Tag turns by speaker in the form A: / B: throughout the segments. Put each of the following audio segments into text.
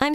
A: I'm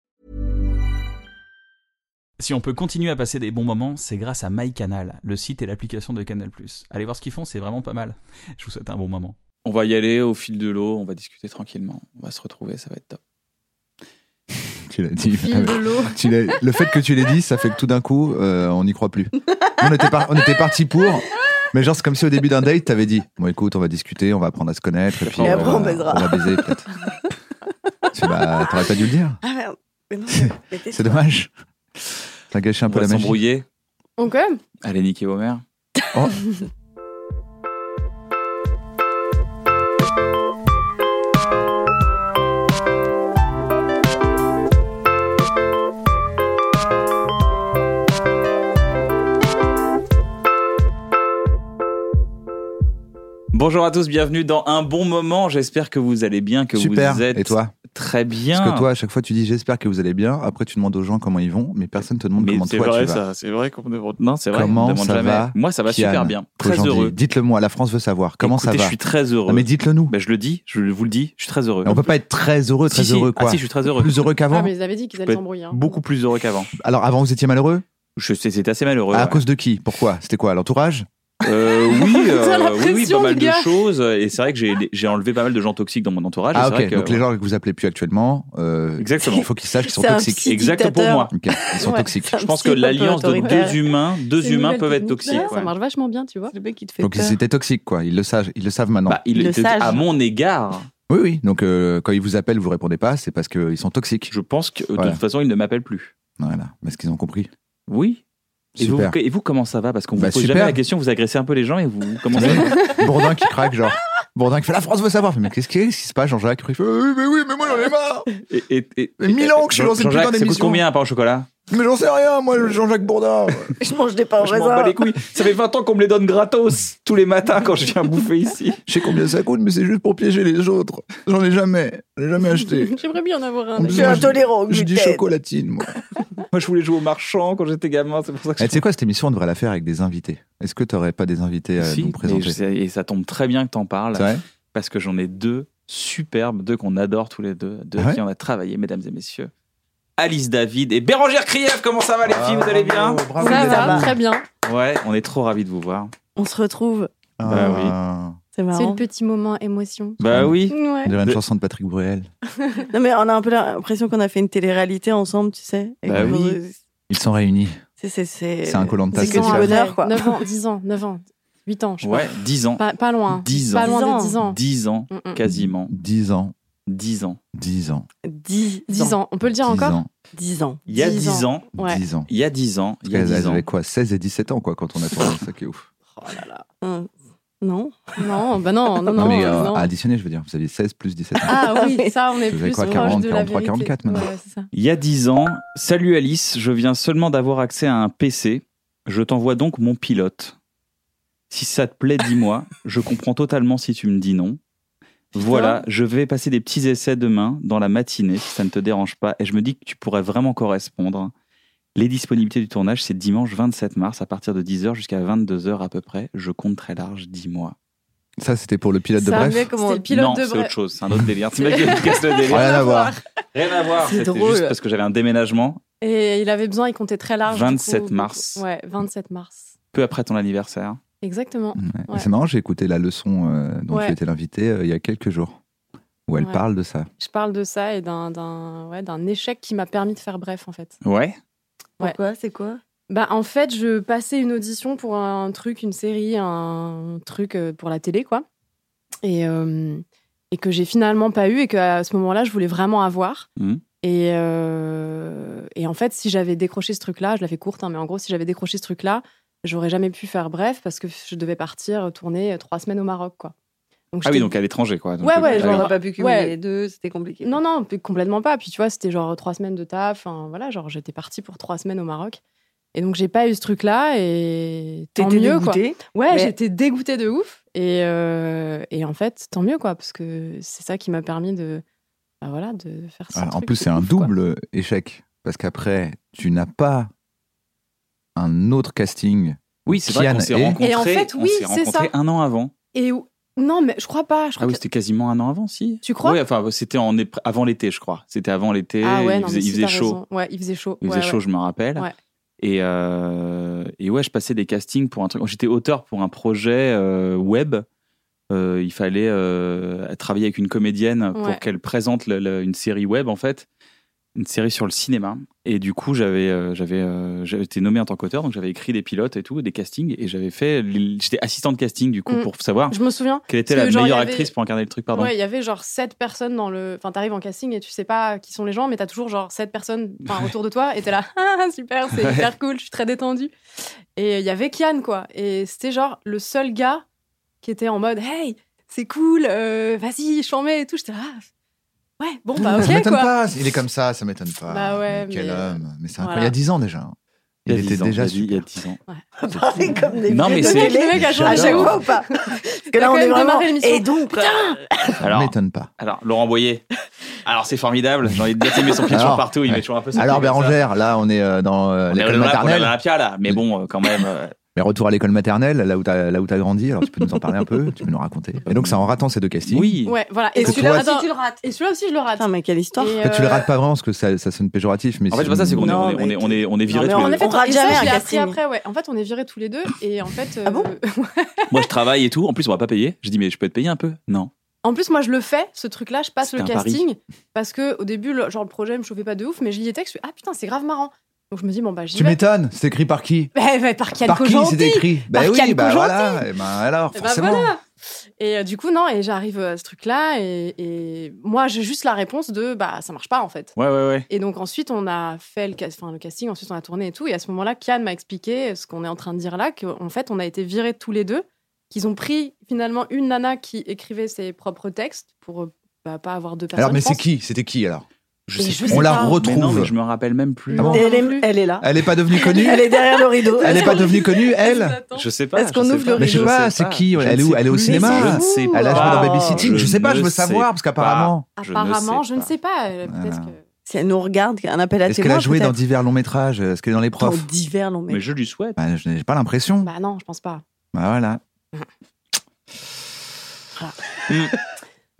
B: Si on peut continuer à passer des bons moments, c'est grâce à MyCanal, le site et l'application de Canal+. Allez voir ce qu'ils font, c'est vraiment pas mal. Je vous souhaite un bon moment.
C: On va y aller au fil de l'eau, on va discuter tranquillement. On va se retrouver, ça va être top.
D: Tu l'as dit.
E: Fil de l'eau.
D: Tu l'as- le fait que tu l'aies dit, ça fait que tout d'un coup, euh, on n'y croit plus. On était, par- on était parti pour. Mais genre, c'est comme si au début d'un date, t'avais dit Bon, écoute, on va discuter, on va apprendre à se connaître, et puis
C: Et
D: euh,
C: après, on
E: baisera.
D: on va baiser peut-être. Tu- bah, T'aurais pas dû le dire,
E: Ah merde. Mais non, mais t'es-
D: c'est dommage. T'as gâché un
C: On
D: peu
C: va
D: la magie.
C: s'embrouiller.
E: Ok.
C: Allez, niquer Homer.
D: Oh,
C: Bonjour à tous, bienvenue dans Un Bon Moment. J'espère que vous allez bien, que
D: Super.
C: vous êtes
D: Et toi
C: très bien.
D: Parce que toi, à chaque fois, tu dis J'espère que vous allez bien. Après, tu demandes aux gens comment ils vont, mais personne te demande
C: Mais
D: comment
C: c'est
D: toi
C: vrai,
D: tu vas.
C: ça. C'est vrai qu'on me demande. Non, c'est vrai.
D: Comment
C: on me demande
D: ça
C: jamais.
D: va,
C: Moi, ça va
D: Kian,
C: super bien. Très
D: Qu'aux gens
C: heureux.
D: disent. Dites-le moi, la France veut savoir. Comment
C: Écoutez,
D: ça
C: Je
D: va
C: suis très heureux.
D: Non, mais dites-le nous.
C: Bah, je le dis, je vous le dis, je suis très heureux.
D: On peut pas être très heureux, très
C: Si, si.
D: heureux quoi.
C: Ah si, je suis très heureux.
D: Plus heureux
E: Ah,
D: qu'avant.
E: mais ils avaient dit qu'ils
C: Je peux
E: allaient s'embrouiller. hein.
C: Beaucoup plus heureux qu'avant.
D: Alors avant, vous étiez malheureux
C: Je sais, c'est assez malheureux.
D: Ah, À
C: ouais.
D: cause de qui Pourquoi C'était quoi L'entourage
C: Euh, oui, euh,
E: Putain, la
C: oui, oui,
E: pression,
C: pas mal
E: le
C: de
E: gars.
C: choses. Et c'est vrai que j'ai j'ai enlevé pas mal de gens toxiques dans mon entourage. et
D: Ah
C: c'est vrai
D: ok,
C: que-
D: donc les gens que vous appelez plus actuellement, euh,
C: Exactement.
D: il faut qu'ils sachent qu'ils sont
E: C'est un
D: toxiques.
E: psy.
C: Exact pour
E: dictateurs.
C: moi.
D: Ok, Ils sont
E: Ouais.
D: toxiques.
C: Je pense que l'alliance de deux humains,
E: C'est
C: deux
E: une
C: humains
E: nouvelle
C: peuvent être
E: technique.
C: toxiques.
E: Ça
C: ouais.
E: marche vachement bien, tu vois.
F: Le mec qui te fait
D: Donc ils étaient toxiques quoi, ils le savent, ils le savent maintenant.
C: Bah, il
F: Le
C: était
F: sage.
C: à mon égard.
D: oui oui, donc euh, quand ils vous appellent, vous répondez pas, c'est parce qu'ils sont toxiques.
C: Je pense que de
D: Voilà.
C: toute façon, il ne m'appelle plus.
D: Voilà, parce qu'ils ont compris.
C: Oui. Et vous,
D: Super.
C: et vous, comment ça va Parce qu'on
D: Bah,
C: vous pose
D: super.
C: jamais la question, vous agressez un peu les gens et vous commencez à...
D: Bourdin qui craque genre. Bourdin qui fait la France veut savoir. Mais qu'est-ce qui qu'est-ce qui se passe Jean-Jacques Il fait, Oui mais oui mais moi j'en ai marre.
C: Et, et, et,
D: Mais mille ans que je suis dans cette
C: Jean-Jacques,
D: putain
C: ça coûte
D: d'émission.
C: combien un pain au chocolat
D: Mais j'en sais rien moi Jean-Jacques Bourdin.
E: Je mange des pains au
C: Je m'en bats
E: raisin.
C: les couilles. Ça fait 20 ans qu'on me les donne gratos tous les matins quand je viens bouffer ici.
D: Je sais combien ça coûte mais c'est juste pour piéger les autres. J'en ai jamais, j'en ai jamais acheté.
E: J'aimerais bien en avoir
D: En
E: un.
D: plus,
E: mec.
D: Je suis moi, je-
E: intolérant au
D: Je dis
E: gluten.
D: chocolatine moi.
C: Moi, je voulais jouer au marchand quand j'étais gamin, c'est pour ça que
D: Eh,
C: je...
D: tu sais quoi, cette émission, on devrait la faire avec des invités. Est-ce que tu n'aurais pas des invités à euh,
C: Si,
D: nous
C: mais je
D: présenter C'est
C: sais, et ça tombe très bien que t'en parles
D: vrai
C: parce que j'en ai deux superbes, deux qu'on adore tous les deux, deux
D: Ah ouais
C: qui on a travaillé, mesdames et messieurs. Alice David et Bérangère Krief, comment ça va les filles Vous allez bien
D: Ah, Bravo,
E: ça
D: les
E: va,
D: amis.
E: très bien.
C: Ouais, on est trop ravis de vous voir.
F: On se retrouve.
D: Ah,
C: Bah
F: C'est
E: C'est
F: marrant.
E: le petit moment émotion.
D: Mmh.
C: Bah oui.
D: On dirait une
C: De-
D: chanson de Patrick Bruel.
F: Non, mais on a un peu l'impression qu'on a fait une télé-réalité ensemble, tu sais. Et
C: Bah
F: que-
C: oui.
D: Ils sont réunis.
F: C'est c'est- c'est-
D: C'est un Koh-Lanta,
F: C'est
D: c'est
F: que du
D: ça.
F: bonheur, quoi.
E: 9 ans, 10 ans, 9 ans, 8 ans, je sais
C: Ouais, 10 ans.
E: pas. Pas, pas loin.
C: 10
E: Pas
C: ans.
E: loin de 10 ans.
C: 10 ans,
E: Mm, mm.
C: quasiment.
D: 10 ans.
C: 10 ans.
D: 10 ans.
F: 10
E: 10 ans. On peut le dire
D: 10
E: encore
D: ans.
F: 10 ans.
C: Il y a
E: 10
C: 10 ans.
E: Ouais.
D: 10 ans.
C: Il y a 10 ans. Il y a
D: Parce qu'elles
C: 10 ans.
D: avaient quoi 16 et 17 ans, quoi, quand on a tourné. C'est ça qui est ouf.
E: Oh
F: Hein. Non
E: Non, bah non, non,
D: Non,
E: non.
D: mais euh,
E: non.
D: à additionner, je veux dire, vous aviez 16 plus 17 ans.
E: Ah oui, ça, on est
D: Vous avez
E: plus
D: quoi,
E: proche
D: 40,
E: de la
D: 43,
E: vérité.
D: 44 maintenant.
E: Ouais, c'est ça.
C: Il y a 10 ans, salut Alice, je viens seulement d'avoir accès à un PC. Je t'envoie donc mon pilote. Si ça te plaît, dis-moi. Je comprends totalement si tu me dis non. Voilà, je vais passer des petits essais demain dans la matinée, si ça ne te dérange pas. Et je me dis que tu pourrais vraiment correspondre. Les disponibilités du tournage, c'est dimanche 27 mars à partir de 10h jusqu'à 22h à peu près. Je compte très large, dis-moi.
D: Ça, c'était pour le pilote de
E: Ça
D: Bref.
E: met comme
F: C'était
E: on-
F: le pilote
C: Non,
E: de
C: c'est
E: Bref.
C: autre chose, c'est un autre délire. T'imagines, tu casses le délire.
D: Rien à voir.
C: Rien à voir,
F: C'est
C: c'était
F: drôle.
C: juste parce que j'avais un déménagement
E: Et il avait besoin, il comptait très large. du
C: 27
E: coup.
C: mars.
E: Ouais, 27 mars.
C: peu après ton anniversaire.
E: Exactement.
D: Ouais. Et
E: Ouais.
D: C'est marrant, j'ai écouté la leçon euh, dont
E: Ouais.
D: tu étais l'invité euh, il y a quelques jours, où elle
E: Ouais.
D: parle de ça.
E: Je parle de ça et d'un- d'un ouais, d'un échec qui m'a permis de faire bref, en fait.
C: Ouais.
E: Ouais.
F: Pourquoi C'est quoi
E: Bah, en fait, je passais une audition pour un truc, une série, un truc euh, pour la télé, quoi. Et, euh, et que j'ai finalement pas eu et qu'à ce moment-là, je voulais vraiment avoir.
C: Mhm.
E: Et, euh, et en fait, si j'avais décroché ce truc-là, je l'avais courte, hein, mais en gros, si j'avais décroché ce truc-là, j'aurais jamais pu faire bref parce que je devais partir tourner trois semaines au Maroc, quoi. Donc,
C: Ah oui,
E: j'étais-
C: donc à l'étranger, quoi. Donc,
E: Ouais,
C: euh,
E: ouais,
C: ah
E: genre,
C: oui.
E: j'aurais
G: pas pu
E: cumuler Ouais. les
G: deux, c'était compliqué.
E: Non, non, p- complètement pas. Puis tu vois, c'était genre trois semaines de taf. Enfin, voilà, genre j'étais partie pour trois semaines au Maroc. Et donc j'ai pas eu ce truc-là et tant
G: t'étais
E: mieux quoi.
G: dégoûtée.
E: Ouais,
G: mais-
E: j'étais dégoûtée de ouf. Et, euh, et en fait, tant mieux quoi, parce que c'est ça qui m'a permis de, bah voilà, de faire ça.
D: Ah, en plus, c'est un double échec. Parce qu'après, tu n'as pas un autre casting.
C: Oui, c'est vrai
D: Kian
C: qu'on s'est
D: et-
C: rencontrés.
E: Et en fait, oui,
C: on s'est
E: c'est
C: rencontrés
E: ça. Ah
C: un an avant.
E: Et où- non, mais je crois pas.
C: Ah
E: Je crois
C: oui,
E: que-
C: c'était quasiment un an avant, si.
E: Tu crois
C: Oui, enfin, c'était en épr- avant l'été, je crois. C'était avant l'été.
E: Ah ouais,
C: il
E: non,
C: faisait,
E: mais
C: il
E: si,
C: faisait
E: t'as
C: chaud.
E: raison. Ouais, il faisait chaud.
C: Il faisait
E: Ouais,
C: chaud,
E: ouais.
C: je me rappelle.
E: Ouais.
C: Et, euh, et ouais, je passais des castings pour un truc. J'étais auteur pour un projet euh, web. Euh, il fallait euh, travailler avec une comédienne
E: Ouais.
C: pour qu'elle présente le- le- une série web, en fait, une série sur le cinéma. Et du coup, j'avais euh, j'avais euh, j'avais été nommé en tant qu'auteur, donc j'avais écrit des pilotes et tout, des castings, et j'avais fait. l- J'étais assistant de casting, du coup,
E: Mm.
C: pour savoir
E: Je me souviens.
C: quelle était
E: Parce
C: la
E: que, genre,
C: meilleure
E: il y avait-
C: actrice pour incarner le truc, pardon.
E: Ouais, il y avait genre sept personnes dans le. Enfin, t'arrives en casting et tu sais pas qui sont les gens, mais t'as toujours genre sept personnes enfin, autour de toi et t'es là, ah, super, c'est hyper cool, je suis très détendue. Et il y avait Kian, quoi. Et c'était genre le seul gars qui était en mode, hey, c'est cool, euh, vas-y, j'en mets et tout. J'étais là, ah, ouais, bon, bah
D: ça
E: ok,
D: m'étonne
E: quoi.
D: pas. Il est comme ça, ça m'étonne pas.
E: Bah ouais,
D: Mais quel
E: mais-
D: homme. Mais c'est incroyable.
E: Voilà.
D: Il y a 10 ans déjà. hein. Il,
C: y a
D: était
C: 10 ans,
D: déjà
C: vas-y, il y a
D: super.
C: 10 ans.
G: Parler comme des
C: Non,
G: vieux
C: mais
G: de
E: Le mec,
C: c'est-
G: télé.
E: le mec a
G: À
E: changé
G: chaque
E: ouf.
G: fois ou pas Parce que
E: Il a
G: là, on
E: quand
G: est
E: même
G: vraiment.
E: démarré l'émission.
G: Et donc,
D: Ça
C: Alors-
D: m'étonne pas.
C: Alors, Laurent Boyer. Alors, c'est formidable. J'ai envie de dire, il met son pied toujours
D: Alors,
C: partout. Il
D: ouais.
C: met toujours un peu son
D: Alors
C: pied comme ça.
D: Bérangère, là on est euh, dans euh,
C: On est
D: l'école
C: là pour la
D: maternelle.
C: Olympia, là. Mais bon, euh, quand même. euh,
D: Mais retour à l'école maternelle, là où t'as là où t'as grandi. Alors tu peux nous en parler un peu, tu peux nous raconter. Et donc c'est en ratant ces deux castings.
C: Oui.
E: Ouais, voilà. Et
G: Et
D: Que
E: celui-là
D: toi-
G: celui-là, si
E: attends,
G: tu le rates.
E: et celui-là aussi, je le rate.
F: Putain, mais quelle histoire.
E: Et,
D: En fait, Bah, tu le
E: euh,
D: rates pas vraiment parce que ça, ça sonne péjoratif. Mais
C: En fait, c'est pas ça, c'est qu'on est,
F: Non,
C: on est, on est,
F: mais
C: on est, on est virés
F: Non, mais
C: tous
F: on
C: les
F: a fait
C: deux.
E: En
F: On rate
E: fait, et ça,
F: jamais
E: je
F: un
E: l'ai appris
F: casting.
E: après, ouais. En fait, on est virés tous les deux et en fait.
F: Ah bon
E: euh,
C: Moi, je travaille et tout. En plus, on va pas payer. Je dis, mais je peux être payé un peu Non.
E: En plus, moi, je le fais, ce truc-là, je passe le
C: C'était un pari.
E: casting. Parce que au début, le, genre, le projet me chauffait pas de ouf, mais je lis les textes, je suis, ah putain, c'est grave marrant. Donc je me dis, bon, bah, j'y
D: Tu
E: vais.
D: m'étonnes. C'est écrit par qui
E: Bah, bah, par Kian
D: Par qui
E: Kojandi.
D: c'est écrit Bah
E: Par
D: oui,
E: Kian
D: bah
E: Kojandi.
D: voilà. Et ben alors
E: Eh ben,
D: forcément.
E: voilà. Et euh, du coup, non, et j'arrive à ce truc-là, et, et moi, j'ai juste la réponse de, bah, ça marche pas, en fait.
C: Ouais, ouais, ouais.
E: Et donc, ensuite, on a fait le, cas- enfin, le casting, ensuite, on a tourné et tout. Et à ce moment-là, Kian m'a expliqué ce qu'on est en train de dire là, qu'en fait, on a été virés tous les deux, qu'ils ont pris finalement une nana qui écrivait ses propres textes pour euh, bah, pas avoir deux personnes.
D: Alors mais
E: je
D: c'est
E: pense.
D: qui C'était qui alors
C: Je
E: Et
C: sais
E: je
C: plus.
E: sais
D: On la
E: pas.
C: Mais non, mais
D: retrouve.
C: je me rappelle même plus.
E: Ah bon
F: elle,
E: Non plus.
F: est, elle est là.
D: Elle est pas devenue connue.
F: Elle est derrière le rideau.
D: Elle est pas devenue connue. Elle.
C: Je sais pas.
F: Est-ce
C: je
F: qu'on
C: sais
F: ouvre
C: pas.
F: le
D: Mais je sais
F: rideau
D: pas, c'est qui
C: Je
D: Elle est
C: ne
D: où
C: sais
D: Elle est au
C: plus.
D: cinéma
C: Je ne sais
D: Elle a joué
C: pas.
D: dans Babysitting.
C: Je
D: Je sais pas, je veux
C: ne
D: savoir
C: sais
D: parce qu'apparemment.
C: Je ne
E: Apparemment,
C: sais
E: je ne
C: pas.
E: sais pas. euh, Peut-être
D: Voilà.
E: que-
F: Si elle nous regarde, un appel à
E: Bah,
D: Est-ce qu'elle a
F: témoins,
D: joué dans
F: peut-être.
D: divers longs métrages Est-ce qu'elle est dans les profs
F: Dans divers longs
C: Mais
F: métrages.
C: je lui souhaite.
D: Bah, Je n'ai pas l'impression.
E: Bah non, je pense pas.
D: Bah voilà.
E: Ah.
F: Donc-
C: Hmm.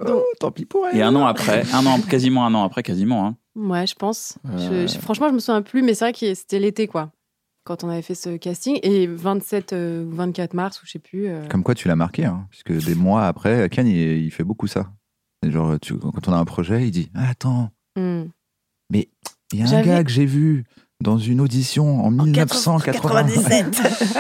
D: Oh, tant pis pour elle.
C: Et un an après, un an, quasiment un an après, quasiment. Hein.
E: Ouais, je pense.
C: Euh.
E: Je- je- franchement, je me souviens plus, mais c'est vrai que c'était l'été, quoi. Quand on avait fait ce casting. Et 27 euh, ou 24 mars, ou je sais plus. euh,
D: Comme quoi tu l'as marqué, hein, puisque des mois après, Ken, il, il fait beaucoup ça. Et Genre, tu- quand on a un projet, il dit Ah, Attends,
E: hmm.
D: il y a un
E: J'avais-
D: gars que j'ai vu dans une audition en
F: En
D: 1997.
F: 97.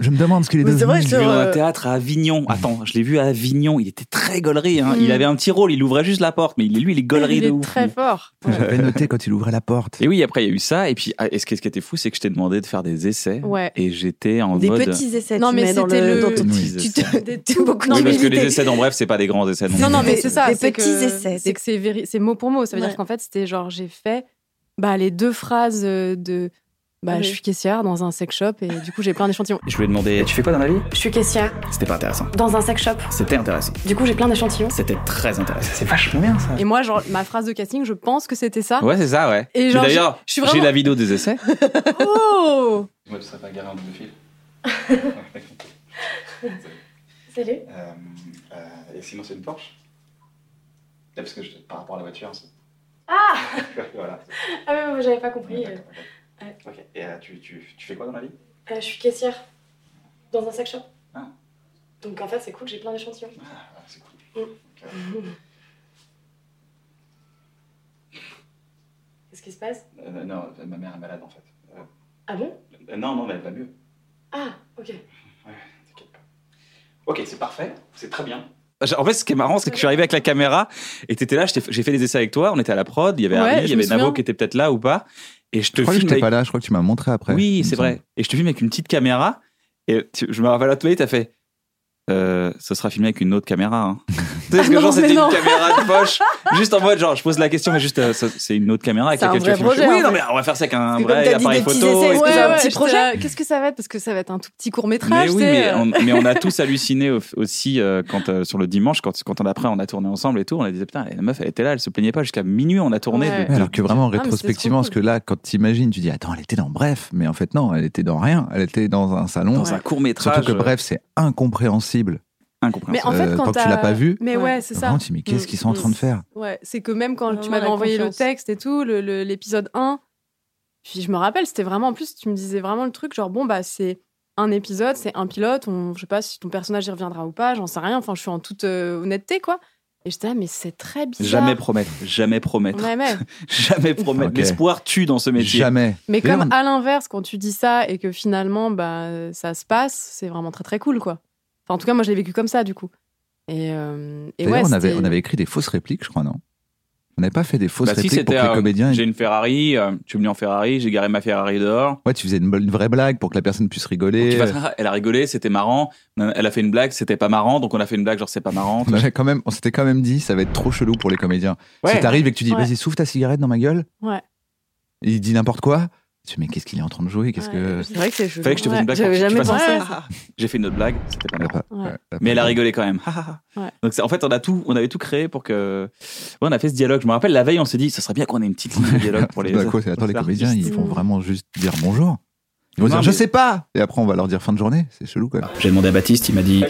D: Je me demande ce qu'il est
F: Mais c'est vrai,
D: devenu.
C: Je l'ai vu
F: Sur,
C: dans un
F: euh,
C: théâtre à Avignon. Attends, je l'ai vu à Avignon. Il était très gaulerie. Hein. Il
E: Mm.
C: avait un petit rôle. Il ouvrait juste la porte. Mais il- lui, il est gaulerie
E: Il
C: de
E: est
C: ouf.
E: très fort. Ouais.
D: J'avais noté quand il ouvrait la porte.
C: Et oui, après, il y a eu ça. Et puis, ah, et ce qui ce qui était fou, c'est que je t'ai demandé de faire des essais.
E: Ouais.
C: Et j'étais en
F: Des
C: mode.
F: petits essais.
E: Non,
F: tu
E: mais
F: mets dans
E: c'était le-
F: dans ton-
C: petits
F: Tu
C: essais.
F: te. tout beaucoup
E: Non,
C: Oui,
E: mais
C: parce que les
F: d'humilité.
C: essais, en bref, c'est pas des grands essais.
F: Non, non,
E: mais
F: Des-
E: c'est ça.
F: des
E: c'est que-
F: petits essais,
E: C'est
F: des-
E: que c'est véri- c'est mot pour mot. Ça veut
F: Ouais.
E: dire qu'en fait, c'était genre, j'ai fait bah, les deux phrases euh, de. Bah,
F: Ah oui.
E: je suis caissière dans un sex shop et du coup, j'ai plein d'échantillons.
H: Je lui ai demandé Tu fais quoi dans la vie
E: Je suis caissière
H: C'était pas intéressant.
E: dans un sex shop.
H: C'était intéressant.
E: Du coup, j'ai plein d'échantillons.
H: C'était très intéressant. C'est vachement bien ça.
E: Et moi, genre, ma phrase de casting, je pense que c'était ça.
C: Ouais, c'est ça, ouais.
E: Et
C: Mais
E: genre,
C: D'ailleurs,
E: je- je suis vraiment-
C: j'ai la vidéo des essais.
E: Oh
H: Ouais, ça va garer en double fil.
E: Salut.
H: Euh, et sinon, c'est une Porsche Parce que par rapport à la voiture, c'est. Ah Voilà.
E: Ah ouais, ouais, j'avais pas ouais. Euh,
H: Ok. Et euh, tu, fais quoi dans la vie
E: je suis caissière dans un sex shop.
H: Ah.
E: Donc en fait, c'est cool, j'ai plein d'échantillons. Mm.
H: C'est cool.
E: Qu'est-ce qui se passe
H: Euh, non, ma mère est malade en fait.
E: Ah bon
H: non, non, mais elle va mieux.
E: Ah, ok.
H: T'inquiète pas. Ok, c'est parfait. C'est très bien.
C: En fait, ce qui est marrant, c'est que je suis arrivé avec la caméra et t'étais là. je t'ai- J'ai fait des essais avec toi. On était à la prod. Il y avait
E: Ouais,
C: Harry, il y
E: je me
C: avait Navo
E: souviens.
C: qui était peut-être là ou pas. Et je te
D: Je crois que
C: filme.
D: j'étais
C: avec-
D: pas là, je crois que tu m'as montré après. il
C: Oui,
D: me
C: c'est
D: semble.
C: vrai. Et je te filme avec une petite caméra. Et tu- je me rappelle à toi, t'as fait euh, ce sera filmé avec une autre caméra. hein. tu sais,
F: Ah
C: parce que
E: Non,
C: genre,
E: mais
C: c'était
E: non.
C: une caméra de poche. juste en mode, genre, je pose la question, mais juste, euh, ça, c'est une autre caméra avec
F: C'est un
C: laquelle tu
F: vrai
C: as filmé. Je fais,
F: projet,
C: oui,
F: en
C: non,
F: fait.
C: mais on va faire ça avec un
F: C'est
C: vrai
F: comme t'as dit,
C: appareil
F: des petits
C: photo.
F: essais,
C: est-ce que
F: ouais,
C: ça-
F: ouais. petit
E: j'étais là,
F: projet
E: Qu'est-ce que ça va être Parce que ça va être un tout petit court métrage.
C: Mais oui,
E: tu sais,
C: mais
E: euh.
C: on, mais on a tous halluciné au- aussi euh, quand euh, sur le dimanche, quand, quand on après on a tourné ensemble et tout, on a dit putain la meuf elle était là, elle se plaignait pas jusqu'à minuit, on a tourné.
E: Ouais.
C: de-
D: Ouais, alors que vraiment,
E: Ah, mais c'était
D: rétrospectivement,
E: trop
D: parce que là, quand t'imagines, tu dis, attends, elle était dans Bref, mais en fait, non, elle était dans rien. Elle était dans un salon.
C: dans un court métrage. euh,
D: Surtout que Bref, c'est incompréhensible.
E: Mais en fait,
D: Euh,
E: quand,
D: quand tu l'as
E: t'as-
D: pas vu,
E: Mais ouais,
F: ouais.
E: c'est ça. Mm.
D: Vraiment, tu dis, mais qu'est-ce qu'ils sont en train de faire
E: Ouais, c'est que même quand tu
F: Vraiment
E: m'avais
F: la
E: envoyé
F: confiance.
E: le texte et tout, le- le- l'épisode 1, puis je me rappelle, c'était vraiment en plus, tu me disais vraiment le truc, genre bon, bah c'est un épisode, c'est un pilote, on, je sais pas si ton personnage y reviendra ou pas, j'en sais rien, enfin je suis en toute euh, honnêteté quoi. Et j'étais là, mais c'est très bizarre.
C: Jamais promettre, jamais promettre,
E: Ouais, ouais.
C: jamais promettre.
D: Ok.
C: L'espoir tue dans ce métier.
D: Jamais.
E: Mais
D: D'ailleurs,
E: comme à l'inverse, quand tu dis ça et que finalement bah, ça se passe, c'est vraiment très très cool quoi. Enfin, en tout cas, moi je l'ai vécu comme ça du coup. Et, euh, et
D: d'ailleurs,
E: ouais,
D: on, avait,
E: c'était-
D: on avait écrit des fausses répliques, je crois, non On n'avait pas fait des fausses
C: Bah, si,
D: répliques pour que
C: c'était,
D: les
C: euh,
D: comédiens.
C: J'ai une Ferrari, euh, tu es venu en Ferrari, j'ai garé ma Ferrari dehors.
D: Ouais, tu faisais une, bonne- une vraie blague pour que la personne puisse
C: Tu
D: rigoler.
C: vas- ah, elle a rigolé, c'était marrant. Elle a fait une blague, c'était pas marrant, donc on a fait une blague genre c'est pas marrant.
D: On, avait quand même, on s'était quand même dit, ça va être trop chelou pour les comédiens.
C: Ouais.
D: Si t'arrives et que tu dis,
E: Ouais.
D: vas-y, souffle ta cigarette dans ma gueule.
E: Ouais.
D: Et il dit n'importe quoi. Tu dis, mais qu'est-ce qu'il est en train de jouer Qu'est-ce
E: Ouais.
D: que.
F: C'est vrai que c'est chelou.
C: Fallait que je te fasse une
E: Ouais,
C: blague.
F: j'avais
C: pour que tu
F: jamais
C: fasses
E: pensé
C: un-
E: à
C: Ah, J'ai fait une autre blague, c'était pas
D: Elle a
C: marrant.
D: pas-
E: Ouais.
D: ouais, a pas-
C: Mais elle a rigolé quand même.
E: Ouais.
C: Donc c'est- en fait, on a tout, on avait tout créé pour que. Ouais, on a fait ce dialogue. Je me rappelle la veille, on s'est dit, ça serait bien qu'on ait une petite ligne de dialogue pour les.
D: Bah, quoi, c'est- attends, les comédiens,
C: artistes.
D: ils font vraiment juste dire bonjour. Ils vont
C: Non,
D: dire, je
C: mais-
D: sais pas Et après, on va leur dire fin de journée. C'est chelou, quand même.
I: J'ai demandé à Baptiste, il m'a dit.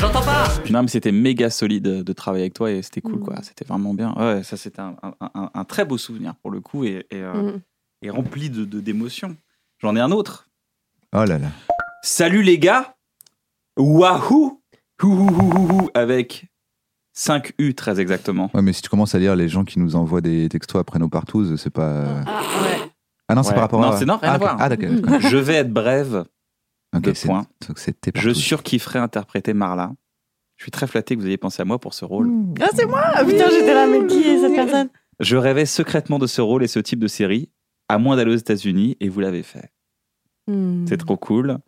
C: Non, mais c'était méga solide de travailler avec toi et c'était cool,
E: Mm.
C: quoi. C'était vraiment bien. Ouais, ça c'était un, un- un- un très beau souvenir pour le coup et, et, euh,
E: Mm.
C: et rempli de de- d'émotions. J'en ai un autre.
D: Oh là là.
C: Salut les gars. Wahoo. Hou, hou, hou, hou, hou, Avec 5 U très exactement.
D: Ouais, mais si tu commences à lire les gens qui nous envoient des textos après nos partous, c'est pas. Ah,
E: Ouais.
D: non, c'est
C: Ouais.
D: par rapport
C: Non,
D: à.
C: c'est- non, rien
D: ah,
C: à
D: ok.
C: voir.
D: Ah, d'accord. d'accord.
C: Je vais être brève.
D: Ok,
C: Deux
D: c'est-
C: points.
D: donc c'est tes
C: Je
D: partous.
C: surkifferais interpréter Marla. Je suis très flatté que vous ayez pensé à moi pour ce
E: Mm.
C: rôle.
F: Ah, c'est moi Ah, Putain, j'étais là, mais qui est cette personne
C: Je rêvais secrètement de ce rôle et ce type de série, à moins d'aller aux États-Unis, et vous l'avez fait.
E: Mm.
C: C'est trop cool.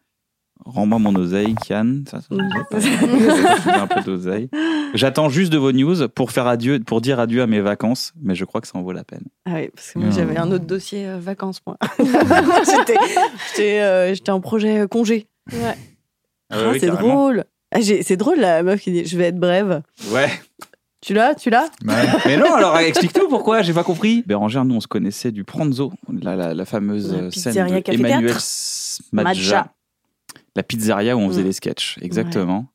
C: Rends-moi mon oseille, Kian. Ça, ça,
F: Mm.
C: ça, ça, ça, ça, un peu d'oseille. J'attends juste de vos news pour faire adieu, pour dire adieu à mes vacances, mais je crois que ça en vaut la peine.
F: Ah oui, parce que moi
D: Non.
F: j'avais un autre dossier euh, vacances, moi. J'étais- J'étais euh, j'étais en projet euh, congé.
E: Ouais.
F: Ah, c'est drôle. Ah, j'ai- c'est drôle la meuf qui dit je vais être brève.
C: Ouais.
F: Tu l'as, tu l'as Bah,
D: Ouais.
C: Mais non, alors explique-nous pourquoi, j'ai pas compris. Bérangère, nous on se connaissait du Pranzo, la, la, la fameuse
F: La
C: euh, scène
F: pizzeria
C: de
F: Café
C: Emmanuel
F: Théâtre.
C: S- Maggia.
F: Maggia.
C: La pizzeria où on faisait
F: Mm.
C: les sketchs, exactement.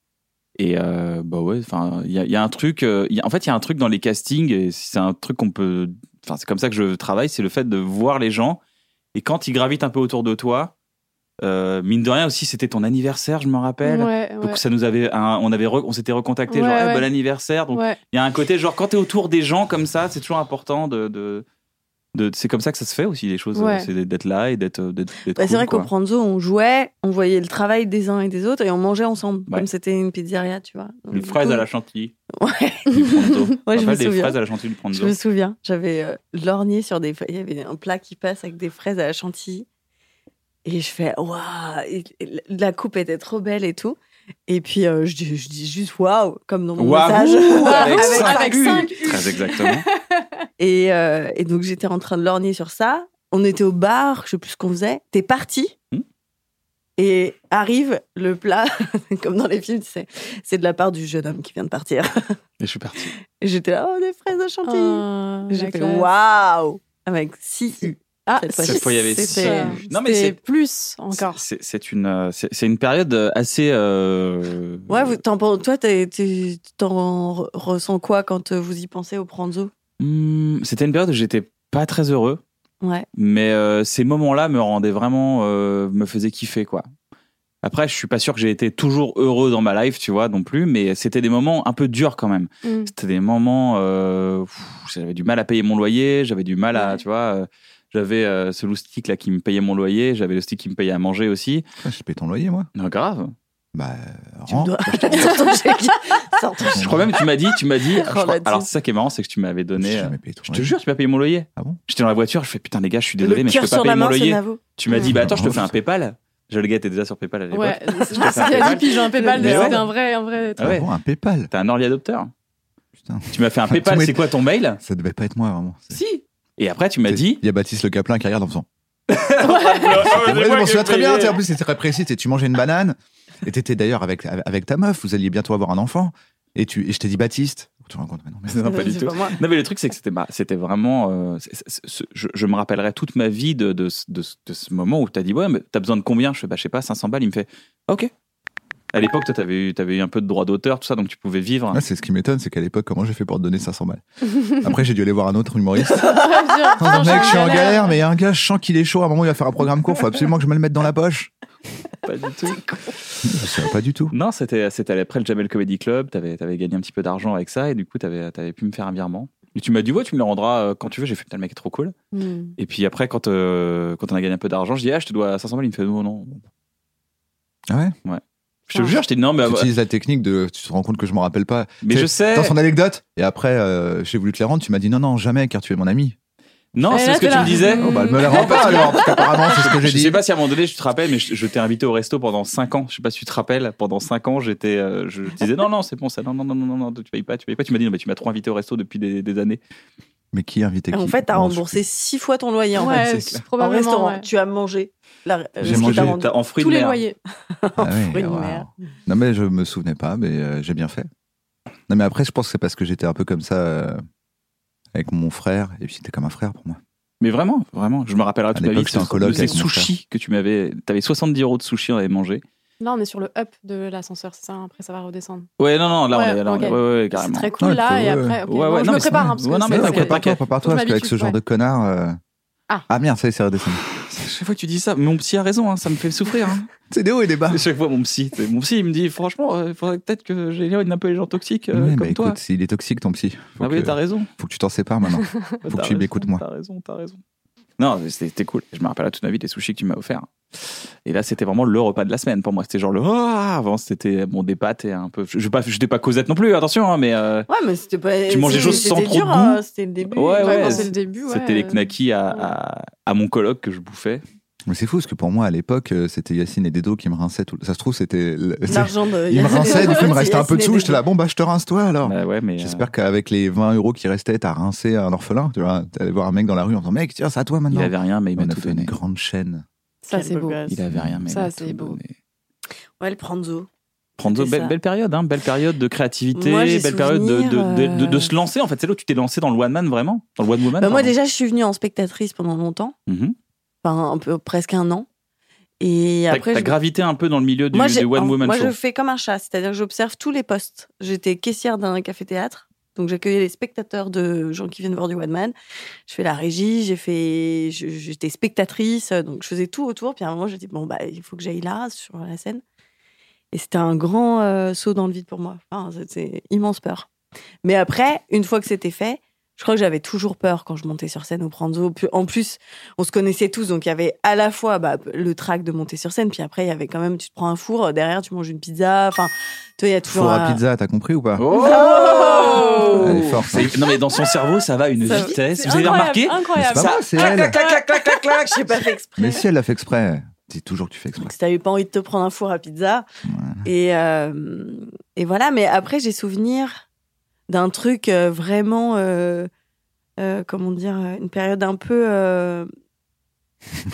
C: Et euh, bah ouais, enfin, il y, a- il y a un truc, euh, il y a- en fait, il y a un truc dans les castings, et c'est un truc qu'on peut, enfin, c'est comme ça que je travaille, c'est le fait de voir les gens, et quand ils gravitent un peu autour de toi, euh, mine de rien aussi, c'était ton anniversaire, je me rappelle.
E: Ouais, ouais.
C: Donc ça nous avait, un- on avait, re- on s'était recontacté,
E: Ouais,
C: genre, Eh,
E: ouais.
C: bon anniversaire. Donc
E: Ouais. Ah,
C: il y a un côté, genre, quand t'es autour des gens comme ça, c'est toujours important de. de, de- c'est comme ça que ça se fait aussi, les choses. euh,
E: Ouais.
C: C'est d'être là et d'être. euh, d'être- d'être
F: Bah, C'est
C: cool,
F: vrai
C: quoi.
F: qu'au Pranzo, on jouait, on voyait le travail des uns et des autres et on mangeait ensemble,
C: Ouais.
F: comme c'était une pizzeria, tu vois. Donc,
C: Une
F: du
C: fraise
F: coup,
C: à la chantilly.
F: Ouais.
C: Du pranzo.
F: Ouais, je
C: Rappelle
F: me
C: des
F: souviens.
C: fraises à la chantilly du
F: Je
C: pranzo.
F: me souviens, j'avais euh, lorgné sur des. fra- Il y avait un plat qui passe avec des fraises à la chantilly. Et je fais, waouh, et- et la coupe était trop belle et tout. Et puis euh, je, dis, je dis juste waouh, comme dans mon
C: Waouh
F: message.
C: Avec
F: Avec
C: cinq
F: cinq
C: U.
E: cinq U.
C: Très exactement.
F: Et, euh, et donc j'étais en train de lorgner sur ça. On était au bar, je sais plus ce qu'on faisait. T'es parti.
C: Hmm.
F: Et arrive le plat, comme dans les films, tu sais, c'est de la part du jeune homme qui vient de partir.
C: Et je suis parti.
F: Et j'étais là, oh, des fraises à chantilly.
E: Ah, la
F: J'ai fait
E: classe.
F: waouh Avec 6 U.
E: Ah,
F: Cette
C: Cette
F: Six,
C: fois, il y avait
F: c'était-
C: six.
E: c'est
C: Non, mais c'est.
E: plus encore.
C: C'est c'est une, euh, c'est- c'est une période euh, assez. euh,
F: Ouais, vous, t'en pen- toi, t'es- t'es- t'en re- ressens quoi quand euh, vous y pensez au pranzo
C: Hmm, C'était une période où j'étais pas très heureux.
F: Ouais.
C: mais euh, ces moments-là me rendaient vraiment euh, me faisaient kiffer quoi après je suis pas sûr que j'ai été toujours heureux dans ma life tu vois non plus mais c'était des moments un peu durs quand même
F: Hmm.
E: Mm.
C: c'était des moments euh, pff, j'avais du mal à payer mon loyer j'avais du mal à
E: Ouais.
C: tu vois euh, j'avais euh, ce loustic là qui me payait mon loyer j'avais le stick qui me payait à manger aussi
D: Putain, Je paye ton loyer, moi.
C: non grave
D: Bah,
F: Tu me
D: rends.
F: dois. Sors ton chèque. Sors ton
C: je crois même que tu m'as dit tu m'as dit je crois-
F: là-dessus.
C: alors c'est ça qui est marrant c'est que tu m'avais
D: J'ai
C: donné euh,
D: jamais payé ton
C: je te
D: loyer.
C: jure tu m'as payé mon loyer
D: Ah bon
C: j'étais dans la voiture je fais putain les gars je suis désolé
F: Le
C: mais je
F: cœur
C: peux pas
F: sur la
C: payer mon
F: main, c'est
C: loyer
F: Navo.
C: tu m'as dit bah attends je te fais un
D: Ouais.
C: PayPal Jolga était déjà sur PayPal à l'époque.
E: Ouais, c'est ce
C: préfère
E: qu'il a
C: Paypal.
E: dit, puis j'ai un PayPal,
C: Mais
E: c'est
C: ouais.
E: un vrai, un vrai
C: Ah
E: truc.
C: ouais.
D: Ah bon, un PayPal.
C: T'as un early adopteur.
D: Putain.
C: Tu m'as fait un
D: Tout
C: PayPal,
D: est-
C: c'est quoi ton mail
D: Ça devait pas être moi, vraiment. C'est-
C: Si. Et après, tu m'as dit.
D: Il y a Baptiste Le Caplin qui regarde en faisant. Ah, C'est vrai, je m'en souviens très bien. tu sais, En plus, c'était très précis. t'sais, Tu mangeais une banane. Et t'étais d'ailleurs avec, avec ta meuf. Vous alliez bientôt avoir un enfant. Et, tu, et je t'ai dit Baptiste. Tu te rends compte, mais non, mais
C: Non, pas du
G: C'est
C: tout.
G: moi.
C: Non, mais le truc, c'est que c'était ma- c'était vraiment. euh, c'est- c'est- ce- je, je me rappellerai toute ma vie de, de, ce- de ce- de ce moment où t'as dit, ouais, mais t'as besoin de combien Je fais, bah, je sais pas, 500 balles. Il me fait, ok. À l'époque, toi, t'avais eu, t'avais eu un peu de droit d'auteur, tout ça, donc tu pouvais vivre.
D: Ah, c'est ce qui m'étonne, c'est qu'à l'époque, comment j'ai fait pour te donner 500 balles Après, j'ai dû aller voir un autre humoriste.
E: Très dur.
D: Attends, mec, je suis en
E: galère.
D: galère, mais il y a un gars, je sens qu'il est chaud. À un moment, il va faire un programme court, faut absolument que je me le mette dans la poche.
C: Pas du tout.
D: Ça va pas du tout.
C: Non, c'était c'était après le Jamel Comedy Club, t'avais avais gagné un petit peu d'argent avec ça, et du coup, t'avais avais pu me faire un virement. Et tu m'as dit, ouais, tu me le rendras euh, quand tu veux. J'ai fait, putain, le mec est trop cool.
E: Hmm.
C: Et puis après, quand, euh, quand on a gagné un peu d'argent, je dis, ah, je te dois 500 balles. Il me fait, non, non.
D: Ah ouais
C: Je
E: Ah.
C: te jure, je t'ai dit, non, mais, euh,
D: Tu utilises la technique de. Tu te rends compte que je m'en rappelle pas.
C: mais je
E: Eh.
C: sais.
D: Dans son anecdote, et après, euh, j'ai voulu te les rendre, tu m'as dit non, non, jamais, car tu es mon ami.
C: Non,
E: Et
C: c'est
E: Eh, là,
C: ce que
E: t'es
C: tu
E: là.
C: me disais.
D: Oh, bah, elle me les rend pas alors, parce qu'apparemment, c'est ce que j'ai
C: Je
D: dit.
C: sais pas si à un moment donné, je te rappelle, mais je, je t'ai invité au resto pendant 5 ans. Je sais pas si tu te rappelles, pendant 5 ans, j'étais, euh, je, je disais non, non, c'est bon, ça, non, non, non, non, non, non, tu payes pas, tu payes pas. Tu m'as dit non, mais tu m'as trop invité au resto depuis des, des années.
D: Mais qui invité qui
F: En fait, t'as
D: Bon, je-
F: remboursé six fois ton loyer en, fait,
E: Ouais,
D: c'est clair.
F: en restaurant.
E: probablement. ouais.
F: Tu as mangé la, euh, ce
D: J'ai
F: qui
D: mangé,
F: t'a rendu.
C: T'as- en fruits
E: Tous
C: de
E: les
C: mer.
E: loyers.
D: Ah ouais,
F: Fruit de
D: waouh.
F: mer.
D: Non, mais je me souvenais pas, mais euh, j'ai bien fait. Non, mais après, je pense que c'est parce que j'étais un peu comme ça euh, avec mon frère, et puis c'était comme un frère pour moi.
C: Mais vraiment, vraiment, je me rappellerai toute ma vie
D: l'époque,
C: de
D: c'était en
C: ce-
D: coloc
C: de ces
D: avec mon
C: sushis que tu m'avais. T'avais 70 euros de sushis, on avait mangé.
E: Là, on est sur le up de l'ascenseur, c'est ça. Après, ça va redescendre.
C: Ouais, non, non, là, on est, là, on est-
E: ok.
C: ouais, ouais, ouais,
E: C'est
C: carrément.
E: très cool
D: Ouais,
E: là,
D: faut-
E: et après,
C: ouais,
E: ok.
C: ouais,
E: Bon,
C: non,
E: je
C: mais c'est
E: me prépare.
C: bien.
E: hein, parce
C: Ouais,
E: que
C: non, mais t'inquiète
E: c'est-
C: pas,
E: c'est-
D: Prépare-toi, prépare-toi,
E: Faut
D: parce qu'avec ce genre
E: m'habituer,
D: de connard. euh,
E: Ah.
D: merde, ça y est, c'est redescendu.
C: Chaque fois que tu dis ça, mon psy a raison, hein, ça me fait souffrir. hein.
D: C'est des hauts et des bas.
C: À Chaque fois, mon psy, t'es- mon psy, il me dit franchement, euh, faudrait peut-être que j'éloigne un peu les gens toxiques euh,
D: Oui,
C: comme
D: mais
C: toi.
D: écoute, il est toxique ton psy. Faut,
C: ah oui,
D: que,
C: t'as raison.
D: faut que tu t'en sépares maintenant.
C: Faut
D: que tu m'écoutes, moi.
C: T'as raison, t'as raison. Non, mais c'était c'était cool. Je me rappelle à toute ma vie des sushis que tu m'as offert. Et là, c'était vraiment le repas de la semaine pour moi. C'était genre le Ah avant, c'était bon des pâtes et un peu. Je n'étais pas, j'étais pas Cosette non plus, attention, hein, mais euh,
F: Ouais, mais c'était pas.
C: Tu manges des
F: c'était-
C: choses sans
F: c'était
C: trop de
F: dur,
C: goût.
F: hein, C'était le début.
C: Ouais,
E: Ouais,
C: ouais,
E: quand
C: c'est-
E: c'est le début. ouais,
C: c'était les
E: euh,
C: knackis à, à, à mon coloc que je bouffais.
D: Mais c'est fou, parce que pour moi, à l'époque, euh, c'était Yacine et Dedo qui me rinçaient. Tout... Ça se trouve, c'était. le-
F: L'argent de.
D: Il me rinçait, du coup, il me restait un peu de sous.
F: dessous
D: J'étais là, bon, bah, je te rince toi alors.
C: Bah ouais, mais euh,
D: J'espère qu'avec les 20 euros qui restaient, t'as rincé un orphelin. Tu vois, t'es allé voir un mec dans la rue en disant, mec, tiens, c'est à toi
C: il
D: maintenant.
C: avait rien, mais il m'a
D: On a
C: tout
D: fait une
C: donné.
D: grande chaîne.
E: Ça, c'est beau.
C: Il avait rien, mais il
E: Ça,
C: m'a
E: c'est
C: tout
E: beau.
C: donné.
F: Ouais, le pranzo.
C: Prendre
F: C'était
C: belle,
F: ça.
C: belle période, hein, belle période de créativité,
F: Moi, j'ai
C: belle période de,
F: souvenir,
C: de- de- de- de
F: euh,
C: se lancer. En fait, c'est là où tu t'es lancé dans le one man vraiment, dans le one woman.
F: Bah, moi,
C: pardon.
F: déjà, je suis venue en spectatrice pendant longtemps.
C: Mhm.
F: Enfin, un peu, presque un an. Et
C: T'as-
F: après,
C: T'as
F: je-
C: gravité un peu dans le milieu du,
F: j'ai-
C: du one
F: en-
C: woman
F: moi,
C: show.
F: je fais comme un chat, c'est-à-dire que j'observe tous les postes. J'étais caissière d'un café-théâtre, donc j'accueillais les spectateurs de gens qui viennent voir du One Man. Je fais la régie, j'ai fait, je- j'étais spectatrice, donc je faisais tout autour. Puis à un moment, j'ai dit bon bah il faut que j'aille là sur la scène. Et c'était un grand euh, saut dans le vide pour moi. Enfin, c'était immense peur. Mais après, une fois que c'était fait. Je crois que j'avais toujours peur quand je montais sur scène au Pranzo. Puis, En plus, on se connaissait tous, donc il y avait à la fois bah, le trac de monter sur scène, puis après il y avait quand même, tu te prends un four, euh, derrière tu manges une pizza, enfin, tu vois, il y a toujours.
D: Four à
F: un-
D: pizza, t'as compris ou pas
C: Oh
D: Elle est forte, hein.
C: C'est- Non mais dans son cerveau ça va à une
E: ça-
C: vitesse.
E: c'est
C: Vous avez
E: incroyable,
C: remarqué
D: C'est
E: Incroyable.
D: pas
C: Ça-
D: moi, c'est
F: Ah,
D: elle.
F: J'ai pas fait exprès.
D: Mais si elle l'a fait exprès, dis toujours que tu fais exprès.
F: Donc si t'avais pas envie de te prendre un four à pizza. Et, euh, et voilà, mais après j'ai souvenir d'un truc euh, vraiment, euh, euh, comment dire, euh, une période un peu. euh,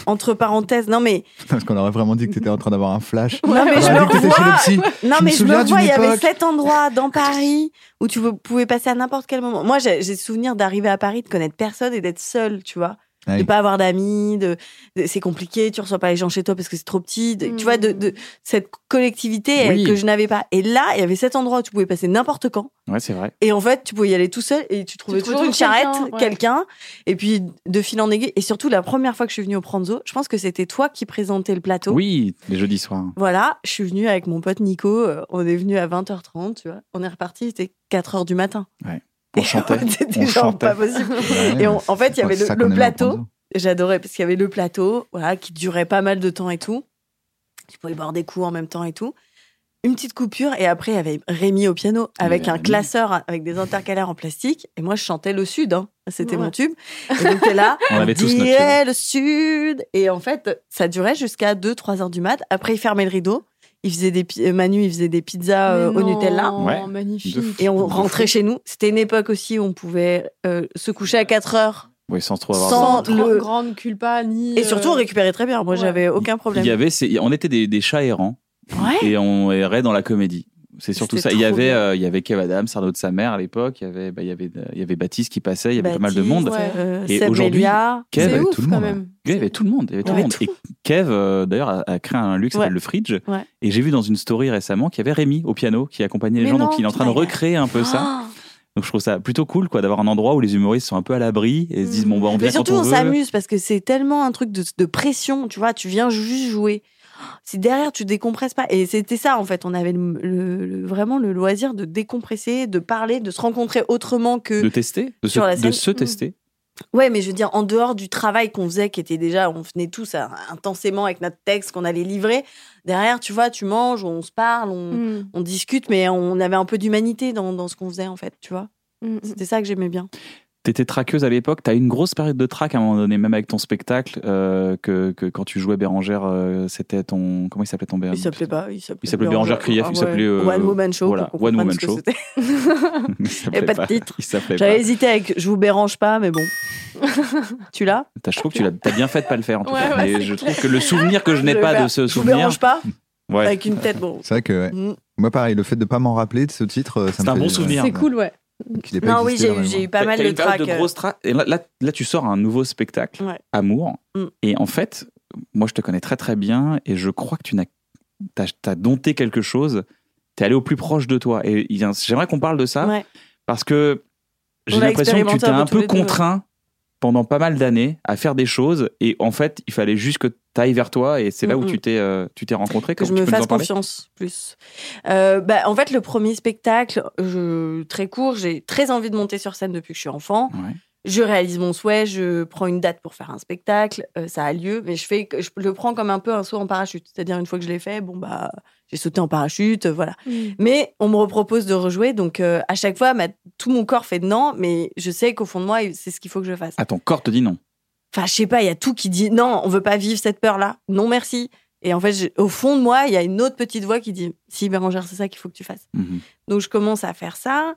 F: entre parenthèses, non mais,
D: Parce qu'on aurait vraiment dit que t'étais en train d'avoir un flash.
F: non, mais
D: On
F: je
D: aurait
F: me
D: dit que Bah, t'étais chez le
F: revois,
D: psy.
F: Non,
D: Je me
F: mais je
D: souviens
F: me vois,
D: d'une
F: il y avait
D: époque-
F: cet endroit dans Paris où tu pouvais passer à n'importe quel moment. Moi, j'ai j'ai le souvenir d'arriver à Paris, de connaître personne et d'être seule, tu vois.
D: Ah
F: De
D: oui.
F: pas avoir d'amis, de, de- c'est compliqué, tu reçois pas les gens chez toi parce que c'est trop petit. de-
E: Mm.
F: Tu vois, de,
D: Mmh.
F: de cette collectivité euh,
C: Oui.
F: que je n'avais pas. Et là, il y avait cet endroit où tu pouvais passer n'importe quand.
C: Ouais c'est vrai.
F: Et en fait, tu pouvais y aller tout seul et tu trouvais
E: trouvais
F: toujours une
E: toujours
F: charrette,
E: quelqu'un, ouais.
F: quelqu'un. Et puis, de fil en aiguille. Et surtout, la première fois que je suis venue au Pranzo, je pense que c'était toi qui présentais le plateau.
C: Oui les jeudis soirs. hein.
F: Voilà, je suis venue avec mon pote Nico, euh, on est venu à 20h30, tu vois. On est reparti, c'était 4h du matin.
C: On chantait.
F: C'était
C: on
F: genre
C: chantait.
F: pas possible.
D: Ouais,
F: Et on-
D: mais
F: en fait, il y
D: c'est
F: avait le-
D: ça
F: le
D: qu'on aimait
F: plateau.
D: apprendre.
F: J'adorais parce qu'il y avait le plateau, voilà, qui durait pas mal de temps et tout. Tu pouvais boire des coups en même temps et tout. Une petite coupure et après il y avait Rémi au piano
C: Il y
F: avec
C: avait
F: un
C: Rémi.
F: classeur avec des intercalaires en plastique et moi je chantais le sud. hein. C'était
E: Ouais.
F: mon tube. Et donc, t'es là,
C: On avait tous notre
F: dirait le sud. Et en fait, ça durait jusqu'à 2-3 heures du mat. Après, ils fermaient le rideau. Ils faisaient des, pi- euh, Manu, il faisait des pizzas euh,
E: Mais
F: au Nutella.
E: non,
C: Ouais.
E: Magnifique.
C: De fou.
F: Et on
C: De
F: rentrait
C: fou.
F: chez nous. C'était une époque aussi où on pouvait euh, se coucher à 4 heures.
C: Oui, sans trop avoir.
F: Sans
C: besoin.
E: Sans
F: le-
E: grande- grande culpa ni.
F: Et surtout, on récupérait très bien. Moi,
E: ouais.
F: j'avais aucun problème.
C: Il y avait, ces- on était des, des chats errants
F: Ouais.
C: et on errait dans la comédie. C'est surtout
F: C'était
C: ça. Il y
F: trop
C: avait,
F: bien.
C: euh, il y avait Kev Adams, Arnaud de sa mère à l'époque. Il y avait, bah, il y avait, il y avait Baptiste qui passait.
F: Bah,
C: Il y avait pas mal de monde.
E: ouais.
F: Euh,
C: Et
F: Seb
C: aujourd'hui,
F: Melia.
C: Kev,
E: C'est
D: avec
E: ouf
D: tout le
E: quand
D: monde,
E: même.
C: il y avait tout le monde. Il y avait tout le
F: Ouais.
C: monde. Et Kev, euh, d'ailleurs, a, a créé un lieu qui s'appelle
F: Ouais.
C: le Fridge.
F: Ouais.
C: Et j'ai vu dans une story récemment qu'il y avait Rémi au piano qui accompagnait les
E: Mais
C: gens.
E: non,
C: donc il est en train de
F: putain, il a-
C: recréer un peu ça.
F: Ah.
C: Donc je trouve ça plutôt cool, quoi, d'avoir un endroit où les humoristes sont un peu à l'abri et se disent
E: Mm.
C: bon, bah, on
F: Mais
C: vient
F: surtout,
C: quand on,
F: on
C: veut.
F: s'amuse parce que c'est tellement un truc de, de pression, tu vois. Tu viens juste jouer. Si derrière, tu décompresses pas. Et c'était ça, en fait. On avait le- le- le- vraiment le loisir de décompresser, de parler, de se rencontrer autrement que.
C: De tester, de
F: Sur la
C: se,
F: scène.
C: de se
F: Mm.
C: tester.
F: Ouais, mais je veux dire, en dehors du travail qu'on faisait, qui était déjà, on venait tous à- intensément avec notre texte qu'on allait livrer. Derrière, tu vois, tu manges, on se parle, on,
E: Mm.
F: on discute, mais on avait un peu d'humanité dans, dans ce qu'on faisait, en fait, tu vois.
E: Mm.
F: C'était ça que j'aimais bien.
C: T'étais traqueuse à l'époque, t'as eu une grosse période de traque à un moment donné, même avec ton spectacle, euh, que, que quand tu jouais Bérangère, euh, c'était ton. Comment il s'appelait ton Bérangère
F: Il s'appelait pas. Il s'appelait
C: Il s'appelait Bérangère Krief,
F: Ah
C: il
F: ouais.
C: s'appelait. euh,
F: One Woman Show.
C: voilà,
F: pour qu'on
C: One
F: comprenne
C: Woman
F: ce que
C: Show.
F: c'était.
C: Il s'appelait
F: Et pas de titre.
C: Il s'appelait
F: J'avais
C: pas.
F: hésité avec Je vous bérange pas, mais bon. tu l'as
C: T'as- Je trouve que tu l'as t'as bien fait de pas le faire en tout
E: Ouais,
C: cas.
E: ouais,
C: Mais
E: c'est
C: je trouve que le souvenir que je n'ai
F: vais
C: pas
F: faire.
C: de ce
F: Je vous
C: souvenir.
F: bérange pas
C: Ouais.
F: Avec une tête, bon.
D: C'est vrai que ouais.
F: Mm.
D: moi pareil, le fait de pas m'en rappeler de ce titre, euh, ça
C: C'est
D: me
C: un
D: fait-
C: bon souvenir.
E: C'est cool, ouais.
D: qu'il ait pas
F: Non, oui,
D: existé
F: j'ai
D: dans
F: eu,
D: ma
F: j'ai eu
D: mémoire.
F: pas
C: T'as-
F: mal
C: t'as
F: de
C: une période
F: trac.
C: de grosses traques. Et là, là, là, tu sors un nouveau spectacle,
F: Ouais.
C: Amour.
F: Mm.
C: Et en fait, moi, je te connais très très bien et je crois que tu n'as, t'as, t'as dompté quelque chose. T'es allé au plus proche de toi. Et il y a un- j'aimerais qu'on parle de ça
F: Ouais.
C: parce que j'ai
F: On l'a
C: l'impression que tu
F: expérimenté
C: t'es
F: un peu
C: un
F: tous
C: peu
F: les deux,
C: contraint pendant pas mal d'années à faire des choses et en fait, il fallait juste que t'ailles vers toi et c'est là
F: Mm,
C: où
F: mm.
C: tu t'es, euh, tu t'es rencontré.
F: que
C: Comme
F: je
C: tu
F: me
C: peux nous
F: fasse
C: en parler
F: confiance plus. Euh, bah, en fait, le premier spectacle, je, très court, j'ai très envie de monter sur scène depuis que je suis enfant.
C: Ouais.
F: Je réalise mon souhait, je prends une date pour faire un spectacle, euh, ça a lieu, mais je fais, que- je le prends comme un peu un saut en parachute. C'est-à-dire une fois que je l'ai fait, bon bah j'ai sauté en parachute, euh, voilà. Mais on me repropose de rejouer, donc euh, à chaque fois, ma- tout mon corps fait non, mais je sais qu'au fond de moi, c'est ce qu'il faut que je fasse.
C: Ah, ton corps te dit non.
F: Enfin, je sais pas, il y a tout qui dit non, on veut pas vivre cette peur-là. Non, merci. Et en fait, j'ai- au fond de moi, il y a une autre petite voix qui dit Si, Bérangère, c'est ça qu'il faut que tu fasses.
C: Mhm.
F: Donc, je commence à faire ça.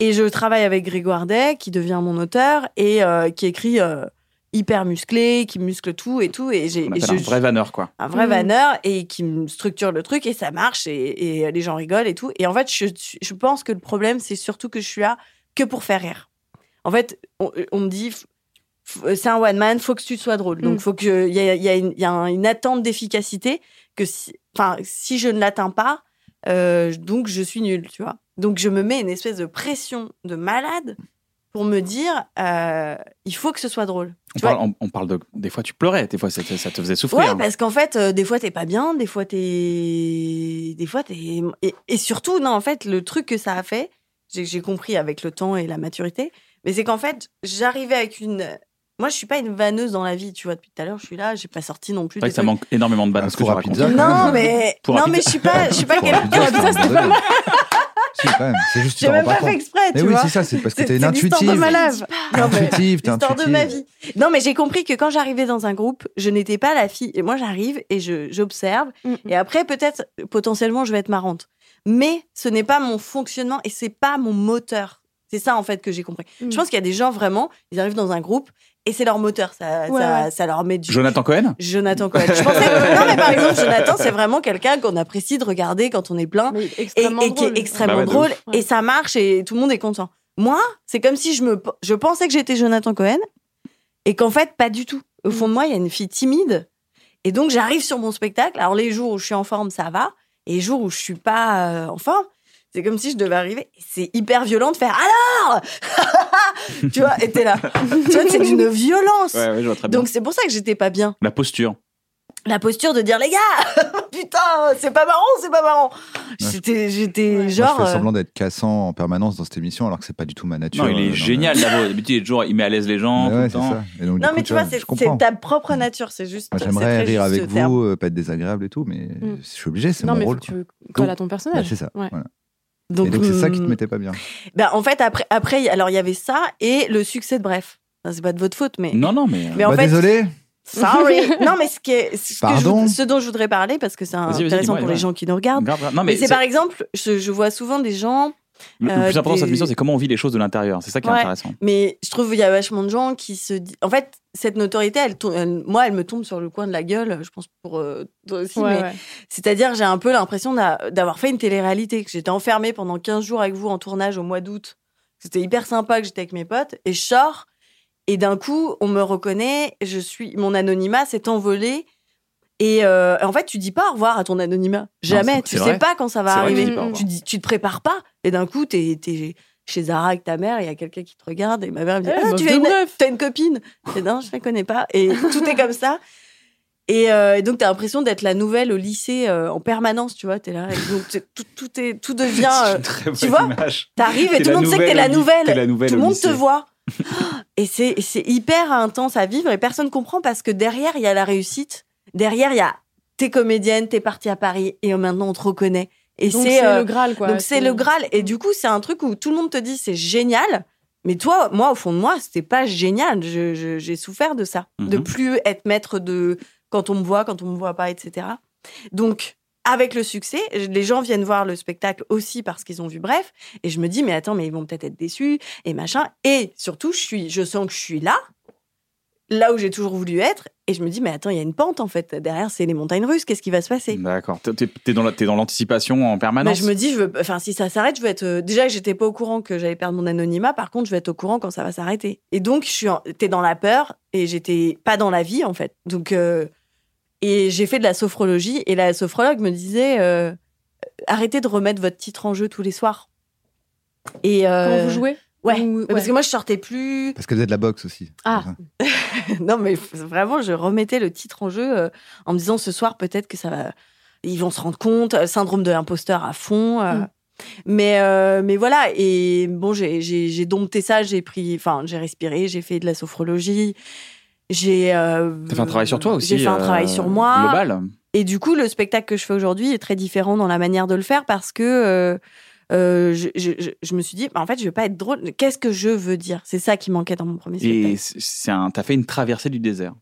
F: Et je travaille avec Grégoire Day, qui devient mon auteur et euh, qui écrit euh, hyper musclé, qui muscle tout et tout. Et j'ai
C: On
F: et
C: appelle
F: je-
C: un vrai vanneur, quoi.
F: un vrai
E: Mm.
F: vanneur et qui me structure le truc et ça marche et, et les gens rigolent et tout. Et en fait, je, je pense que le problème, c'est surtout que je suis là que pour faire rire. En fait, on, on me dit, f- f- euh, c'est un one man, faut que tu sois drôle. Donc,
E: Mm.
F: faut que il y a, il y a une, il y a un- une attente d'efficacité que si, enfin, si je ne l'atteins pas, euh, donc je suis nulle, tu vois. Donc, je me mets une espèce de pression de malade pour me dire, euh, il faut que ce soit drôle.
C: On
F: Tu
C: parle, on, on parle de. Des fois, tu pleurais, des fois, ça, te- ça te faisait souffrir.
D: hein.
F: Ouais, parce qu'en fait, euh, des fois t'es pas bien, des fois t'es, des fois t'es, et, et surtout non, en fait, le truc que ça a fait, j'ai j'ai compris avec le temps et la maturité, mais c'est qu'en fait, j'arrivais avec une, moi je suis pas une vanneuse dans la vie, tu vois, depuis tout à l'heure je suis là, j'ai pas sorti non plus.
C: C'est vrai
F: des
C: que ça
F: trucs.
C: manque énormément de
D: Ah,
C: bannes. ce que
D: pour
C: je
D: la
C: raconte.
D: pizza, quand même.
F: Non mais,
C: Pour
F: non
C: un
F: mais je suis pas, je suis pas
D: Pour la
F: quelqu'un.
D: pizza, je t'en donne. Si, quand même, C'est juste tu
F: J'ai
D: t'en rends
F: même
D: pas
F: pas fait
D: compte.
F: exprès, tu
D: Mais oui,
F: vois.
D: c'est ça, c'est parce que
F: C'est-
D: t'es une
F: c'est l'histoire de
D: intuitive.
F: ma lèvre. Non, mais-
D: Intuitive, t'es
F: L'histoire de ma
D: intuitive.
F: vie. Non, mais j'ai compris que quand j'arrivais dans un groupe, je n'étais pas la fille. Et moi, j'arrive et je- j'observe.
E: Mm.
F: Et après, peut-être, potentiellement, je vais être marrante. Mais ce n'est pas mon fonctionnement et c'est pas mon moteur. C'est ça, en fait, que j'ai compris.
E: Mm.
F: Je pense qu'il y a des gens vraiment, ils arrivent dans un groupe et c'est leur moteur. Ça,
E: Ouais,
F: ça,
E: ouais.
F: ça leur met du.
C: Jonathan Cohen
F: Jonathan Cohen. Je pensais que- Non, mais par exemple, Jonathan, c'est vraiment quelqu'un qu'on apprécie de regarder quand on est plein
E: Mais
F: et,
E: extrêmement
F: et qui
E: drôle.
F: est extrêmement
C: Bah ouais, de
F: drôle
E: ouf.
F: et ça marche et tout le monde est content. Moi, c'est comme si je me je pensais que j'étais Jonathan Cohen et qu'en fait pas du tout. Au fond
E: Mm.
F: de moi, il y a une fille timide et donc j'arrive sur mon spectacle. Alors les jours où je suis en forme, ça va et les jours où je suis pas euh, en forme, c'est comme si je devais arriver. Et C'est hyper violent de faire alors Tu vois, et t'es là. tu vois, c'est d'une violence.
C: Ouais, ah ouais, je vois très
F: Donc
C: bien.
F: c'est pour ça que j'étais pas bien
C: La posture.
F: la posture de dire les gars putain c'est pas marrant c'est pas marrant j'étais j'étais
E: Ouais.
F: genre
D: Moi, je fais
F: euh,
D: semblant d'être cassant en permanence dans cette émission, alors que c'est pas du tout ma nature.
C: Non, il
D: euh,
C: est
D: dans le-
C: génial, Davo. D'habitude, il est toujours, il met à l'aise les
D: Mais
C: gens. tout
D: ouais,
C: le
D: c'est
C: temps.
D: ça. Et donc, du
F: non
D: coup,
F: mais
D: tu
F: tu vois
D: vois,
F: c'est
D: je comprends.
F: c'est ta propre nature c'est juste
D: Moi,
F: c'est
D: J'aimerais
F: très
D: rire
F: juste
D: avec
F: ce
D: vous,
F: terme.
D: euh, pas être désagréable et tout, mais
E: Mm.
D: je suis obligé, c'est
E: Non,
D: mon
E: mais faut
D: rôle.
E: que
D: quoi.
E: tu
D: Donc,
E: colles à ton
D: Bah,
E: personnage.
D: c'est ça.
E: Ouais.
D: voilà. Et donc c'est ça qui te
F: hum,
D: mettait pas bien.
F: ben, en fait, après, après, alors il y avait ça et le succès de Bref. Enfin, C'est pas de votre faute, mais.
C: Non, non, mais. euh,
F: Mais en
D: bah,
F: fait,
D: désolé.
F: Sorry. non, mais ce, qui est- ce que je
D: Pardon.
F: vou- ce dont je voudrais parler, parce que c'est
C: Vas-y, vas-y,
F: intéressant
C: dis-moi,
F: pour les
C: ouais.
F: gens qui nous regardent,
C: grave, grave. Non,
F: mais,
C: mais
F: c'est
C: ça-
F: par exemple, je, je vois souvent des gens,
C: le, le
F: euh,
C: plus important de cette
F: des-
C: mission, c'est comment on vit les choses de l'intérieur. C'est ça qui est
F: Ouais.
C: intéressant.
F: mais je trouve qu'il y a vachement de gens qui se disent. En fait, cette notoriété, elle, tou- elle- moi, elle me tombe sur le coin de la gueule, je pense pour euh, toi aussi, mais
E: Ouais, ouais.
F: C'est-à-dire, j'ai un peu l'impression d'a- d'avoir fait une télé-réalité, que j'étais enfermée pendant 15 jours avec vous en tournage au mois d'août. C'était hyper sympa que j'étais avec mes potes et je sors et d'un coup, on me reconnaît, je suis mon anonymat s'est envolé et euh, en fait, tu dis pas au revoir à ton anonymat. Jamais,
C: c'est-
F: tu
C: c'est
F: sais
C: vrai.
F: pas quand ça va
C: C'est vrai que
F: arriver.
C: tu dis pas au
F: tu, dis- tu te prépares pas et d'un coup, tu es, chez Zara avec ta mère, il y a quelqu'un qui te regarde et ma mère me dit
E: Eh,
F: Ah,
E: meuf
F: tu
E: de
F: as une,
E: Bref.
F: t'as une copine Je dis, Non, je la connais pas. Et tout est comme ça. Et, euh, et donc, t'as l'impression d'être la nouvelle au lycée euh, en permanence, tu vois. T'es là, et donc t'es- tout, tout, est, tout devient. euh, tu vois, t'arrives et tout le monde sait que t'es la nouvelle. Tout le monde te voit. Et c'est c'est hyper intense à vivre et personne comprend parce que derrière, il y a la réussite. Derrière, il y a t'es comédienne, t'es partie à Paris et euh, maintenant on te reconnaît. Et
E: Donc
F: c'est euh,
E: le Graal, quoi.
F: donc c'est le Graal. Et du coup, c'est un truc où tout le monde te dit c'est génial. Mais toi, moi, au fond de moi, c'était pas génial. Je- je- J'ai souffert de ça. De
C: Mhm.
F: plus être maître de quand on me voit, quand on me voit pas, etc. Donc, avec le succès, les gens viennent voir le spectacle aussi parce qu'ils ont vu Bref. Et je me dis, mais attends, mais ils vont peut-être être déçus et machin. Et surtout, je, suis, je sens que je suis là, là où j'ai toujours voulu être. Et je me dis, mais attends, il y a une pente en fait. Derrière, c'est les montagnes russes. Qu'est-ce qui va se passer
C: D'accord. T'es- T'es t'es dans la- t'es dans l'anticipation en
F: bah,
C: permanence.
F: je me dis, je veux, enfin, si ça s'arrête, je veux être. euh, Déjà, j'étais pas au courant que j'allais perdre mon anonymat. Par contre, je vais être au courant quand ça va s'arrêter. Et donc, je suis, en- t'es dans la peur et j'étais pas dans la vie en fait. Donc, euh, et j'ai fait de la sophrologie et la sophrologue me disait, euh, arrêtez de remettre votre titre en jeu tous les soirs. Et
E: Quand
F: euh,
E: vous jouez
F: ouais.
E: Ou-
F: Mais Parce
E: ouais.
F: que moi, je sortais plus.
D: Parce qu'elle faisait de la boxe aussi.
E: Ah.
F: non, mais f- vraiment, je remettais le titre en jeu euh, en me disant ce soir, peut-être que ça va. Ils vont se rendre compte, euh, syndrome de l'imposteur à fond. euh.
E: Mm.
F: Mais, euh, mais voilà, et bon, j'ai- j'ai j'ai dompté ça, j'ai pris, enfin, j'ai respiré, j'ai fait de la sophrologie, j'ai. euh,
C: T'as fait un travail sur toi aussi.
F: J'ai fait un
C: euh,
F: travail sur moi.
C: Global.
F: Et du coup, le spectacle que je fais aujourd'hui est très différent dans la manière de le faire parce que euh, euh, je, je- je- je me suis dit, bah, en fait, je vais pas être drôle. Qu'est-ce que je veux dire C'est ça qui manquait dans mon premier spectacle.
C: Et c'est- c'est un, t'as fait une traversée du désert.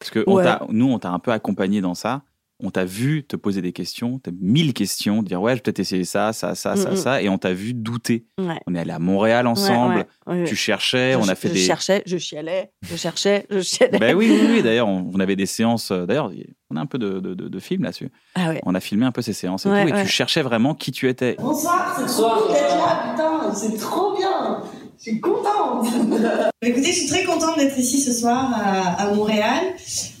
C: Parce que on
F: Ouais.
C: t'a- nous, on t'a un peu accompagné dans ça. On t'a vu te poser des questions, t'as mille questions, dire ouais, je vais peut-être essayer ça, ça, ça, ça,
F: Mm, mm.
C: ça. Et on t'a vu douter.
F: Ouais.
C: On est allé à Montréal ensemble.
F: Ouais, ouais, ouais.
C: Tu cherchais, on
F: Je-
C: a fait
F: je
C: des.
F: cherchais, je chialais, je cherchais, je chialais.
C: Ben oui, oui, oui. D'ailleurs, on, on avait des séances. euh, D'ailleurs, on a un peu de, de, de- de films là-dessus.
F: Ah ouais.
C: On a filmé un peu ces séances et
F: Ouais,
C: tout. Et
F: ouais.
C: tu cherchais vraiment qui tu étais.
J: Bonsoir, c'est cool d'être là, putain, c'est trop bien. Je suis contente. Écoutez, je suis très contente d'être ici ce soir à, à Montréal.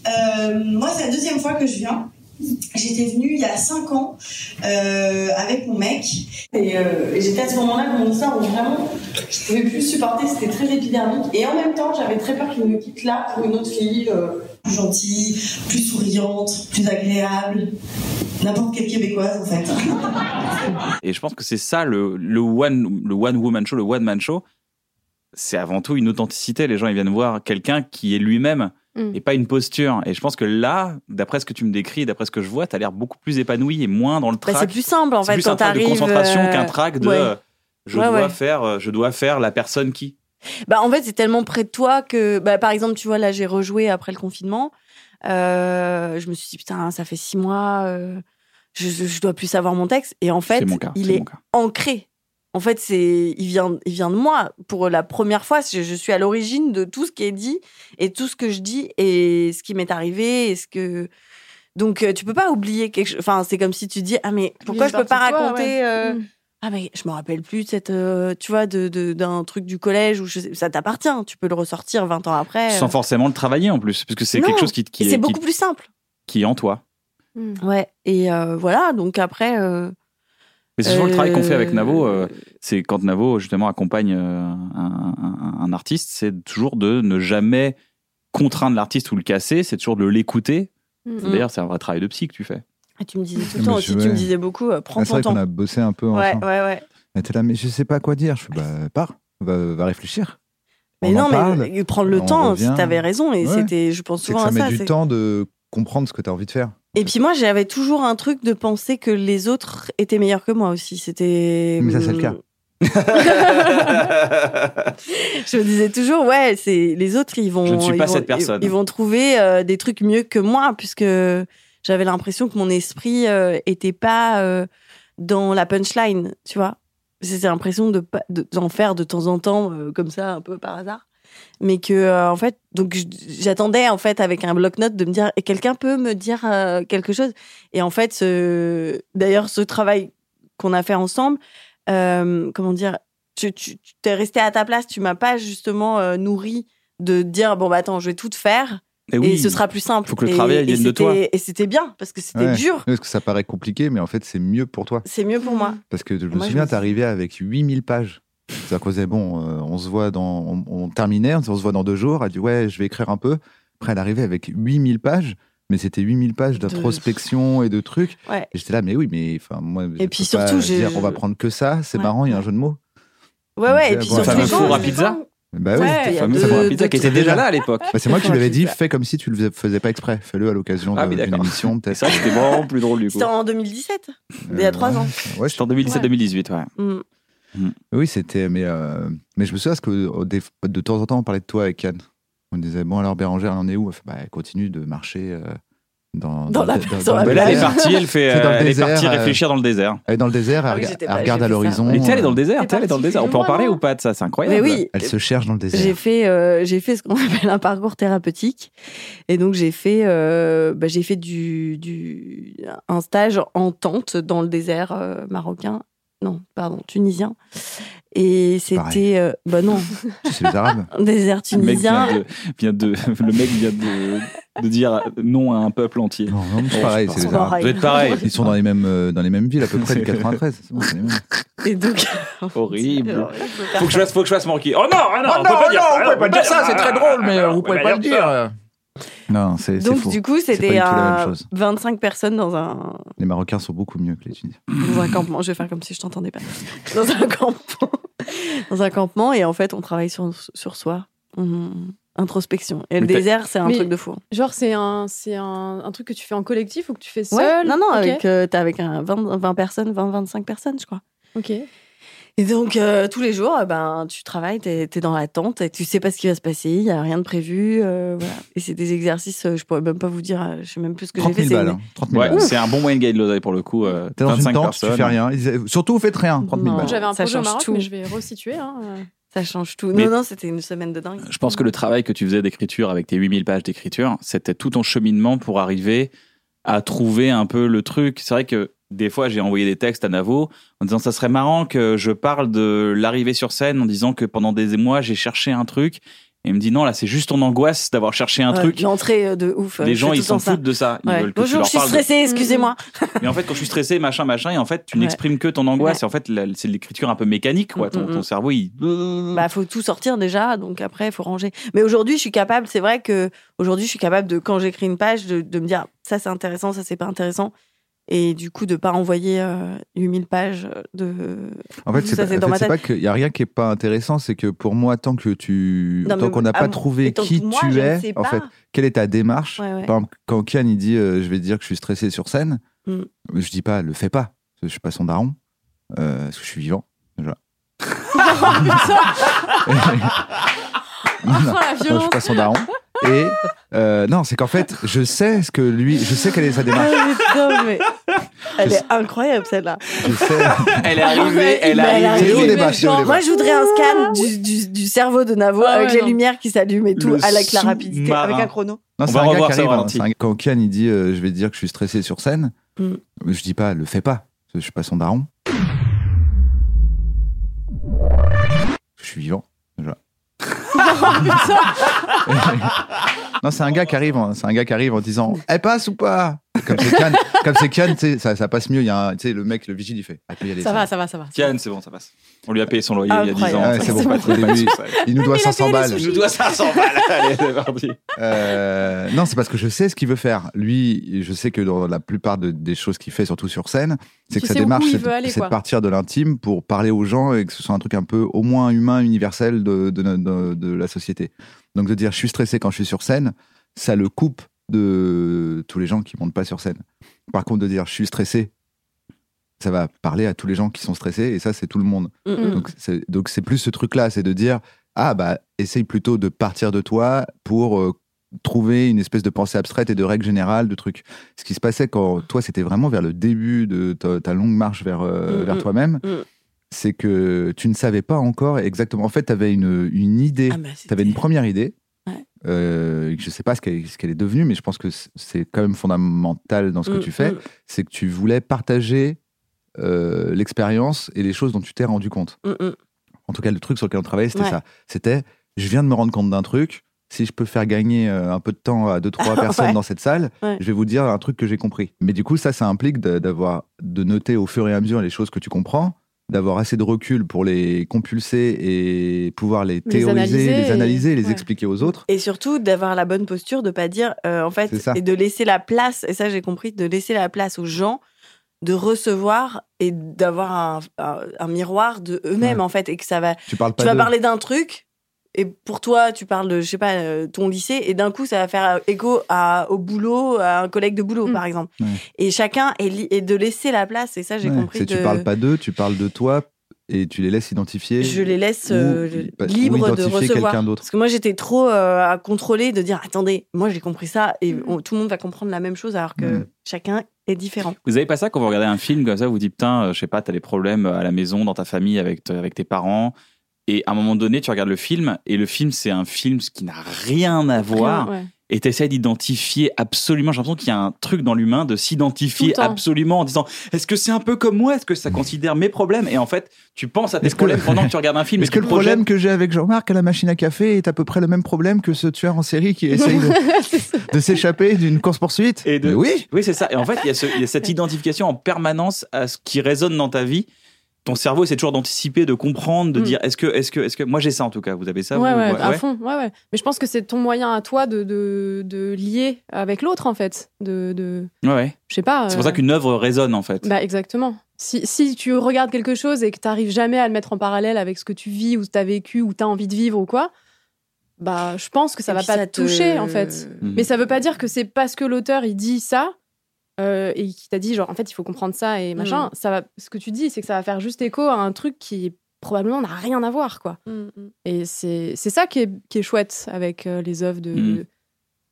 J: Euh, moi, c'est la deuxième fois que je viens. J'étais venue il y a 5 ans euh, avec mon mec. Et, euh, et j'étais à ce moment-là dans mon histoire où vraiment, je pouvais plus supporter, c'était très épidermique. Et en même temps, j'avais très peur qu'il me quitte là pour une autre fille euh, plus gentille, plus souriante, plus agréable. N'importe quelle Québécoise, en fait.
C: Et je pense que c'est ça le, le one le one woman show, le one man show. C'est avant tout une authenticité. Les gens ils viennent voir quelqu'un qui est lui-même
E: Mm.
C: et pas une posture. Et je pense que là, d'après ce que tu me décris, d'après ce que je vois, t'as l'air beaucoup plus épanoui et moins dans le
F: Bah,
C: trac.
F: c'est plus simple en
C: C'est
F: fait
C: plus
F: quand
C: un trac de
F: t'arrives.
C: concentration
F: euh,
C: qu'un trac de
F: ouais.
C: euh, je
F: Ouais,
C: dois
F: ouais.
C: faire euh, je dois faire la personne qui.
F: Bah en fait c'est tellement près de toi que bah par exemple tu vois là j'ai rejoué après le confinement. Euh, je me suis dit putain ça fait six mois. euh, je, je- je dois plus savoir mon texte et en fait
C: c'est mon cas.
F: il
C: c'est
F: est
C: mon cas.
F: ancré. En fait, c'est il vient, il vient de moi. Pour la première fois, je, je suis à l'origine de tout ce qui est dit et tout ce que je dis et ce qui m'est arrivé et ce que. Donc, euh, tu peux pas oublier quelque chose. Enfin, c'est comme si tu dis ah mais pourquoi
E: une
F: je peux pas
E: partie de toi,
F: raconter
E: ouais.
F: euh,
E: Mm.
F: ah mais je me rappelle plus de cette euh, tu vois de de- d'un truc du collège ou je sais- ça t'appartient. Tu peux le ressortir 20 ans après.
C: Sans forcément le travailler en plus, parce que c'est
F: Non.
C: quelque chose qui, qui,
F: et
C: est,
F: c'est
C: qui-
F: beaucoup plus simple.
C: qui est en toi.
E: Mm.
F: Ouais. Et euh, voilà. Donc après. euh,
C: Mais c'est souvent le travail qu'on fait avec
F: euh,
C: Navo. euh, c'est quand Navo justement accompagne euh, un, un- un artiste, c'est toujours de ne jamais contraindre l'artiste ou le casser, c'est toujours de l'écouter.
E: Mm.
C: D'ailleurs, c'est un vrai travail de psy que tu fais.
F: ah, tu me disais tout le
D: Mais
F: temps
D: je-
F: aussi. Tu me
D: ouais.
F: disais beaucoup. euh, prends
D: Ah, c'est
F: ton
D: vrai
F: temps.
D: qu'on a bossé un peu
F: Ouais,
D: ensemble.
F: ouais, ouais.
D: Elle était là, mais je sais pas quoi dire. Je fais, bah, pars, va, va réfléchir.
F: Mais
D: On
F: non,
D: en
F: mais
D: parle.
F: euh, prendre le
D: on
F: temps,
D: revient.
F: si t'avais raison, et
D: Ouais.
F: c'était, je pense
D: C'est
F: souvent
D: que ça
F: à
D: met
F: ça.
D: du
F: c'est-
D: temps de comprendre ce que tu as envie de faire.
F: Et puis moi, j'avais toujours un truc de penser que les autres étaient meilleurs que moi aussi. C'était. hum,
D: Mais ça, c'est le cas.
F: je me disais toujours, ouais, c'est les autres, ils vont.
C: Je ne suis pas
F: ils vont-
C: cette personne.
F: Ils, ils vont trouver euh, des trucs mieux que moi, puisque j'avais l'impression que mon esprit euh, était pas euh, dans la punchline, tu vois. C'était l'impression de pas- de- d'en faire de temps en temps euh, comme ça, un peu par hasard. Mais que euh, en fait, donc j- j'attendais en fait avec un bloc-notes de me dire, et quelqu'un peut me dire euh, quelque chose. Et en fait, ce- d'ailleurs, ce travail qu'on a fait ensemble, euh, comment dire, tu, tu, tu t'es resté à ta place, tu m'as pas justement euh, nourri de dire bon bah attends, je vais tout te faire
C: Et Eh oui,
F: et ce sera plus simple.
C: faut que le
F: Et-
C: travail
F: et
C: vienne de toi.
F: c'était- Et c'était bien parce que c'était
D: Ouais.
F: dur.
D: Oui, Parce que ça paraît compliqué, mais en fait, c'est mieux pour toi.
F: C'est mieux pour moi.
D: Parce que je me
F: Moi, je
D: souviens,
F: me
D: t'es arrivé avec 8000 pages. C'est-à-dire qu'on disait, bon, euh, on se voit dans. On, on terminait, on se voit dans deux jours. Elle dit, ouais, je vais écrire un peu. Après, elle arrivait avec 8000 pages, mais c'était 8000 pages
F: De-
D: d'introspection et de trucs.
F: Ouais.
D: Et j'étais là, mais oui, mais enfin, moi. je
F: puis
D: peux pas
F: surtout, j'ai-
D: dire, on va prendre que ça, c'est
F: Ouais.
D: marrant, il y a un jeu de mots.
F: Ouais ouais. Et puis
D: Bon,
F: surtout,
C: fameux
F: les gens,
C: four à
F: ils-
C: pizza. Ah
D: Bah oui.
E: Ouais.
F: il y a
C: fameux
F: deux-
C: four à
F: deux
C: pizza qui
F: trucs.
C: était déjà là à l'époque.
D: Bah, c'est moi qui
F: Faut
D: lui avais dit,
F: rajouter ça.
D: fais comme si tu le faisais- faisais pas exprès. Fais-le à l'occasion
C: Ah
D: de-
C: oui,
D: d'une
C: d'accord.
D: émission,
C: Et
D: peut-être.
C: ça, c'était vraiment plus drôle du coup.
F: C'était en 2017, il y a trois ans.
D: Ouais,
C: C'était en 2017-2018, ouais.
F: Mm.
D: Oui, c'était. Mais, euh, mais je me souviens parce que euh, des- de temps en temps, on parlait de toi avec Anne. On disait Bon, alors Bérangère, elle en est où Elle fait Bah, elle continue de marcher euh, dans,
F: Dans la- dans la
D: le
C: Mais là, Bah, elle est
D: désert.
C: partie, elle, fait,
D: Ah, C'est dans le
C: euh, elle est
D: désert,
C: partie
D: euh,
C: réfléchir dans le désert.
D: Elle est dans le désert,
F: Ah
D: elle,
F: oui,
D: rega-
F: j'étais
D: elle
F: pas-
D: regarde
F: j'ai
D: à
F: fait ça.
D: l'horizon.
C: Mais t'es allée dans le désert,
E: C'est
C: t'es allée dans le désert. On peut en
E: parti
C: parler
E: loin,
C: ou pas de ça C'est incroyable.
F: Mais oui.
D: euh, Elle se cherche dans le désert.
F: J'ai fait, euh, j'ai fait ce qu'on appelle un parcours thérapeutique. Et donc, j'ai fait, euh, bah, j'ai fait du, du, un stage en tente dans le désert euh, marocain. Non, pardon, tunisien. Et
D: Pareil.
F: c'était. euh, bah non,
D: C'est les Arabes.
F: un désert
C: Le mec
F: tunisien.
C: vient de, vient de- le mec vient de, de dire non à un peuple entier.
D: Non, non, mais c'est pareil, c'est
F: Ils sont
D: les Arabes.
F: pareils.
C: Vous êtes pareil.
D: Ils sont dans les mêmes, euh, dans les mêmes villes, à peu près,
C: C'est-
D: le 93. c'est bon, c'est les mêmes.
F: Et donc.
C: Horrible. Faut que je fasse, faut que je fasse Morky. Oh non, ah non, on peut pas dire ça. on peut Ah, on peut ça.
D: Non, c'est c'est
F: Donc,
D: faux.
F: du coup, c'était
D: pas du tout la même
F: un-
D: chose.
F: 25 personnes dans un,
D: Les Marocains sont beaucoup mieux que les Tunisiens.
F: dans un campement. Je vais faire comme si je t'entendais pas. Dans un campement. Dans un campement. Et en fait, on travaille sur, sur soi. On- Introspection. Et le
C: Mais t'as-
F: désert, c'est un
E: Mais-
F: truc de fou. hein.
E: Genre, c'est un, c'est un, un truc que tu fais en collectif ou que tu fais seul
F: Ouais. Non, non,
E: Ok.
F: avec, euh, t'es avec un 20, 20 personnes, 20, 25 personnes, je crois.
E: Ok.
F: Et donc, euh, tous les jours, euh, ben, tu travailles, t'es es dans la tente, et tu sais pas ce qui va se passer, il y a rien de prévu. euh, voilà. Et c'est des exercices, euh, je pourrais même pas vous dire, euh, je sais même plus ce que j'ai
D: 30
F: fait.
D: 000
F: c'est
D: balles.
F: une-
D: hein, 30 000
C: Ouais,
D: balles.
C: c'est un bon Wayne Guy de l'oseille pour le coup. euh,
D: T'es dans une
C: 25
D: tente, tu
C: personnes.
D: fais rien. Ils disaient, Surtout, faites rien. 30 000
F: Non.
D: balles.
E: J'avais un
F: Ça
E: projet au
F: change
E: Maroc,
F: tout.
E: mais je vais resituer. hein.
F: Ça change tout.
C: Mais-
F: Non, non, c'était une semaine de dingue.
C: Je pense que le travail que tu faisais d'écriture avec tes 8000 pages d'écriture, c'était tout ton cheminement pour arriver à trouver un peu le truc. C'est vrai que des fois, j'ai envoyé des textes à Navo en disant ça serait marrant que je parle de l'arrivée sur scène en disant que pendant des mois, j'ai cherché un truc. Et il me dit non, là, c'est juste ton angoisse d'avoir cherché un
F: Ouais,
C: truc.
F: L'entrée euh, de ouf. euh,
C: Les
F: je
C: gens,
F: fais
C: ils
F: tout le temps
C: s'en
F: ça.
C: foutent de ça. Ils
F: Ouais.
C: veulent que tu
F: Bonjour,
C: leur
F: je suis
C: parles de-
F: stressée,
E: Mm-hmm.
F: excusez-moi.
C: Mais en fait, quand je suis stressé, machin, machin, et en fait, tu
F: Ouais.
C: n'exprimes que ton angoisse. Et en fait, la- c'est de l'écriture un peu mécanique, quoi. Ton,
F: Mm, mm,
C: ton
F: mm.
C: cerveau, il.
E: Mm.
F: Bah, faut tout sortir déjà, donc après, il faut ranger. Mais aujourd'hui, je suis capable, c'est vrai que aujourd'hui, je suis capable de, quand j'écris une page, de, de me dire ça c'est intéressant, ça c'est pas intéressant. Et du coup, de pas envoyer euh, 8000 pages de.
D: En fait,
F: Ça,
D: c'est pas,
F: c'est
D: en
F: dans
D: fait,
F: ma
D: c'est
F: tête.
D: pas que- y a rien qui est pas intéressant, c'est que pour moi, tant que tu,
F: Non, mais
D: tant qu'on n'a
F: à
D: pas
F: mon-
D: trouvé
F: et tant
D: qui
F: que moi,
D: tu
F: je ne
D: es,
F: sais
D: en
F: pas.
D: fait, quelle est ta démarche.
F: Ouais, ouais.
D: Par exemple, quand Kian il dit, euh, je vais dire que je suis stressé sur scène,
F: Mm.
D: je dis pas, le fais pas, parce que je suis pas son daron, euh, parce que je suis vivant. Déjà. Non, non,
E: la
D: non, je suis
E: violence.
D: pas son daron. Et euh, non, c'est qu'en fait, je sais ce que lui, je sais quelle est sa démarche.
F: Ah, putain, mais- Elle est incroyable celle-là.
D: Je sais.
C: Elle est arrivée, elle
F: Mais elle est
C: est
D: C'est
C: arrivée.
D: au
F: arrivée.
D: débat, c'est au débat.
F: Moi, je voudrais un scan du, du- du cerveau de Navo
E: Ah
F: avec
E: ouais,
F: les
E: non.
F: lumières qui s'allument et tout,
C: Le
F: avec la rapidité,
C: sous-marin.
F: avec un chrono.
D: Non,
C: On
D: c'est
C: va
D: un gars
C: revoir
D: qui
C: ça au
D: arrive. hein.
C: ralenti.
D: C'est un- Quand Kian il dit euh, je vais dire que je suis stressé sur scène,
F: Mm.
D: je dis pas le fais pas, parce que je suis pas son daron. Je suis vivant. déjà. non, c'est un gars qui arrive, en- c'est un gars qui arrive en disant elle passe ou pas Comme c'est Kian, comme c'est Kian, tu sais, ça, ça passe mieux. Il y a un- tu sais, le mec, le vigile, il fait elle peut y aller.
E: Ça
D: ça
E: va, ça va, ça va.
C: Tiens, c'est bon, ça passe. On lui a payé son loyer il y a 10 ans.
F: Incroyable.
D: Ouais,
C: ça
D: c'est
C: passe
D: bon,
C: pas
D: au
C: trop
D: début.
C: mal.
D: Il nous doit 500 balles.
C: Je dois 500 balles. Allez, c'est parti.
D: Euh, non, c'est parce que je sais ce qu'il veut faire. Lui, je sais que dans la plupart de- des choses qu'il fait, surtout sur scène, c'est
E: Tu
D: que sa
E: sais où
D: démarche,
E: il
D: c'est
E: veut aller,
D: c'est de
E: quoi.
D: partir de l'intime pour parler aux gens et que ce soit un truc un peu au moins humain, universel de, de, no- de- de la société. Donc de dire je suis stressé quand je suis sur scène, ça le coupe de tous les gens qui montent pas sur scène. Par contre, de dire je suis stressé, ça va parler à tous les gens qui sont stressés et ça, c'est tout le monde.
F: Mm, mm.
D: Donc, c'est- Donc c'est plus ce truc-là, c'est de dire ah bah essaye plutôt de partir de toi pour euh, trouver une espèce de pensée abstraite et de règle générale de trucs. Ce qui se passait quand toi c'était vraiment vers le début de ta, ta longue marche vers euh,
F: Mm,
D: vers
F: mm,
D: toi-même,
F: mm.
D: c'est que tu ne savais pas encore exactement. En fait, tu avais une une idée,
F: Ah bah,
D: tu avais une
F: c'était-
D: première idée.
F: Ouais.
D: euh, je sais pas ce qu'elle ce qu'elle est devenue, mais je pense que c- c'est quand même fondamental dans ce que
F: Mm,
D: tu fais
F: mm,
D: c'est que tu voulais partager euh, l'expérience et les choses dont tu t'es rendu compte.
F: mm, mm.
D: En tout cas, le truc sur lequel on travaillait, c'était
F: Ouais.
D: ça. C'était, je viens de me rendre compte d'un truc. Si je peux faire gagner euh, un peu de temps à deux, trois personnes
F: Ouais.
D: dans cette salle,
F: Ouais.
D: je vais vous dire un truc que j'ai compris. Mais du coup, ça, ça implique de- d'avoir, de noter au fur et à mesure les choses que tu comprends, d'avoir assez de recul pour les compulser et pouvoir les théoriser,
E: analyser
D: les analyser,
E: et-
D: les
E: ouais.
D: expliquer aux autres.
F: Et surtout d'avoir la bonne posture, de pas dire euh, en fait
D: C'est ça.
F: et de laisser la place. Et ça j'ai compris, de laisser la place aux gens de recevoir et d'avoir un, un- un miroir de eux-mêmes en fait et que ça va.
D: Tu parles pas
F: tu vas
D: d'eux.
F: parler d'un truc et pour toi tu parles de je sais pas euh, ton lycée et d'un coup ça va faire euh, écho à, au boulot à un collègue de boulot
E: Mm.
F: par exemple.
D: Ouais.
F: Et chacun est, li- et de laisser la place et ça j'ai
D: Ouais.
F: compris.
D: C'est
F: de...
D: Tu parles pas d'eux, tu parles de toi et tu les laisses identifier.
F: je les laisse
D: ou-
F: euh,
D: bah, ou
F: libres de
D: identifier
F: recevoir.
D: quelqu'un d'autre.
F: Parce que moi, j'étais trop euh, à contrôler, de dire attendez, moi j'ai compris ça et
E: Mm.
F: on- tout le monde va comprendre la même chose alors que
D: Mm.
F: chacun est différent.
C: Vous avez pas ça quand vous regardez un film comme ça, vous dites putain, euh, je sais pas, t'as des problèmes à la maison, dans ta famille, avec, te- avec tes parents. Et à un moment donné, tu regardes le film, et le film, c'est un film ce qui n'a rien à voir.
E: Ouais.
C: Et t'essayes d'identifier absolument. J'ai l'impression qu'il y a un truc dans l'humain de
E: Tout le
C: s'identifier
E: temps.
C: absolument en disant est-ce que c'est un peu comme moi Est-ce que ça considère mes problèmes Et en fait, tu penses à tes
D: Est-ce que-
C: problèmes pendant que tu regardes un film.
D: Est-ce
C: et
D: que
C: tu
D: le
C: projettes-
D: problème que j'ai avec Jean-Marc à la machine à café est à peu près le même problème que ce tueur en série qui essaye de, de s'échapper d'une course-poursuite
C: Et de-
D: Mais Oui
C: Oui, c'est ça. Et en fait, il y, a ce- il y a cette identification en permanence à ce qui résonne dans ta vie. Ton cerveau essaie toujours d'anticiper, de comprendre, de
E: Mm.
C: dire est-ce que, est-ce que, est-ce que. Moi, j'ai ça en tout cas. Vous avez ça
E: ouais,
C: vous
E: ouais,
C: Ouais,
E: à
C: ouais.
E: fond. Ouais, ouais. Mais je pense que c'est ton moyen à toi de, de, de lier avec l'autre, en fait. De, de,
C: Ouais, ouais.
E: je sais pas.
C: C'est pour ça
E: euh,
C: qu'une œuvre résonne en fait.
E: Bah, exactement. Si, si tu regardes quelque chose et que tu n'arrives jamais à le mettre en parallèle avec ce que tu vis ou tu as vécu ou tu as envie de vivre ou quoi, bah, je pense que ça
F: Et
E: va
F: puis
E: pas te
F: te-
E: toucher, en fait.
C: Mhm.
D: Mm.
E: Mais ça veut pas dire que c'est parce que l'auteur il dit ça euh, et qu'il t'a dit genre en fait il faut comprendre ça et machin.
F: Mm.
E: Ça va, ce que tu dis c'est que ça va faire juste écho à un truc qui probablement n'a rien à voir quoi. Et c'est c'est ça qui est, qui est chouette avec euh, les œuvres de,
C: Mm.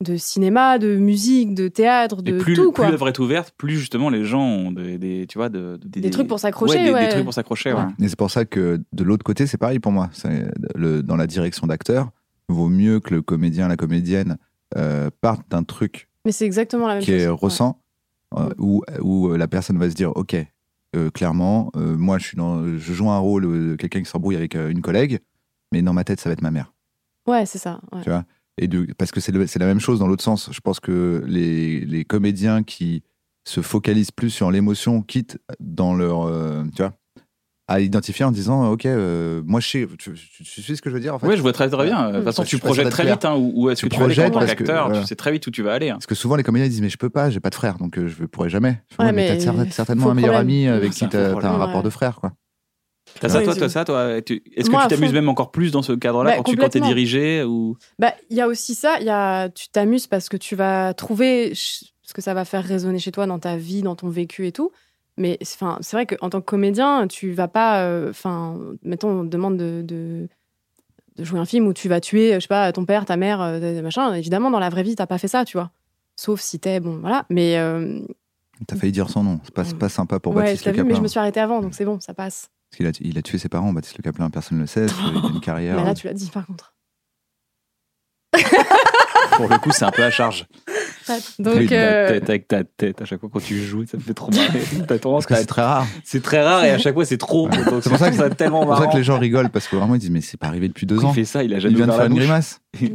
E: de cinéma, de musique, de théâtre,
C: Et
E: de
C: plus
E: tout
C: plus
E: quoi.
C: l'œuvre est ouverte, plus justement les gens ont des, des- tu vois, de- de-
E: Des trucs pour s'accrocher,
C: Ouais, des- des,
E: ouais.
C: trucs pour s'accrocher. ouais.
E: Ouais.
D: Et c'est pour ça que de l'autre côté, c'est pareil pour moi. C'est le- dans la direction d'acteur, vaut mieux que le comédien, la comédienne euh, parte d'un truc
E: Mais c'est exactement la même
D: qui
E: chose.
D: est
E: Ouais.
D: ressent, euh,
E: Ouais.
D: où, où la personne va se dire Ok, euh, clairement, euh, moi je, suis dans, je joue un rôle de quelqu'un qui s'embrouille avec euh, une collègue, mais dans ma tête, ça va être ma mère.
E: Ouais, c'est ça. ouais.
D: Tu vois Et du- parce que c'est le- c'est la même chose dans l'autre sens. Je pense que les, les comédiens qui se focalisent plus sur l'émotion, quitte dans leur. euh, tu vois à identifier en disant ok euh, moi je sais tu, tu- tu sais ce que je veux dire en fait
C: Ouais, je vois très très bien. De toute
E: Mm.
C: façon,
D: Je
C: tu
D: suis pas sûr
C: projettes
D: d'être
C: très
D: clair.
C: vite hein, où, où est-ce que
D: Tu
C: tu vas aller en
D: projettes
C: tant
D: parce que-
C: qu'acteur.
D: voilà.
C: Tu sais très vite où tu vas aller. hein.
D: parce que souvent les comédiens ils disent mais je peux pas j'ai pas de frère donc euh, je pourrais jamais Je fais,
E: Ouais,
D: Ouais, mais
E: mais
D: t'as cer- certainement
E: faux
D: un meilleur
E: problème.
D: ami avec
C: C'est un
D: qui t'as
C: faux
D: t'as un
E: problème,
D: rapport
E: ouais.
D: de frère quoi
C: T'as ça,
F: Ouais,
C: toi,
F: c'est-
C: toi, ça, toi. tu- Est-ce que
E: Moi,
C: tu
E: à
C: t'amuses
E: fond.
C: même encore plus dans ce cadre-là
E: Bah,
C: quand tu quand t'es
E: complètement.
C: dirigé ou
E: Bah, il y a aussi ça, il y a tu t'amuses parce que tu vas trouver ch- ce que ça va faire résonner chez toi dans ta vie, dans ton vécu et tout. Mais c'est- enfin, c'est vrai qu'en tant que comédien, tu vas pas euh, enfin, mettons on te demande de, de de jouer un film où tu vas tuer, je sais pas, ton père, ta mère, euh, machin. Évidemment, dans la vraie vie, t'as pas fait ça, tu vois. Sauf si t'es bon, voilà. Mais euh,
D: t'as failli dire son nom c'est pas, c'est pas sympa pour
E: ouais,
D: Baptiste
E: je l'ai
D: Le
E: vu, mais je
D: Caplin hein.
E: me suis arrêtée avant, donc c'est bon, ça passe.
D: parce qu'il a, il a tué ses parents Baptiste Le Caplin personne ne le sait il a une carrière
E: Mais là, tu l'as dit par contre.
C: pour le coup, c'est un peu à charge.
D: Oui,
E: Donc,
D: dans
E: euh,
C: Tête avec ta tête à chaque fois quand tu joues, ça me fait trop marrer. T'as tendance
D: parce que
C: à
D: c'est
C: être-
D: très rare
C: C'est très rare et à chaque fois c'est trop. Donc
D: C'est pour ça que-
C: je trouve tellement
D: c'est pour ça
C: marrant.
D: que les gens rigolent parce que vraiment ils disent mais c'est pas arrivé depuis deux ans
C: Il fait ça, il a jamais
D: il vient de
C: ouvert
D: faire
C: la
D: une
C: bouche.
D: grimace
E: Mm.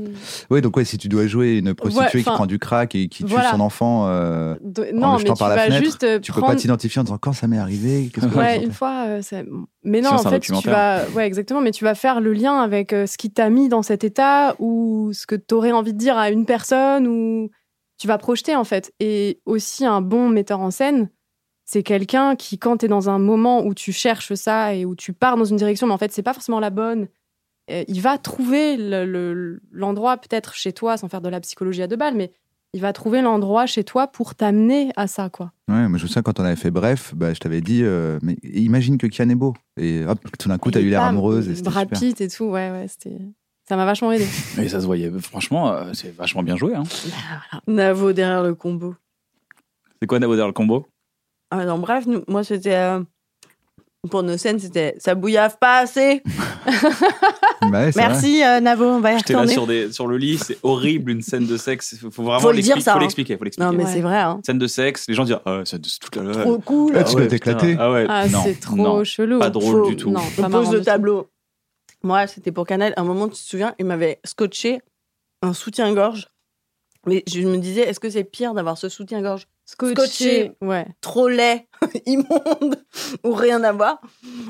D: Oui, donc ouais, si tu dois jouer une prostituée qui
E: enfin,
D: prend du crack et qui tue
E: voilà.
D: son enfant euh,
E: de-
D: en
E: non,
D: le
E: mais
D: jetant
E: tu
D: par la
E: vas
D: fenêtre,
E: juste euh,
D: tu peux
E: prendre
D: pas t'identifier en disant quand ça m'est arrivé, qu'est-ce que je
E: Ouais,
D: sentais
E: une fois, euh, ça- mais non,
C: Sinon,
E: en
C: c'est un
E: fait, tu vas, ouais, exactement, mais tu vas faire le lien avec euh, ce qui t'a mis dans cet état ou ce que t'aurais envie de dire à une personne ou tu vas projeter en fait. Et aussi un bon metteur en scène, c'est quelqu'un qui, quand t'es dans un moment où tu cherches ça et où tu pars dans une direction, mais en fait, c'est pas forcément la bonne. eh, euh, Il va trouver le- le- l'endroit peut-être chez toi sans faire de la psychologie à deux balles, mais il va trouver l'endroit chez toi pour t'amener à ça, quoi.
D: Ouais, mais je sais, quand on avait fait Bref, bah, je t'avais dit, euh, mais imagine que Kian est beau. Et hop, tout d'un coup, t'as eu l'air
E: Bam,
D: amoureuse. Et c'était
E: Brad
D: super.
E: Pitt et tout, ouais, ouais, c'était. Ça m'a vachement aidé.
C: Et ça se voyait. Franchement, euh, c'est vachement bien joué. hein.
F: Ah. Navo derrière le combo.
C: C'est quoi Navo derrière le combo
F: Ah non, bref, nous- moi c'était. euh, pour nos scènes, c'était ça bouillave pas assez.
D: Bah ouais, c'est vrai.
F: Merci euh, Navo, on va y
C: J'étais là
F: retourner.
C: sur, des, sur le lit, c'est horrible une scène de sexe. Faut, faut vraiment
F: Faut le dire,
C: l'expliquer,
F: ça,
C: Faut
F: hein.
C: l'expliquer, faut l'expliquer.
F: Non, mais
E: Ouais.
F: c'est vrai. Hein.
C: Scène de sexe, les gens disent ah, c'est de- c'est tout à l'heure.
F: Trop cool.
D: Ah, tu
C: ouais,
D: dois t'éclater.
C: putain, Ah ouais,
E: Ah,
C: non,
E: c'est trop
C: non.
E: chelou.
C: pas drôle
E: Faut-
C: du tout.
E: Non,
F: On
E: pas
F: pose
E: marrant
F: le
E: du
F: tableau. Moi, c'était pour Canal. À un moment, tu te souviens, il m'avait scotché un soutien-gorge. Mais je me disais, est-ce que c'est pire d'avoir ce soutien-gorge
E: tout. Scotché.
F: Scotché.
E: Ouais.
F: trop laid, immonde, ou rien à voir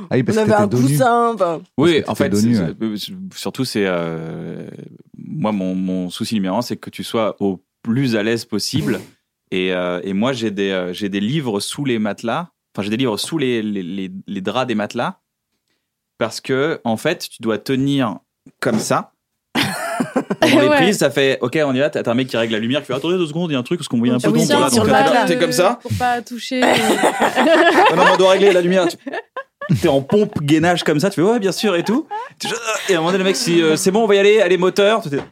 D: Ah oui, parce
F: On
D: que t'étais
F: avait un
D: dos nu.
F: coussin. enfin,
D: Parce que
C: Oui, en
D: t'étais
C: fait,
D: dos
C: c'est-
D: nu,
C: c'est- euh, surtout, c'est. euh, moi, mon, mon souci numéro un, c'est que tu sois au plus à l'aise possible. Et, euh, et moi, j'ai des, euh, j'ai des livres sous les matelas. Enfin, j'ai des livres sous les, les, les- les draps des matelas. Parce que, en fait, tu dois tenir comme ça. Pendant les
E: Ouais.
C: prises, ça fait OK, on y va. T'as t'as un mec qui règle la lumière, qui fait Attendez deux secondes, il y a un truc, parce qu'on voyait un peu
F: Ah oui,
C: d'ombre
F: tiens,
C: là.
F: sur
C: Donc,
F: le matelas.
C: t'as- t'es comme ça.
E: Pour pas toucher. euh,
C: Non, non, on doit régler la lumière. Tu- T'es en pompe gainage comme ça, tu fais ouais, bien sûr et tout. Tu- euh, Et à un moment donné, le mec, si euh, c'est bon, on va y aller, allez, moteur. Tout est- Donc,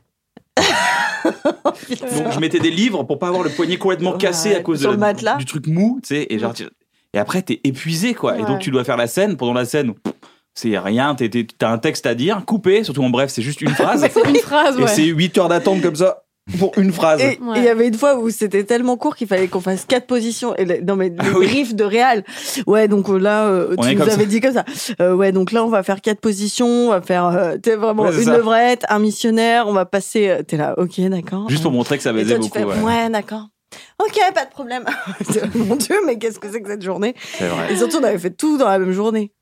C: je mettais des livres pour pas avoir le poignet complètement cassé à
F: Ouais,
C: cause de
F: sur
C: la-
F: le matelas.
C: du truc mou, tu sais. Et, genre, tu- et après, t'es épuisé, quoi. Et
E: Ouais.
C: donc, tu dois faire la scène. Pendant la scène, pff, c'est rien, t'es- t'es- t'as un texte à dire, coupé, surtout en bref, c'est juste une phrase.
E: c'est une phrase,
C: et
E: ouais.
C: c'est 8 heures d'attente comme ça pour une phrase.
F: Et et il
E: Ouais.
F: y avait une fois où c'était tellement court qu'il fallait qu'on fasse quatre positions. Et le- non, mais les
C: Ah oui.
F: griffes de Real. Ouais, donc euh, là, euh,
C: On est
F: tu nous
C: comme ça.
F: avais dit comme ça. Euh, ouais, donc là, on va faire quatre positions. On va faire euh, t'es vraiment
C: Ouais, c'est
F: une
C: ça.
F: levrette, un missionnaire. On va passer. euh, T'es là, ok, d'accord.
C: Juste pour montrer que ça
F: Et
C: baisait
F: toi, tu
C: beaucoup.
F: fais,
C: ouais.
F: ouais, d'accord. Ok, pas de problème. Mon Dieu, mais qu'est-ce que c'est que cette journée
C: C'est vrai.
F: Et surtout, on avait fait tout dans la même journée.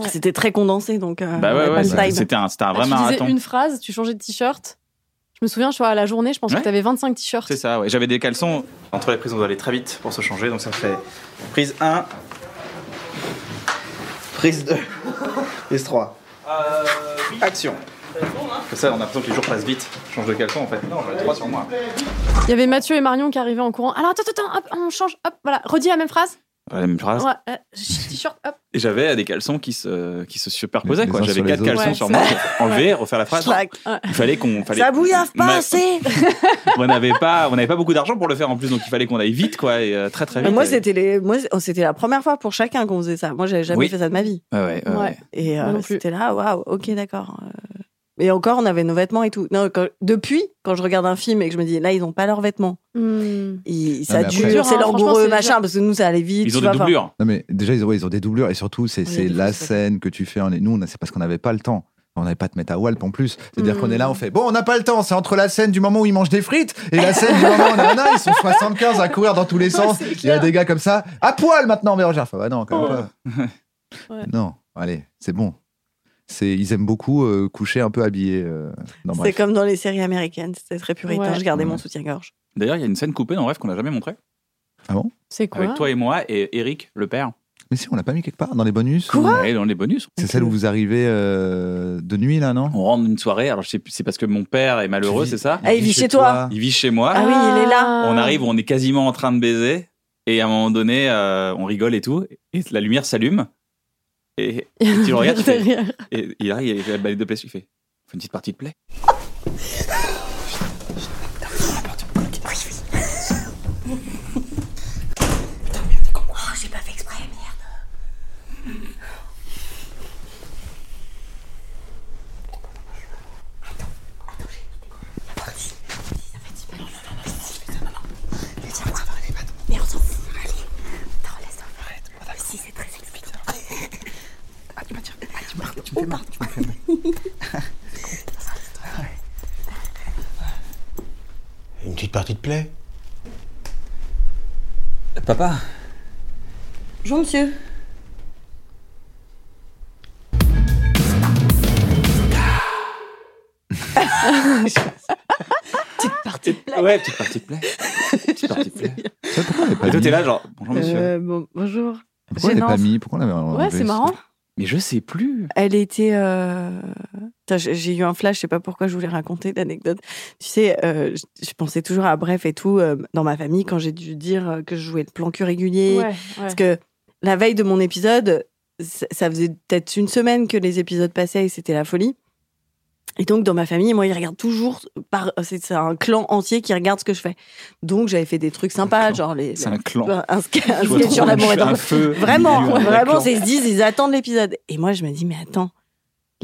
E: Ouais.
F: C'était très condensé, donc. euh,
C: Bah
F: on
C: ouais,
F: avait
C: ouais,
F: pas le
C: c'était-
F: time.
C: c'était un, c'était un
E: Ah,
C: vrai
E: tu disais
C: marathon.
E: une phrase, tu changeais de t-shirt. Je me souviens, je crois, à la journée, je pense
C: Ouais.
E: que t'avais 25 t-shirts.
C: C'est ça, ouais. J'avais des caleçons. Entre les prises, on doit aller très vite pour se changer. Donc ça fait prise 1.
H: Prise 2. Prise 3.
C: Action. Comme ça, on a l'impression que les jours passent vite. Je change de caleçon en fait. Non, j'en ai 3 sur moi.
E: Il y avait Mathieu et Marion qui arrivaient en courant. Alors, attends, attends, attends, hop, on change, hop, voilà, redis la même phrase.
C: La même phrase.
E: Ouais, euh, t-shirt, hop.
C: Et j'avais euh, des caleçons qui se, qui se superposaient,
D: Les
C: quoi.
D: uns
C: J'avais
D: sur les
C: quatre
D: autres.
C: caleçons
E: Ouais,
C: sur
E: c'est
C: moi. Enlever, refaire la phrase.
F: Slack.
C: Il fallait qu'on. Fallait...
F: Ça bouillave pas
C: Ma-
F: assez
C: On n'avait pas, on n'avait pas beaucoup d'argent pour le faire en plus, donc il fallait qu'on aille vite, quoi. Et euh, très très
F: Mais
C: vite.
F: moi,
C: Et-
F: c'était les, moi, c'est- oh, c'était la première fois pour chacun qu'on faisait ça. Moi, j'avais jamais
C: Oui.
F: fait ça de ma vie.
C: Ouais, ouais, ouais, ouais.
F: Et
E: Moi
F: euh,
E: non plus.
F: c'était là, waouh, ok, d'accord. Euh, Et encore, on avait nos vêtements et tout. Non, quand- depuis, quand je regarde un film et que je me dis, là, ils n'ont pas leurs vêtements.
E: Hmm.
F: Ils-
D: Ah,
F: ça
D: mais après-
F: dure, c'est
E: Dur, hein, franchement,
F: langoureux,
E: c'est
F: machin,
E: dur.
F: parce que nous, ça allait vite.
C: Ils
F: tu
C: ont des
F: vois, enfin,
C: doublures.
D: Non, mais déjà, ils ont, ouais, ils ont des doublures et surtout, c'est
F: Oui,
D: c'est
F: des
D: la
F: fois, ça-
D: scène que tu fais. En... Nous, on a- c'est parce qu'on n'avait pas le temps. On n'avait pas de mettre à Walp en plus. C'est-à-dire
E: Mm.
D: qu'on est là, on fait Bon, on n'a pas le temps. C'est entre la scène du moment où ils mangent des frites et la scène du moment où on a Anna. Ils sont 75 à courir dans tous les sens.
E: c'est
D: Il y a
E: clair.
D: des gars comme ça. À poil maintenant, Bérangère. Enfin, bah non, quand même pas.
E: Ouais.
D: Non, allez, c'est bon. C'est- Ils aiment beaucoup euh, coucher un peu habillés. euh, non,
F: C'est
D: bref.
F: comme dans les séries américaines, c'était très puritain.
E: Ouais.
F: Je gardais mon
D: Ouais.
F: soutien-gorge.
C: D'ailleurs, il y a une scène coupée dans Rêve qu'on n'a jamais montrée.
E: C'est quoi
C: Avec toi et moi et Eric, le père.
D: Mais si, on l'a pas mis quelque part dans les bonus
C: Ouais, Dans les bonus.
D: C'est celle où vous arrivez euh, de nuit, là, non
C: On rentre d'une soirée, alors je sais plus, c'est parce que mon père est malheureux,
D: Tu vis-
C: c'est ça
F: Ah, il vit chez toi.
C: Il vit chez moi.
F: Ah oui, il est là.
C: On arrive, on est quasiment en train de baiser. Et à un moment donné, euh, on rigole et tout. Et la lumière s'allume. Et, et tu le regardes, tu fais-
E: derrière.
C: et il arrive, il fait la balade de plaie, il fait Faut une petite partie de plaie.
H: Une petite partie de plaie
C: Euh,
B: Papa
G: Bonjour, monsieur.
C: Ouais, petite partie de plaie. petite partie de plaie.
D: Ça, Pourquoi on l'avait pas
C: Et toi,
D: mis
C: t'es là, genre Bonjour, Oh, monsieur. Oh,
F: Euh, bon, bonjour.
D: Pourquoi on l'avait
F: Gênance.
D: pas mis Pourquoi on l'avait
E: Ouais,
D: enlevé,
E: c'est marrant.
C: Mais je sais plus.
F: Elle était. euh, Putain, J'ai j'ai eu un flash, je sais pas pourquoi je voulais raconter l'anecdote. Tu sais, euh, je, je pensais toujours à Bref et tout euh, dans ma famille quand j'ai dû dire euh, que je jouais le plan cul régulier.
E: Ouais,
F: Parce que la veille de mon épisode, ça ça faisait peut-être une semaine que les épisodes passaient et c'était la folie. Et donc, dans ma famille, moi, ils regardent toujours par. C'est c'est un clan entier qui regarde ce que je fais. Donc, j'avais fait des trucs sympas,
C: clan.
F: genre les. bah,
C: C'est un clan.
F: un, un sketch
C: Je vois
F: sur
C: trop
F: l'amour et dans
C: un feu.
F: Vraiment,
C: Il y a eu un
F: vraiment,
C: clan.
F: c'est- ils se disent, ils attendent l'épisode. Et moi, je me dis, mais attends.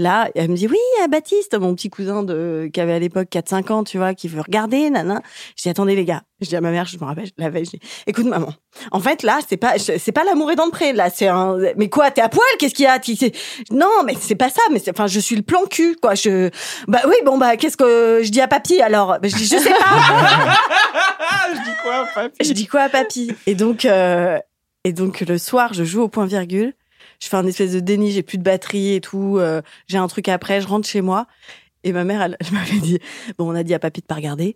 F: Là, elle me dit, oui, à Baptiste, mon petit cousin de, qui avait à l'époque 4-5 ans, tu vois, qui veut regarder, nana. Je dis, attendez, les gars. Je dis à ma mère, je me rappelle, la veille, je dis, écoute, maman. En fait, là, c'est pas, je- c'est pas l'amour et dans le pré, là, c'est un, mais quoi, t'es à poil, qu'est-ce qu'il y a? Tu- c'est- Non, mais c'est pas ça, mais c'est, enfin, je suis le plan cul, quoi, je, bah oui, bon, bah, qu'est-ce que je dis à papy, alors? Bah, je dis, je sais pas.
C: Je dis quoi, papy
F: Je dis quoi à papy Et donc, euh, et donc le soir, je joue au point virgule. Je fais un espèce de déni, j'ai plus de batterie et tout. euh, j'ai un truc après, je rentre chez moi. Et ma mère, elle, elle m'avait dit, bon, on a dit à papy de pas regarder.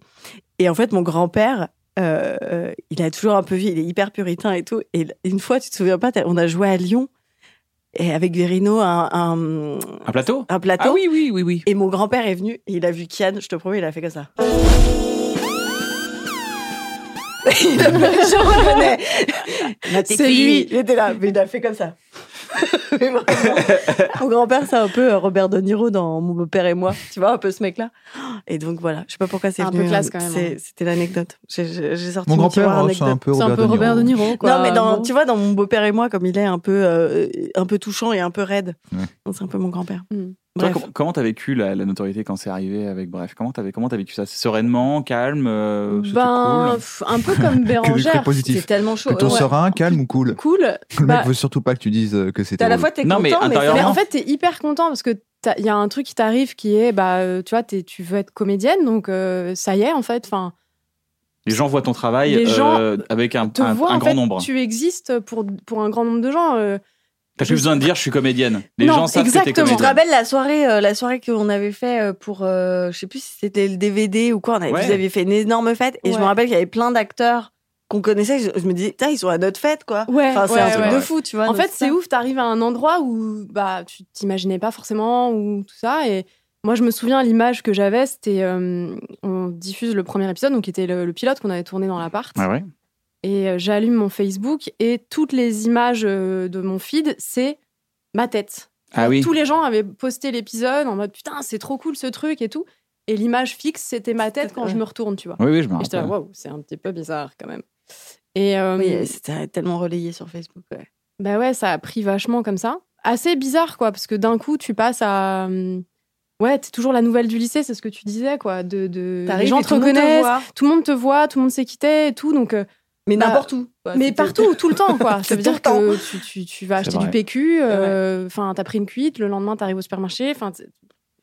F: Et en fait, mon grand-père, euh, euh, il a toujours un peu vu, il est hyper puritain et tout. Et une fois, tu te souviens pas, t'as- on a joué à Lyon et avec Verino un, un,
C: Un plateau
F: un plateau.
C: Ah oui, oui, oui, oui.
F: Et mon grand-père est venu et il a vu Kian, je te promets, il a fait comme ça. Il a fait- je revenais. C'est lui, il était là, mais il a fait comme ça. Mais vraiment, mon grand-père, c'est un peu euh, Robert De Niro dans Mon père et moi, tu vois, un peu ce mec-là. Et donc voilà, je sais pas pourquoi c'est
E: Un peu
F: venu,
E: classe,
F: euh,
E: quand même, hein.
F: c'est- C'était l'anecdote. J'ai- J'ai j'ai sorti
D: Mon
F: mon tiroir
D: grand-père, oh, c'est
F: anecdote.
D: un peu
E: C'est un peu Robert De Niro, quoi.
F: non mais dans,
E: Bon.
F: tu vois dans mon beau-père et moi comme il est un peu euh, un peu touchant et un peu raide
D: Ouais.
F: Donc, c'est un peu mon grand-père
E: Mm.
C: Toi,
F: Bref.
C: com- comment t'as vécu la, la notoriété quand c'est arrivé avec Bref Comment t'as comment t'as vécu ça Sereinement, calme, euh, c'était
E: ben,
C: cool
E: pff, un peu comme Bérangère.
D: positif.
E: C'est tellement chaud.
D: Plutôt
E: Ouais.
D: serein, calme ou cool
E: Cool.
D: Le
E: Bah,
D: mec veut surtout pas que tu dises euh, que c'était.
F: à la
D: relou.
F: fois t'es
C: Non,
F: content
C: mais
F: mais
C: intérieurement,
E: Mais en fait, t'es hyper content parce que t'as- il y a un truc qui t'arrive qui est, bah, euh, tu vois, t'es- tu veux être comédienne, donc euh, ça y est, en fait. Enfin,
C: Les gens voient ton travail
E: Les
C: euh,
E: gens
C: avec un,
E: te
C: un-
E: vois,
C: un
E: en
C: grand
E: fait,
C: nombre.
E: tu existes pour, pour un grand nombre de gens. euh,
C: T'as plus besoin de dire je suis comédienne. Les
E: Non,
C: gens savent que t'es
E: exactement.
F: Tu te
C: comédienne.
F: rappelles la soirée, euh, la soirée qu'on avait fait euh, pour, euh, je sais plus si c'était le DVD ou quoi, on avait,
C: Ouais.
F: vous aviez fait une énorme fête et je
E: Ouais.
F: me rappelle qu'il y avait plein d'acteurs qu'on connaissait. Je, je me disais, putain, ils sont à notre fête, quoi.
E: Ouais,
F: enfin, c'est
E: ouais,
F: un truc
E: ouais.
F: de fou, tu vois.
E: En
F: donc
E: fait, c'est
F: ça.
E: ouf, t'arrives à un endroit où bah, tu t'imaginais pas forcément ou tout ça. Et moi, je me souviens, l'image que j'avais, c'était. euh, on diffuse le premier épisode, donc qui était le, le pilote qu'on avait tourné dans l'appart.
C: Ah Ouais, ouais.
E: Et euh, j'allume mon Facebook et toutes les images euh, de mon feed, c'est ma tête.
C: Ah oui.
E: Tous les gens avaient posté l'épisode en mode putain, c'est trop cool ce truc et tout. Et l'image fixe, c'était ma tête quand je me retourne, tu vois.
C: Oui, oui, je me
E: Et j'étais là,
C: rappelle.
E: waouh, c'est un petit peu bizarre quand même. Et euh,
F: Oui, c'était tellement relayé sur Facebook. ouais.
E: bah ouais, ça a pris vachement comme ça. Assez bizarre, quoi, parce que d'un coup, tu passes à. hum, Ouais, t'es toujours la nouvelle du lycée, c'est ce que tu disais, quoi. De, de... Les
F: T'arrives
E: gens
F: et
E: te
F: tout le monde
E: reconnaissent,
F: voit.
E: tout le monde te voit, tout le monde sait qui t'es et tout. Donc, euh,
F: mais
E: Bah,
F: n'importe où. quoi.
E: mais
F: C'était-
E: partout, tout le temps, quoi. Ça
F: C'est
E: veut
F: tout
E: dire
F: le temps.
E: que tu, tu, tu vas
C: C'est
E: acheter
C: vrai.
E: du PQ, euh, enfin, t'as pris une cuite, le lendemain, t'arrives au supermarché, enfin, c'est-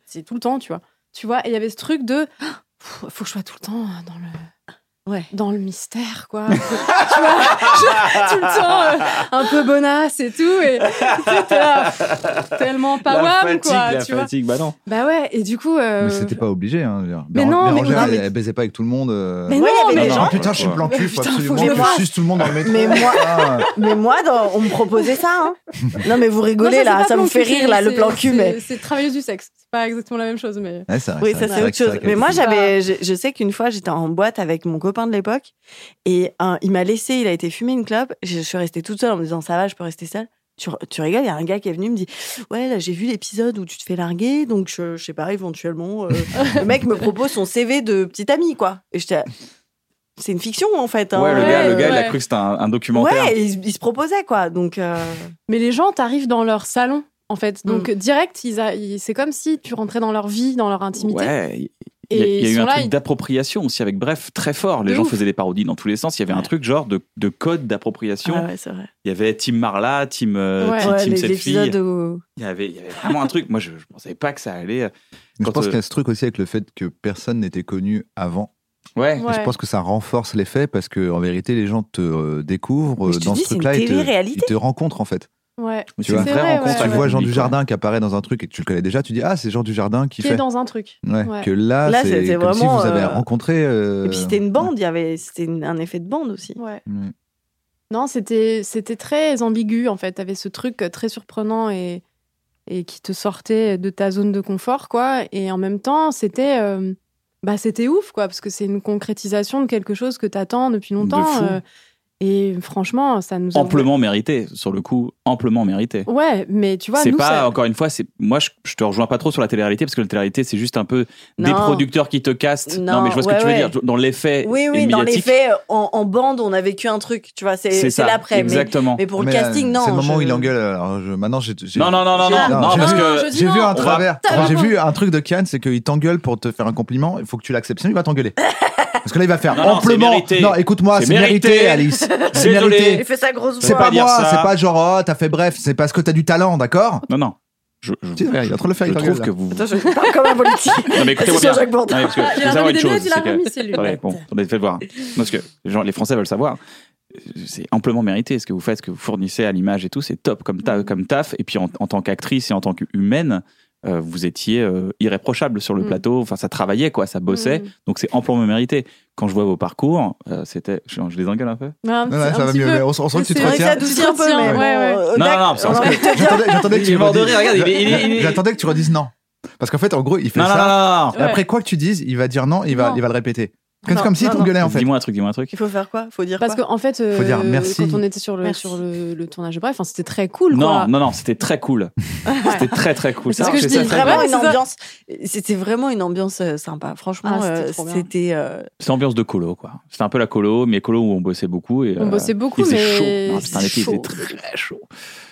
E: c'est tout le temps, tu vois. Tu vois, et il y avait ce truc de. Ah, pff, Faut que je sois tout le temps euh, dans le.
F: Ouais.
E: Dans le mystère, quoi. tu vois, je- tout le temps, euh, un peu bonasse et tout. Et t'es là, pff, tellement pas wam, quoi. tu vois.
C: fatigue, bah non.
E: Bah ouais, et du coup. euh,
D: Mais c'était pas obligé. Hein, je veux dire.
E: Mais
D: Béran-
E: non, mais-
D: Bérangère,
E: non,
D: elle,
E: mais-
D: elle baisait pas avec tout le monde. euh.
F: Mais
E: Ouais,
F: non,
E: il y avait
F: mais
E: des
F: les
C: non,
F: gens.
D: Ah, putain, je suis
C: Ouais.
D: plan cul, faut
E: Putain, faut
D: absolument
E: que
D: que
E: je
D: je
E: vois.
D: suce tout le monde dans le métro.
F: Mais moi-
D: Ah.
F: Mais moi, dans- on me proposait ça. hein. Non, mais vous
E: non,
F: rigolez
E: c'est
F: là,
E: pas
F: ça
E: plan
F: vous fait
E: cul,
F: rire là,
E: c'est-
F: le plan cul,
E: c'est-
F: mais.
E: C'est travailleuse du sexe. C'est pas exactement la même chose, mais.
D: Ouais, c'est vrai,
F: Oui,
D: c'est vrai,
F: ça c'est
D: vrai
F: autre
D: que c'est
F: chose.
D: vrai
F: Mais
D: qu'elle
F: moi
D: était-
F: j'avais, je, je sais qu'une fois j'étais en boîte avec mon copain de l'époque et hein, il m'a laissé, il a été fumer une clope. Je, je suis restée toute seule en me disant ça va, je peux rester seule. Tu, tu rigoles, il y a un gars qui est venu il me dit ouais là j'ai vu l'épisode où tu te fais larguer donc je, je sais pas éventuellement euh, le mec me propose son CV de petit ami quoi. Et j'étais c'est une fiction en fait. hein.
C: Ouais, le gars, le
E: ouais,
C: gars, il a
E: ouais.
C: cru que c'était un, un
D: hein.
C: documentaire.
F: Ouais, il, il se proposait quoi donc. euh,
E: Mais les gens t'arrivent dans leur salon, en fait. Donc, direct, ils a- ils- c'est comme si tu rentrais dans leur vie, dans leur intimité.
C: Ouais, Il y a,
E: Et
C: il y a
E: ils
C: eu
E: sont
C: un
E: là,
C: truc
E: ils-
C: d'appropriation aussi avec Bref, très fort. Les
E: De
C: gens
E: ouf.
C: faisaient des parodies dans tous les sens. Il y avait un truc genre de, de code d'appropriation.
F: ah ouais, c'est vrai.
C: Il y avait Team Marla, Team, euh,
E: Ouais.
C: Team,
F: Ouais,
C: Team
F: les
C: cette fille.
F: épisodes où-
C: Il, y avait, il y avait vraiment un truc. Moi, je ne pensais pas que ça allait.
D: Mais Je
C: Quand,
D: pense
C: euh,
D: qu'il y a ce truc aussi avec le fait que personne n'était connu avant.
C: Ouais.
D: Et Je
E: Ouais.
D: pense que ça renforce l'effet parce que en vérité, les gens te euh, découvrent
F: Mais
D: euh,
F: je te
D: dans
F: dis,
D: ce
F: c'est une
D: truc-là et te-
F: télé-réalité.
D: ils te rencontrent en fait.
E: Ouais.
C: Mais
D: Tu
C: c'est
D: vois.
C: une
E: C'est
C: vraie
E: vrai,
C: rencontre
E: ouais,
D: Quand tu
E: ouais.
D: vois Jean
C: public,
D: du Jardin qui apparaît dans un truc et que tu le connais déjà, tu dis ah c'est Jean du Jardin qui
E: Qui est
D: fait.
E: dans un truc.
D: Ouais.
E: Ouais.
D: Que là,
F: Là,
D: c'est
F: c'était
D: comme si
F: vraiment,
D: vous avez
F: euh,
D: rencontré. euh,
F: Et puis c'était une bande, il y avait c'était une- un effet de bande aussi.
E: Ouais.
D: Ouais.
E: Non, c'était c'était très ambigu, en fait. T'avais ce truc euh, très surprenant et et qui te sortait de ta zone de confort, quoi. Et en même temps, c'était euh, bah, c'était ouf, quoi, parce que c'est une concrétisation de quelque chose que t'attends depuis longtemps.
C: fou.
E: euh, et franchement, ça nous a-
C: Amplement mérité, sur le coup, amplement mérité.
E: Ouais, mais tu vois,
C: C'est
E: Bah, nous,
C: pas,
E: ça-
C: encore une fois, c'est moi je, je te rejoins pas trop sur la télé-réalité parce que la télé-réalité c'est juste un peu des
F: Non.
C: producteurs qui te castent. Non,
F: Non,
C: mais je vois ce que
F: ouais,
C: tu veux
F: ouais.
C: dire. Dans l'effet
F: Oui, oui, dans les
C: médiatique,
F: faits, en, en bande, on a vécu un truc, tu vois, c'est
C: c'est
F: c'est
C: ça.
F: l'après. Mais,
C: Exactement.
F: mais pour
D: Mais,
F: le casting,
D: euh,
F: non.
D: C'est le moment
F: je- Ah,
D: où il engueule. Alors, je- maintenant, j'ai. j'ai-
C: Non, non, non, non, non,
D: Non,
C: non,
D: j'ai
C: parce
D: vu-
C: que
E: je dis
D: J'ai vu
E: non.
D: un
C: va-
D: travers.
E: T'as
D: Enfin, j'ai
E: raison.
D: vu un truc de Cannes, c'est qu'il t'engueule pour te faire un compliment. Il faut que tu l'acceptes, sinon il va t'engueuler. Parce que là, il va faire
C: Non, non, c'est
D: amplement.
C: mérité.
D: Non, écoute-moi,
C: C'est
D: c'est mérité,
C: mérité.
D: Alice. C'est
C: Désolé.
D: mérité.
F: Il fait sa grosse
D: C'est
F: voix.
D: pas
C: dire
D: moi,
C: ça.
D: c'est pas genre, oh, t'as fait bref, c'est parce que t'as du talent, d'accord
C: Non, non. Je, je,
D: Tu sais, regarde, il est en train de le faire,
C: je
D: il te
C: trouve
D: regarde,
C: que vous.
F: Attends, je parle comme un politique.
C: Non, mais écoutez-moi bien.
F: Sur Jacques Bourdin.
C: Non, mais parce que
E: Il
C: faut
E: a
C: savoir
E: remis
C: une
E: des
C: chose,
E: notes, il a
C: c'est que-
E: remis, c'est lui.
C: Attendez, bon, attendez, faites voir. Parce que genre, les Français veulent savoir. C'est amplement mérité. Ce que vous faites, ce que vous fournissez à l'image et tout, c'est top comme,
E: Mm.
C: ta- comme taf. Et puis en, en tant qu'actrice et en tant qu'humaine, euh, vous étiez euh, irréprochable sur le
E: Mm.
C: plateau. Enfin, ça travaillait, quoi, ça bossait.
E: Mm.
C: Donc c'est amplement mérité. Quand je vois vos parcours, euh, c'était. Je, je les engueule un peu.
E: Ouais, un
D: Non,
E: petit-
D: non,
E: un
D: ça va
E: petit
D: mieux.
E: peu.
D: mais On s- on sent que tu
E: C'est
D: te
E: vrai
F: Ouais,
E: que
F: ça
D: retiens.
F: adoucit un peu,
E: Tiens,
F: mais bon,
E: ouais,
F: euh,
E: ouais.
C: Non,
F: Dac-
C: non, non, parce
F: on
C: que-
F: aurait peut-être-
D: J'attendais j'attendais que
C: Il est
D: tu
C: mort de
D: redises-
C: rire, regarde, il est- il est- il est-
D: J'attendais que tu redises non. Parce qu'en fait, en gros, il fait
C: Non, non,
D: ça.
C: non, non,
D: et Après, quoi que tu dises, il va dire non, il va
E: Non.
D: il va le répéter. C'est
F: Non,
D: comme si
F: non, non.
D: t'engueulait,
C: non.
D: en fait.
C: Dis-moi un truc, dis-moi un truc.
F: Il faut faire quoi Il faut dire
E: Parce
F: quoi
E: qu'en fait,
D: Faut dire
E: euh,
D: merci.
E: quand on était sur le,
F: Merci.
E: sur le, le tournage de Bref, enfin, c'était très cool.
C: Non,
E: quoi.
C: non, non, c'était très cool. C'était très, très cool.
E: C'est
C: Ça,
E: ce que je
C: j'ai
E: dis,
C: ça
F: C'était
C: très
E: vraiment,
F: vraiment
E: c'est
F: une
E: ça.
F: ambiance. C'était vraiment une ambiance euh, sympa. Franchement,
E: Ah, c'était
F: euh,
E: trop bien.
F: c'était. euh,
C: C'est ambiance de colo, quoi. C'était un peu la colo, mais colo où on bossait beaucoup. Et,
E: On
C: euh,
E: bossait beaucoup,
C: il faisait
E: mais
C: chaud. Non, putain,
E: c'est
C: l'été, il faisait
E: chaud.
C: très chaud.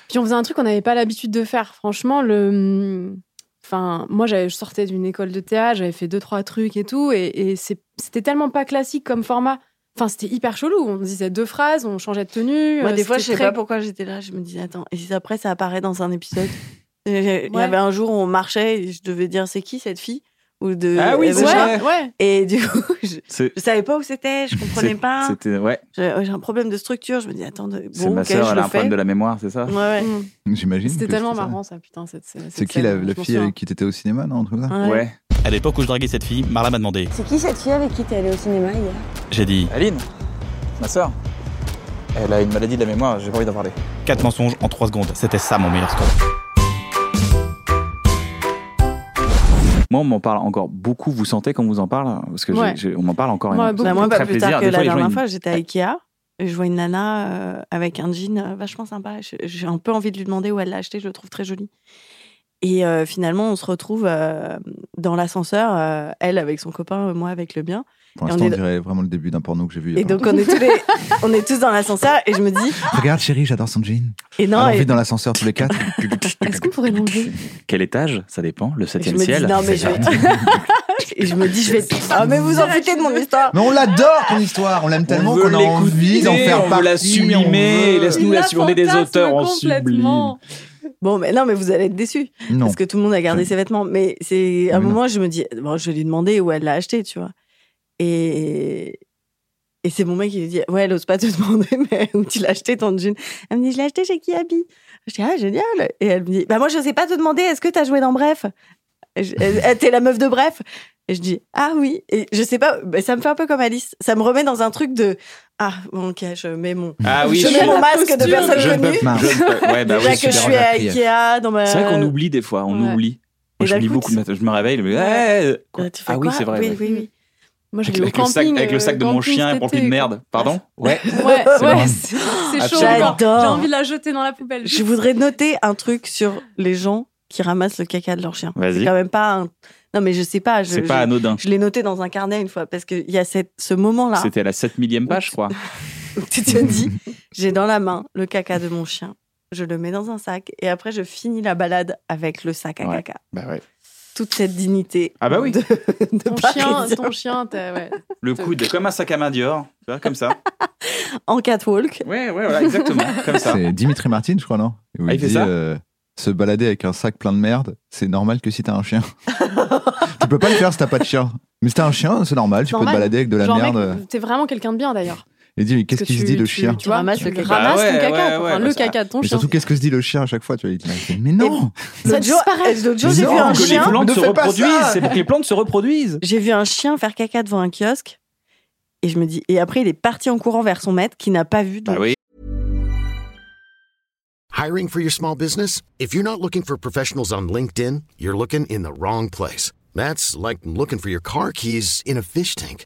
E: Puis on faisait un truc qu'on n'avait pas l'habitude de faire. Franchement, le. Enfin, moi, j'avais- je sortais d'une école de théâtre, j'avais fait deux, trois trucs et tout, et, et c'est- c'était tellement pas classique comme format. Enfin, c'était hyper chelou. On disait deux phrases, on changeait de tenue.
F: Moi,
E: euh,
F: des fois, je
E: c'était
F: sais
E: très-
F: pas pourquoi j'étais là. Je me disais, attends, et si après ça apparaît dans un épisode Il y
E: Ouais.
F: avait un jour où on marchait et je devais dire, c'est qui cette fille ou de,
C: Ah oui,
F: et
C: c'est
F: machin.
C: vrai.
E: Ouais, ouais.
F: Et du coup, je,
C: C'est-
F: je savais pas où c'était, je comprenais
C: c'est-
F: pas.
C: C'était, ouais.
F: J'ai j'ai un problème de structure. Je me dis, attends, de-
C: C'est
F: Ah. bon,
C: ma
F: ok,
C: sœur,
F: je
C: elle a
F: le
C: un problème
F: fais.
C: de la mémoire, c'est ça
F: Ouais, ouais.
E: Mm.
D: J'imagine.
E: C'était
D: que
E: tellement
D: ça.
E: marrant, ça, putain. cette- cette-
D: C'est
E: cette
D: qui la
E: scène,
D: la
E: je m'en
D: fille
E: souviens.
D: avec qui t'étais au cinéma, non un truc comme ça
F: Ouais.
C: Ouais.
K: À l'époque où je draguais cette fille, Marla m'a demandé.
G: C'est qui cette fille avec qui t'es allée au cinéma hier
K: J'ai dit
L: Aline, ma sœur, elle a une maladie de la mémoire, j'ai pas envie d'en parler.
K: 4 mensonges en 3 secondes. C'était ça mon meilleur score.
C: Moi, on m'en parle encore beaucoup. Vous sentez quand on vous en parle Parce que j'ai-
E: Ouais.
C: j'ai- on m'en parle encore.
E: Moi,
C: énormément.
E: beaucoup.
F: Bah,
E: Ça
F: moi,
E: me
F: pas
C: fait
F: plus
C: plaisir.
F: tard que
C: Des
F: la
C: fois, les gens,
F: dernière
C: ils-
F: fois, j'étais à Ikea et je vois une nana euh, avec un jean euh, vachement sympa. Je- J'ai un peu envie de lui demander où elle l'a acheté, je le trouve très joli. Et euh, finalement, on se retrouve euh, dans l'ascenseur, euh, elle avec son copain, moi avec le mien.
D: Pour
F: Et
D: l'instant,
F: on
D: on
F: est-
D: dirait vraiment le début d'un porno que j'ai vu. il y a
F: Et
D: pas
F: donc, on est tous, les- on est tous dans l'ascenseur et je me dis,
D: longtemps. Regarde, chérie, j'adore son jean.
F: et non,
C: Ah,
D: Alors, on
F: et-
D: vit dans l'ascenseur tous les quatre.
E: Est-ce qu'on pourrait l'enlever
C: Quel étage Ça dépend. Le
F: et je
C: septième
F: me dis,
C: ciel.
F: non, mais je vais. et je me dis, je vais. Ah, mais vous en foutez de mon histoire
D: Mais on l'adore ton histoire, on l'aime tellement qu'on a envie d'en faire
C: on
D: partie.
C: veut la sublimer,
D: on veut-
C: laisse-nous
E: Il
C: la
E: la
C: sublimer. On est des
E: fantasme
C: auteurs, on sublime.
E: complètement.
F: Bon, mais non, mais vous allez être déçus.
D: Non.
F: Parce que tout le monde a gardé ses vêtements. Mais
C: Ah,
F: c'est à un
D: Mais non.
F: moment, je me dis, bon, je vais lui demander où elle l'a acheté, tu vois. Et, et c'est mon mec qui lui dit, ouais, elle ose pas te demander, mais où tu l'as acheté ton jean Elle me dit, je l'ai acheté chez Kiabi. Je dis, ah, génial. Et elle me dit, bah, moi, je sais pas te demander, est-ce que t'as joué dans Bref Et je- Elle- elle, T'es la meuf de Bref Et je dis, ah oui. Et je sais pas, bah, ça me fait un peu comme Alice. Ça me remet dans un truc de, ah, bon, ok, je mets mon,
C: Ah oui,
F: je
C: je
F: mets
C: suis-
F: mon masque de
E: posture.
F: personne
C: je ne
F: connue.
C: peux pas. Je ne peux- Ouais, bah
F: Déjà
C: oui,
D: je
F: que je
D: suis
F: suis à
D: d'accord.
F: Ikea, dans ma.
C: C'est vrai qu'on oublie des fois, on
E: Ouais.
C: oublie.
F: Et
C: Moi, je lis
F: d'un coup,
C: beaucoup de
F: tu-
C: matins. Je me réveille, je me dis,
F: Ouais.
C: Eh,
F: Ah, tu fais
C: Ah oui,
F: quoi
C: c'est vrai.
F: Oui,
C: ouais.
F: oui, oui.
E: Moi, je
C: Avec,
E: vais au
C: avec le sac,
E: camping,
C: avec le sac de
E: euh,
C: mon
E: camping
C: chien
E: cet
C: rempli de
E: été,
C: merde. Pardon Ouais.
E: quoi. Ouais,
D: C'est
E: ouais,
D: vrai.
E: c'est c'est chaud.
C: Absolument.
E: encore. J'ai
F: J'adore.
E: envie de la jeter dans la poubelle.
F: Je voudrais noter un truc sur les gens qui ramassent le caca de leur chien. C'est
C: Vas-y.
F: quand même pas un... Non, mais je sais pas. Je,
C: C'est pas
F: je,
C: anodin.
F: je l'ai noté dans un carnet une fois parce qu'il y a cette, ce moment-là
C: C'était à la 7 millième page, je crois.
F: où tu te dis j'ai dans la main le caca de mon chien, je le mets dans un sac et après je finis la balade avec le sac à
C: Ouais.
F: caca.
C: Bah ouais.
F: Toute cette dignité.
C: Ah bah oui.
F: De, de
E: Ton chien,
F: Parisien.
E: ton chien, t'as- ouais.
C: Le coude, comme un sac à main Dior. Tu vois, comme ça.
F: En catwalk.
C: Ouais, ouais, voilà, exactement. Comme ça.
D: C'est Dimitri Martin, je crois, non Où
C: Ah, il fait ça
D: euh, se balader avec un sac plein de merde, c'est normal que si t'as un chien. tu peux pas le faire si t'as pas de chien. Mais si t'as un chien, c'est normal, tu peux
E: Normal.
D: te balader avec de la
E: Genre,
D: merde. euh.
E: mec, t'es vraiment quelqu'un de bien d'ailleurs.
D: Et dis, mais qu'est-ce
E: Parce que
D: qu'il se
E: tu-
D: dit le
E: tu-
D: chien
E: Tu ramasses le
F: Bah
E: caca. Ramasse
C: ouais,
E: ton caca,
C: ouais,
E: enfin,
C: ouais,
E: le
C: parce que-
E: caca de ton
D: Mais
E: chien.
D: surtout, qu'est-ce que se dit le chien à chaque fois tu vois, il te dit, Mais non
F: L'autre jour,
E: disparaît.
F: l'autre jour, j'ai vu
D: Non,
F: un
C: que les
F: chien.
C: plantes
D: ne
C: se
D: fais pas ça.
C: reproduisent. C'est pour que les plantes se reproduisent.
F: J'ai vu un chien faire caca devant un kiosque et je me
C: Bah
F: dis et après il est parti en courant vers son maître qui n'a pas vu donc
C: oui.
M: Hiring for your small business? If you're not looking for professionals on LinkedIn, you're looking in the wrong place. That's like looking for your car keys in a fish tank.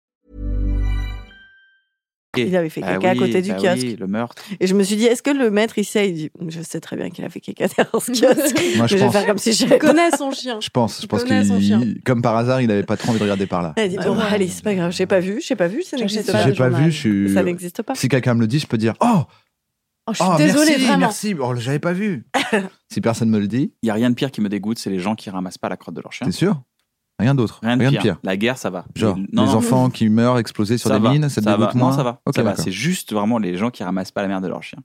F: Il avait fait
C: Bah
F: caca à
C: oui,
F: côté du
C: bah
F: kiosque.
C: oui, le meurtre.
F: Et je me suis dit, est-ce que le maître, il sait Il dit, je sais très bien qu'il a fait caca derrière ce kiosque.
D: Moi, je
F: mais je vais
D: pense.
F: faire comme si je
E: Il
F: savais pas.
E: connaît son chien.
D: Je pense, je pense
E: connaît son chien.
D: qu'il, comme par hasard, il n'avait pas trop envie de regarder par là.
F: Elle dit, bon, allez, c'est pas grave, j'ai pas vu, j'ai pas vu, ça
E: J'achète
F: n'existe
E: pas
F: pas.
D: J'ai
E: le
D: pas
E: journal.
D: vu, je suis.
F: Ça n'existe pas.
D: Si quelqu'un me le dit, je peux dire Oh,
E: Oh, je suis
D: oh,
E: désolée,
D: merci,
E: vraiment.
D: merci, oh, j'avais pas vu. si personne me le dit,
C: Il y a rien de pire qui me dégoûte, c'est les gens qui ramassent pas la crotte de leur chien.
D: t'es sûr Rien d'autre.
C: Rien de, pire. La guerre, ça va.
D: Genre,
C: Mais- non,
D: les
C: non,
D: enfants qui meurent explosés sur
C: ça
D: des
C: va,
D: mines, ça te
C: ça va.
D: dégoûte moins
C: Non, ça va.
D: Ok,
C: ça va.
D: d'accord.
C: C'est juste vraiment les gens qui ramassent pas la merde de leur chien.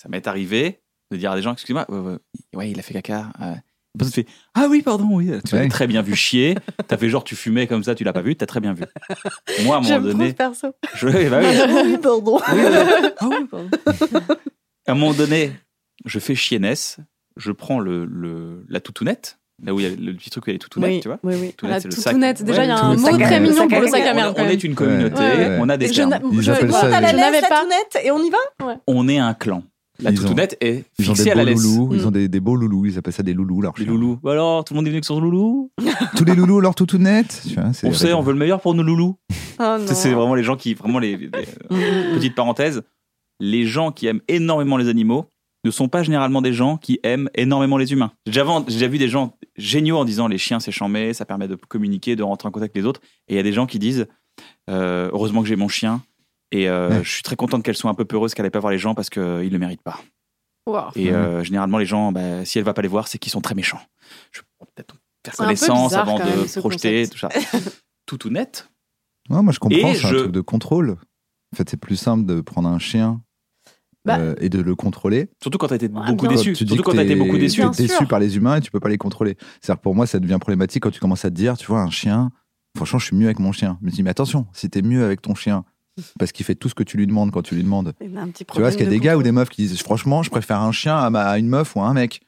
C: Ça m'est arrivé de dire à des gens, excusez-moi, ouais, ouais, ouais, il a fait caca. euh. La personne fait, ah oui, pardon, oui. Tu
D: Ouais.
C: as très bien vu chier. T'as fait genre, tu fumais comme ça, tu l'as pas vu, t'as très bien vu. Moi, à un moment
F: J'aime trop ce
C: donné,
F: perso.
C: je, eh ben oui.
F: oui, pardon.
C: à un moment donné, je fais chiennesse, je prends le, le- la toutounette, là où il y a le petit truc où il y a les toutounettes,
F: Oui,
C: tu vois.
F: oui, oui.
E: La
C: Toutounette, c'est le sac.
E: toutounette. Déjà, il y a
D: Ouais,
E: un
D: tout-
E: mot
D: sac à
E: très
D: merde.
E: mignon
F: Sac à
E: pour le sac à
F: merde.
E: merde.
C: On est une communauté,
D: Ouais, ouais.
C: on a des
E: Et je
C: termes.
E: n'a-
D: Ils
E: je-
D: appellent
E: moi,
D: ça
E: t'as
D: des-
E: la
D: Je
E: n'avais pas.
F: tounette et on y va
C: On est un clan. La
D: Ils ont-
C: toutounette est
D: Ils ont
C: fixée
D: des
C: à
D: beaux
C: la laisse.
D: loulous, ils ont des, des beaux loulous, ils appellent ça des loulous, leurs
C: Les
D: chiens.
C: loulous. Bah alors, tout le monde est venu avec son loulou
D: Tous les loulous, leur toutou net. Tu vois, c'est
C: On sait,
D: rigolo.
C: on veut le meilleur pour nos loulous.
F: Ah
C: Ça, C'est vraiment les gens qui. Vraiment, les. les-
F: Mm,
C: petite parenthèse. Les gens qui aiment énormément les animaux ne sont pas généralement des gens qui aiment énormément les humains. J'ai déjà, vu- j'ai déjà vu des gens géniaux en disant les chiens, c'est chambé, ça permet de communiquer, de rentrer en contact avec les autres. Et il y a des gens qui disent euh, heureusement que j'ai mon chien. Et euh,
D: Ouais.
C: je suis très contente qu'elle soit un peu peureuse, qu'elle n'aille pas voir les gens parce qu'ils ne le méritent pas.
E: Wow.
C: Et
D: Ouais.
C: euh, généralement, les gens, bah, si elle va pas les voir, c'est qu'ils sont très méchants. Je vais peut-être faire
E: C'est un peu
C: connaissance
E: bizarre
C: avant
E: quand même,
C: de
E: ce
C: projeter, tout ça.
E: concept.
C: tout tout net.
D: Ouais, moi, je comprends,
C: Et
D: c'est un
C: je-
D: truc de contrôle. En fait, c'est plus simple de prendre un chien
E: Bah.
D: euh, et de le contrôler.
C: Surtout quand t'as été
E: Ah,
C: beaucoup
E: bien
C: déçu.
D: Quand tu dis
C: Surtout
D: que
C: quand t'as été
D: t'es-
C: beaucoup déçu.
D: t'es
E: Bien sûr.
D: par les humains et tu peux pas les contrôler. C'est-à-dire, pour moi, ça devient problématique quand tu commences à te dire, tu vois, un chien, franchement, je suis mieux avec mon chien. Mais tu dis, mais attention, si t'es mieux avec ton chien, parce qu'il fait tout ce que tu lui demandes quand tu lui demandes.
F: Il a un
D: Tu
F: petit
D: vois,
F: problème.
D: parce qu'il y a
F: de
D: des gars ou
F: contrôle.
D: des meufs qui disent, franchement, je préfère un chien à, ma- à une meuf ou à un mec.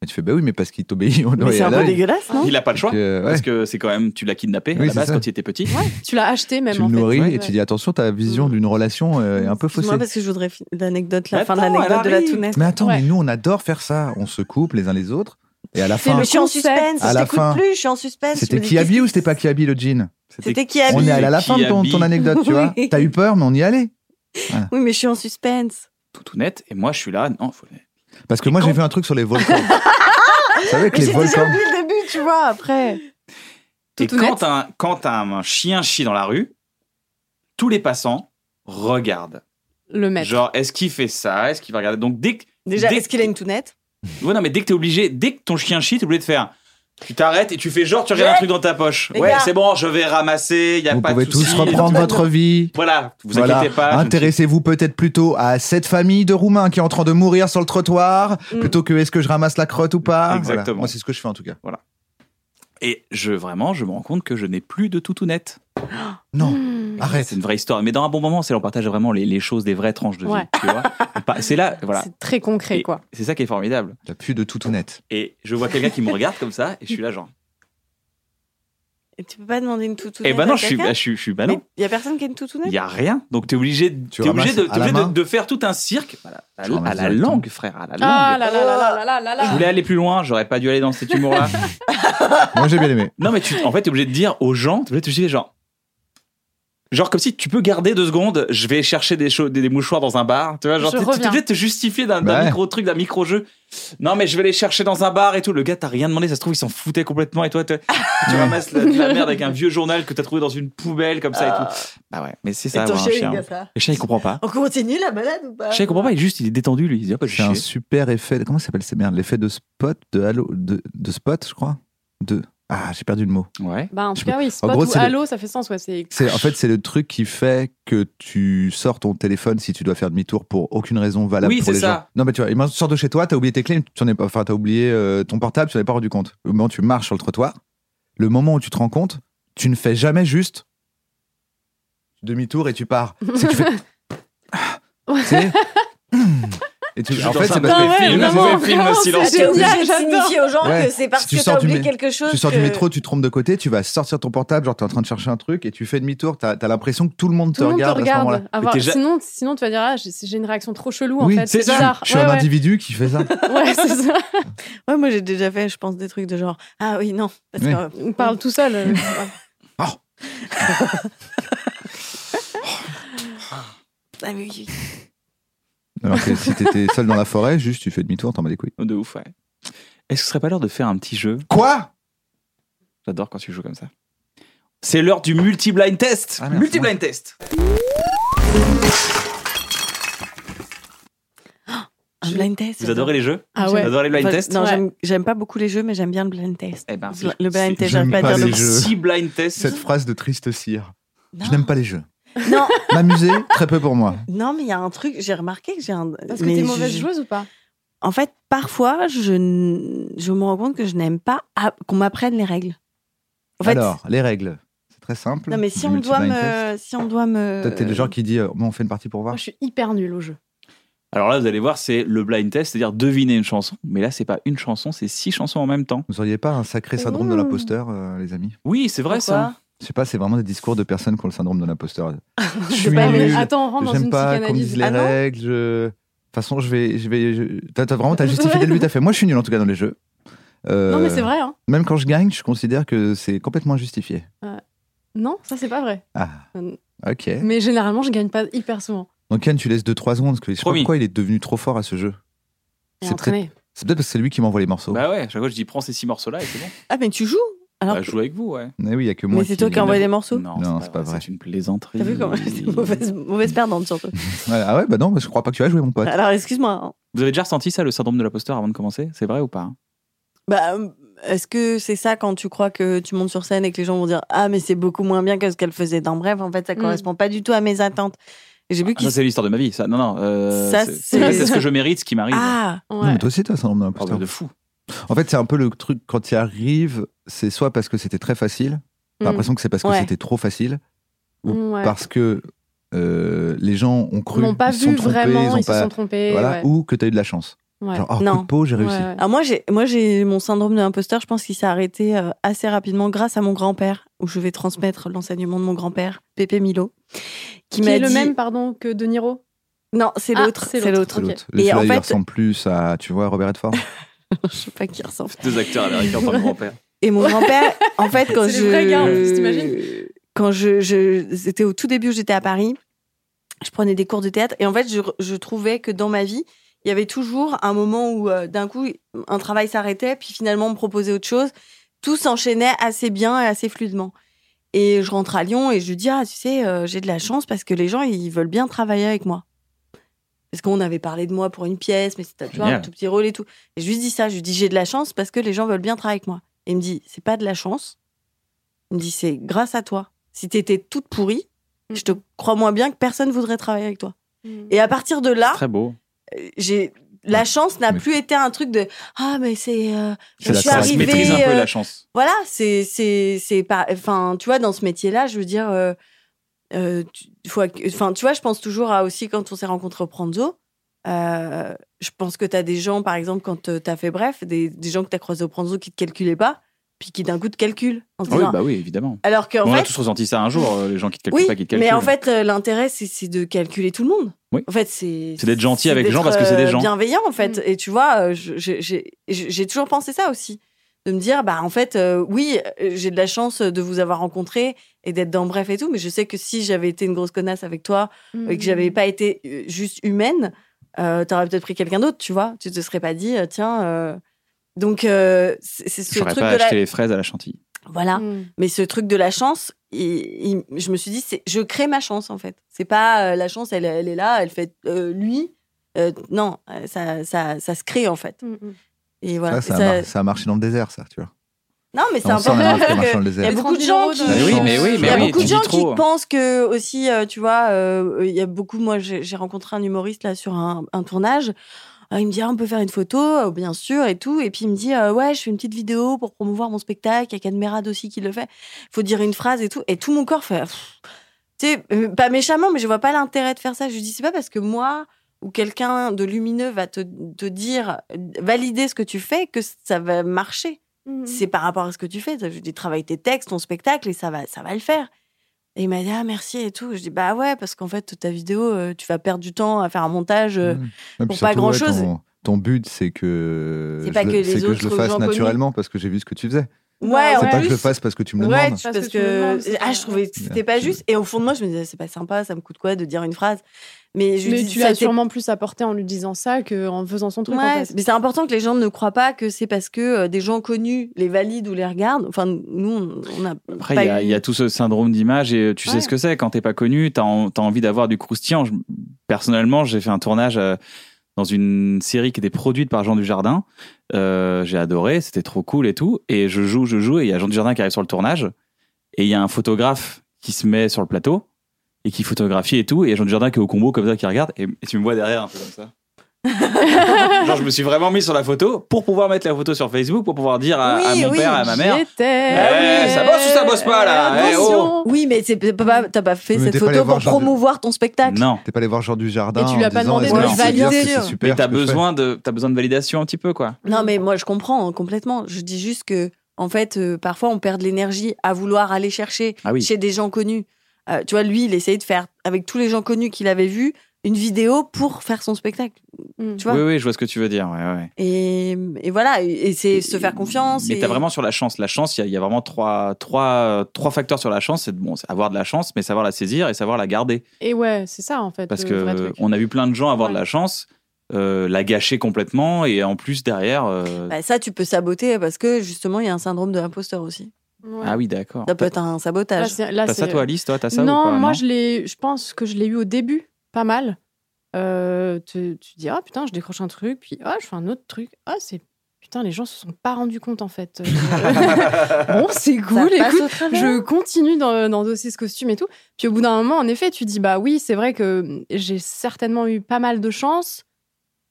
D: Et tu fais, bah oui, mais parce qu'il t'obéit au doigt
F: Mais
D: et
F: c'est
D: à
F: un peu
D: l'œil.
F: dégueulasse, non
C: Il a pas le choix.
D: Donc, euh, ouais.
C: Parce que c'est quand même, tu l'as kidnappé à
D: Oui,
C: la
D: c'est
C: base
D: ça.
C: quand il était petit.
E: Tu l'as acheté même
D: Tu
E: en
D: le
E: fait.
D: nourris
E: Ouais, Mm.
D: et tu dis, attention, ta vision d'une relation euh, est un peu faussée.
F: Moi, parce que je voudrais fi- l'anecdote, la
C: Mais
F: fin de
C: attends,
F: l'anecdote de
C: elle
F: la
C: arrive.
F: tounette.
D: Mais attends,
E: Ouais.
D: mais nous, on adore faire ça. On se coupe les uns les autres. Et à la fin,
F: Mais je suis en
E: concept.
F: suspense,
D: À
F: je
D: la fin.
F: t'écoute plus, je suis en suspense. je
D: c'était
F: me dis,
D: qui habille
F: qu'est-ce
D: ou
F: que
D: c'était pas qui habille le jean
F: C'était qui
D: On
F: habille
D: est allé à la
C: Qui
D: fin de ton,
C: habille
D: ton anecdote, tu vois.
F: Oui.
D: T'as eu peur, mais on y allait.
F: Oui, mais je suis en suspense.
C: Tout tout net. Et moi, je suis là. Non, faut-
D: Parce que moi, j'ai vu un truc sur les volcans. Vous savez que
F: Mais
D: les
F: j'ai déjà vu
D: volcans.
F: le début, tu vois, après.
C: Et
E: Tout tout
C: quand
E: net.
C: un, quand un chien chie dans la rue, tous les passants regardent.
E: Le maître.
C: Genre, est-ce qu'il fait ça Est-ce qu'il va regarder Donc, dès que.
F: Déjà,
C: dès
F: est-ce qu'il a une tounette
C: que- Ouais, non, mais dès que t'es obligé, dès que ton chien chie, t'es obligé de faire. Tu t'arrêtes et tu fais genre, tu regardes un truc dans ta poche.
F: Les
C: ouais,
F: gars.
C: c'est bon, je vais ramasser, il a
D: Vous
C: pas
D: pouvez
C: de
D: tous
C: souci.
D: reprendre votre vie.
C: Voilà, vous
D: Voilà.
C: inquiétez pas. je ne suis-
D: Intéressez-vous peut-être plutôt à cette famille de Roumains qui est en train de mourir sur le trottoir,
F: Mm.
D: plutôt que est-ce que je ramasse la crotte ou pas. Voilà.
C: Exactement.
D: Moi, c'est ce que je fais en tout cas.
C: Et je vraiment, je me rends compte que je n'ai plus de tout net.
D: Non,
F: Mm.
D: arrête.
C: C'est une vraie histoire. Mais dans un bon moment, c'est là où on partage vraiment les, les choses, des vraies tranches de vie.
E: Ouais.
C: tu vois. Pas- c'est là, voilà.
E: C'est très concret
C: Et
E: quoi.
C: C'est ça qui est formidable.
D: T'as plus de tout tout net.
C: Et je vois quelqu'un qui me regarde comme ça, et je suis là genre.
F: Et tu peux pas demander une toutounette
C: Eh ben
F: à
C: non, je suis,
F: quelqu'un
C: bah, je suis, je
D: Ah
C: suis bah
F: Mais
C: non.
F: il y a personne qui a une
C: Il
F: toutounette
C: y a rien. Donc t'es obligé,
D: Tu
C: t'es obligé, de,
D: ramasses à la
C: t'es obligé de-
D: main.
C: de faire tout un cirque à la, à
D: Tu
C: la-
D: ramasses
C: à la
D: directement.
C: langue, frère, à la langue.
E: Ah là là là là là là là.
C: Je voulais aller plus loin, j'aurais pas dû aller dans cet humour-là.
D: Moi, j'ai bien aimé.
C: non mais tu, en fait, t'es obligé de dire aux gens, t'es obligé de dire genre. Genre comme si tu peux garder deux secondes, je vais chercher des, cho- des, des mouchoirs dans un bar, tu vois, genre
E: Je
C: t'es- t'es
E: reviens.
C: obligé de te justifier d'un d'un
D: Ouais.
C: micro truc, d'un micro jeu. Non mais je vais les chercher dans un bar et tout. Le gars t'as rien demandé, ça se trouve il s'en foutait complètement et toi t'es- tu ramasses la, de la merde avec un vieux journal que t'as trouvé dans une poubelle comme ça et tout. Bah ouais, mais c'est ça
F: Attends,
C: avoir un
F: j'ai
C: chien.
F: une gars, ça.
C: Le chien il comprend pas.
F: On continue la balade ou pas
C: Le chien il comprend pas, il juste il est détendu lui, il dit ah, bah, je
D: C'est un
C: chie.
D: super effet. Comment ça s'appelle ces merdes L'effet de spot, de halo, de, de spot, je crois. De. Ah, j'ai perdu le mot.
C: Ouais.
E: Bah en
D: Je
E: tout
D: me-
E: cas oui, spot
D: gros,
E: ou
D: c'est le-
E: halo, ça fait sens ouais, c'est
D: C'est en fait c'est le truc qui fait que tu sors ton téléphone si tu dois faire demi-tour pour aucune raison valable
C: Oui,
D: pour
C: c'est
D: les
C: ça.
D: gens. Non mais tu vois, imagine, tu sors de chez toi, t'as oublié tes clés, tu en es pas, enfin t'as oublié euh, ton portable, tu n'en es pas rendu compte. Au moment où tu marches sur le trottoir, le moment où tu te rends compte, tu ne fais jamais juste demi-tour et tu pars. C'est que tu fais. C'est- Et tu- En fait, c'est parce que.
N: T'es obligé de
F: J'adore.
N: signifier aux gens
D: Ouais,
N: que c'est parce
D: si tu
N: que
D: sors
N: t'as
D: du
N: oublié
D: mé-
N: quelque chose.
D: Tu sors du
N: que-
D: métro, tu te trompes de côté, tu vas sortir ton portable, genre t'es en train de chercher un truc et tu fais demi-tour, t'as as, l'impression que tout le monde
E: Tout le
D: te
E: monde te
D: regarde, à ce
E: regarde.
D: moment-là.
E: avoir- sinon, sinon, tu vas dire, ah, j'ai j'ai une réaction trop chelou,
D: oui,
E: en fait. C'est
D: ça.
E: bizarre.
D: Je suis
E: Ouais,
D: un
E: ouais.
D: individu qui fait ça.
E: Ouais, c'est ça.
F: Ouais, moi j'ai déjà fait, je pense, des trucs de genre Ah oui, non. Parce
D: Oui.
F: que,
E: On parle tout seul. euh, ouais.
F: Ah oui, oui.
D: Alors que si t'étais seul dans la forêt, juste tu fais demi-tour, t'en bats les couilles.
C: De ouf, ouais. Est-ce que ce serait pas l'heure de faire un petit jeu
D: Quoi
C: J'adore quand tu joues comme ça. C'est l'heure du multi-blind test
L: merde.
C: Multi-blind test
F: Un blind test.
C: Vous adorez les jeux
F: Ah ouais.
C: Vous adorez les blind
F: Enfin,
C: tests
F: Non, j'aime- j'aime pas beaucoup les jeux, mais j'aime bien le blind test.
C: Eh ben,
F: Le- le blind test,
D: J'aime
F: j'arrive pas
D: pas
F: à dire
D: les
F: le-
D: jeux.
C: Si blind test.
D: Cette phrase de triste cire. Je n'aime pas les jeux.
F: Non,
D: M'amuser, très peu pour moi.
F: non, mais il y a un truc, j'ai remarqué que j'ai un.
E: Parce que
F: mais
E: t'es
F: je-
E: mauvaise
F: je-
E: joueuse ou pas
F: En fait, parfois, je, n- je me rends compte que je n'aime pas à- qu'on m'apprenne les règles. En fait,
D: Alors, les règles, c'est très simple.
F: non, mais si
D: Du
F: on, doit
D: multi-blind test.
F: me, si on doit me.
D: Toi, t'es le genre qui dit euh, Bon, on fait une partie pour voir.
E: Moi, je suis hyper nulle au jeu.
C: Alors là, vous allez voir, c'est le blind test, c'est-à-dire deviner une chanson. Mais là, c'est pas une chanson, c'est six chansons en même temps.
D: Vous auriez pas un sacré
E: Oh.
D: syndrome de
F: Ouh.
D: l'imposteur, euh, les amis
C: Oui, c'est vrai ça.
D: Je sais pas, c'est vraiment des discours de personnes qui ont le syndrome de l'imposteur. Je suis
E: C'est pas-
D: nul,
E: Bah, Attends, on rentre dans
D: j'aime
E: une
D: pas qu'on me dise
E: psychanalyse.
D: les
E: Ah non
D: règles. je- De toute façon, je vais. Je vais je- T'as, t'as vraiment t'as justifié dès le début, t'as fait Moi, je suis nul en tout cas dans les jeux. Euh,
E: Non, mais c'est vrai. Hein.
D: Même quand je gagne, je considère que c'est complètement injustifié.
E: Non, ça, c'est pas vrai.
D: Ah,
E: Euh,
D: ok.
E: Mais généralement, je gagne pas hyper souvent.
D: Donc, Yann, tu laisses 2-3 secondes parce que je sais pas
C: Promis.
D: pourquoi il est devenu trop fort à ce jeu.
E: Et
D: C'est
E: entraîner.
D: C'est peut-être parce que c'est lui qui m'envoie les morceaux.
C: Bah ouais, chaque fois je dis prends ces six morceaux-là et c'est bon.
F: Ah, mais tu joues Alors,
C: Bah, je joue avec vous, ouais.
D: Mais Eh oui, il y a que moi.
F: Mais c'est toi qui envoies des morceaux
C: Non,
D: Non,
C: c'est pas, vrai. C'est une plaisanterie.
F: T'as vu comment j'étais mauvaise, mauvaise perdante surtout.
D: Ouais, Ah ouais, bah non, parce que je crois pas que tu vas jouer, mon pote.
F: Alors, excuse-moi. hein.
C: Vous avez déjà ressenti ça, le syndrome de l'imposteur, avant de commencer C'est vrai ou pas hein
F: Bah, euh, est-ce que c'est ça quand tu crois que tu montes sur scène et que les gens vont dire Ah, mais c'est beaucoup moins bien que ce qu'elle faisait dans Bref, en fait, ça
E: Mm.
F: correspond pas du tout à mes attentes. Et J'ai vu
C: Ah, Ça,
F: qu'ils.
C: c'est l'histoire de ma vie. Ça, non, non. euh,
F: Ça,
C: c'est-
F: c'est-
C: c'est c'est ce que je mérite, ce qui m'arrive.
F: Ah,
E: Ouais.
D: Non, mais toi aussi, t'as un syndrome de
C: Oh,
D: l'imposteur.
C: bah, de fou.
D: En fait, c'est un peu le truc quand tu arrives, c'est soit parce que c'était très facile, t'as
E: Mm.
D: l'impression que c'est parce que
F: Ouais.
D: c'était trop facile, ou
E: Ouais.
D: parce que euh, les gens ont
E: Ils
D: cru,
E: m'ont pas
D: ils se sont
E: vu
D: trompés, ils
E: vraiment,
D: ont
E: ils se
D: pas-
E: sont trompés.
D: voilà,
E: ouais.
D: ou que t'as eu de la chance.
E: Ouais.
D: Genre, oh, coup
F: Non.
D: de peau, j'ai réussi.
E: Ouais, ouais.
F: Ah, moi, j'ai, moi, j'ai mon syndrome de l'imposteur. Je pense qu'il s'est arrêté euh, assez rapidement grâce à mon grand-père, où je vais transmettre l'enseignement de mon grand-père, Pépé Milo, qui,
E: Qui
F: m'a
E: est le
F: dit-
E: même, pardon, que De Niro
F: Non, c'est
E: Ah,
F: l'autre.
E: c'est
F: C'est
E: l'autre.
D: C'est
F: l'autre.
E: Ok.
D: l'autre. Le
F: Et en
D: soleil il
F: fait-
D: ressemble plus à, tu vois, Robert Redford.
F: je sais pas qui ressemble.
C: Deux acteurs américains
F: Ah.
C: par le grand-père.
F: Et mon grand-père, en fait, quand
E: C'est les
F: je.
E: vrais gars, en plus, t'imagines
F: Quand je. je- C'était au tout début où j'étais à Paris, je prenais des cours de théâtre et en fait, je, je trouvais que dans ma vie, il y avait toujours un moment où euh, d'un coup, un travail s'arrêtait, puis finalement, on me proposait autre chose. Tout s'enchaînait assez bien et assez fluidement. Et je rentre à Lyon et je lui dis Ah, tu sais, euh, j'ai de la chance parce que les gens, ils veulent bien travailler avec moi. Parce qu'on avait parlé de moi pour une pièce, mais c'était tu vois, un
C: Génial.
F: tout petit rôle et tout. Et je lui dis ça, je lui dis j'ai de la chance parce que les gens veulent bien travailler avec moi. Et il me dit c'est pas de la chance. Il me dit c'est grâce à toi. Si t'étais toute pourrie,
E: Mm.
F: je te crois moins bien que personne voudrait travailler avec toi. Et à partir de là,
C: Très beau.
F: euh, j'ai la chance n'a
D: Mais-
F: plus été un truc de ah mais c'est euh,
D: C'est
F: je
D: la
F: suis
D: chance.
C: Ça se
F: arrivée
C: maîtrise un peu
F: euh,
C: la chance.
F: voilà, c'est c'est c'est pas enfin tu vois dans ce métier là, je veux dire euh, euh, tu, faut ac- enfin tu vois, je pense toujours à aussi quand on s'est rencontrés au Pranzo euh, je pense que tu as des gens par exemple quand euh, t'as fait bref, des, des gens que t'as croisés au Pranzo qui te calculaient pas puis qui d'un coup te calculent en se
C: Ah oui,
F: disant-
C: bah oui, évidemment.
F: alors qu'en
C: on a
F: fait
C: tous ressenti ça un jour, euh, les gens qui te calculent
F: oui,
C: pas, qui te calculent.
F: mais en fait euh, l'intérêt c'est c'est de calculer tout le monde.
C: Oui.
F: En fait, c'est
C: C'est d'être gentil
F: c'est
C: avec les gens
F: d'être,
C: parce que c'est des
F: euh,
C: gens.
F: Bienveillant en fait.
E: Mm.
F: Et tu vois, euh, je- je- j'ai j'ai- j'ai toujours pensé ça aussi, de me dire bah en fait euh, oui euh, j'ai de la chance de vous avoir rencontré et d'être dans bref et tout, mais je sais que si j'avais été une grosse connasse avec toi
E: Mm.
F: et que j'avais pas été euh, juste humaine, euh, t'aurais peut-être pris quelqu'un d'autre, tu vois. Tu te serais pas dit euh, tiens. euh, Donc euh, c'est c'est ce
C: J'aurais
F: truc
C: pas
F: de la
C: acheté les fraises à la chantilly.
F: voilà.
E: Mm.
F: Mais ce truc de la chance, il- il- je me suis dit, c'est, je crée ma chance en fait. C'est pas euh, la chance, elle, elle est là, elle fait euh, lui. Euh, non, euh, ça, ça, ça se crée en fait.
E: Mm, mm.
F: Et voilà.
D: Ça, ça,
F: Et ça-
D: a mar- ça a marché dans le désert, ça, tu vois.
F: Non, mais c'est
D: On sent
F: important
D: un
F: parce
D: marché
F: que
D: dans le
F: il y a
D: désert.
F: beaucoup de
E: 30
F: gens
E: euros
F: qui.
E: de- Mais
D: oui, mais oui,
F: Il y a
D: mais oui,
F: beaucoup
D: tu
F: de
D: dis
F: gens qui pensent que aussi, euh, tu vois, euh, il y a beaucoup. Moi, j'ai j'ai rencontré un humoriste là sur un, un tournage. Euh, Il me dit, ah, on peut faire une photo, euh, bien sûr, et tout. Et puis il me dit, euh, ouais, je fais une petite vidéo pour promouvoir mon spectacle. Il y a Cadmerade aussi qui le fait. Il faut dire une phrase et tout. Et tout mon corps fait. pff, Tu sais, euh, pas méchamment, mais je vois pas l'intérêt de faire ça. Je lui dis, c'est pas parce que moi ou quelqu'un de lumineux va te, te dire, euh, valider ce que tu fais, que ça va marcher.
E: Mmh. Mm.
F: C'est par rapport à ce que tu fais. Je lui dis, travaille tes textes, ton spectacle, et ça va, ça va le faire. Et il m'a dit, ah, merci et tout. Je dis, bah ouais, parce qu'en fait, ta vidéo, euh, tu vas perdre du temps à faire un montage euh,
D: Et puis
F: pour pas
D: surtout, ouais,
F: grand-chose.
D: ton, ton but, c'est que,
F: C'est pas
D: je,
F: que
D: le-
F: les
D: c'est que je le
F: autres gens
D: fasse
F: connus.
D: naturellement parce que j'ai vu ce que tu faisais.
F: Ouais,
D: Mmh. c'est
F: en
D: pas que
F: plus.
D: je le fasse parce que tu me le
F: ouais,
D: demandes.
F: tu- parce,
E: que tu me
F: que,
E: demandes, c'est
F: ah, je trouvais que c'était pas juste. Et au fond de moi, je me disais, c'est pas sympa, ça me coûte quoi de dire une phrase. Mais je lui
E: Mais
F: dis,
E: tu
F: ça,
E: as
F: c'est-
E: sûrement plus apporté en lui disant ça qu'en faisant son truc. en
F: Ouais,
E: fait.
F: mais c'est important que les gens ne croient pas que c'est parce que euh, des gens connus les valident ou les regardent. Enfin, nous, on- on a
C: Après,
F: pas
C: il y, a-
F: eu-
C: il y a tout ce syndrome d'image et euh, tu sais
F: Ouais.
C: ce que c'est. Quand t'es pas connu, t'as en- t'as envie d'avoir du croustillant. Je- personnellement, j'ai fait un tournage euh, dans une série qui était produite par Jean Dujardin. Euh, j'ai adoré, c'était trop cool et tout. Et je joue, je joue, et il y a Jean Dujardin qui arrive sur le tournage. Et il y a un photographe qui se met sur le plateau et qui photographie et tout. Et Jean Dujardin qui est au combo comme ça, qui regarde. Et, et tu me vois derrière un peu comme ça. Genre, je me suis vraiment mis sur la photo pour pouvoir mettre la photo sur Facebook, pour pouvoir dire à, à
F: Oui,
C: mon
F: oui,
C: père, à ma mère.
F: j'étais.
C: Eh,
F: Oui.
C: ça bosse ou ça bosse pas
E: Bah,
C: là Eh, oh.
F: Oui, mais c'est- t'as pas, t'as pas fait
D: Mais
F: cette
D: t'es pas allé
F: photo pour
D: voir Jean de-
F: promouvoir ton spectacle.
C: Non.
D: T'es pas allé voir Jean du Jardin.
F: Et tu lui as pas demandé
D: eh ben,
F: de le valider.
C: Mais t'as besoin de t'as besoin de validation un petit peu quoi.
F: Non, mais moi, je comprends hein, complètement. Je dis juste que, en fait, euh, parfois, on perd de l'énergie à vouloir aller chercher
C: Ah oui.
F: chez des gens connus. Euh, tu vois, lui, il essayait de faire, avec tous les gens connus qu'il avait vus, une vidéo pour faire son spectacle.
E: Mm.
F: Tu vois
C: Mm. Oui oui, je vois ce que tu veux dire. Ouais, ouais.
F: et, et voilà, et, et c'est se faire confiance.
C: Mais
F: et-
C: t'as vraiment sur la chance. La chance, il y a- il y, a vraiment trois, trois, trois facteurs sur la chance. C'est de- bon, c'est avoir de la chance, mais savoir la saisir et savoir la garder.
E: Et ouais, c'est ça en fait.
C: Parce
E: le
C: que
E: vrai truc.
C: on a vu plein de gens avoir de la chance, euh, la gâcher complètement et en plus derrière. euh,
F: Bah, ça, tu peux saboter parce que, justement, il y a un syndrome de l'imposteur aussi.
C: Ah oui, d'accord.
F: Ça peut être un sabotage.
E: Là, c'est- là,
C: T'as ça
E: c'est-
C: toi, Alice, toi, t'as ça
E: non,
C: ou pas
E: moi je l'ai, je pense que je l'ai eu au début, pas mal. Euh, tu, tu dis ah putain, je décroche un truc, puis ah je fais un autre truc, ah c'est putain les gens se sont pas rendus compte en fait. euh, bon c'est cool,
F: passe
E: écoute,
F: au travers.
E: je continue d'en- d'endosser ce costume et tout. Puis au bout d'un moment, en effet, tu dis bah oui c'est vrai que j'ai certainement eu pas mal de chance.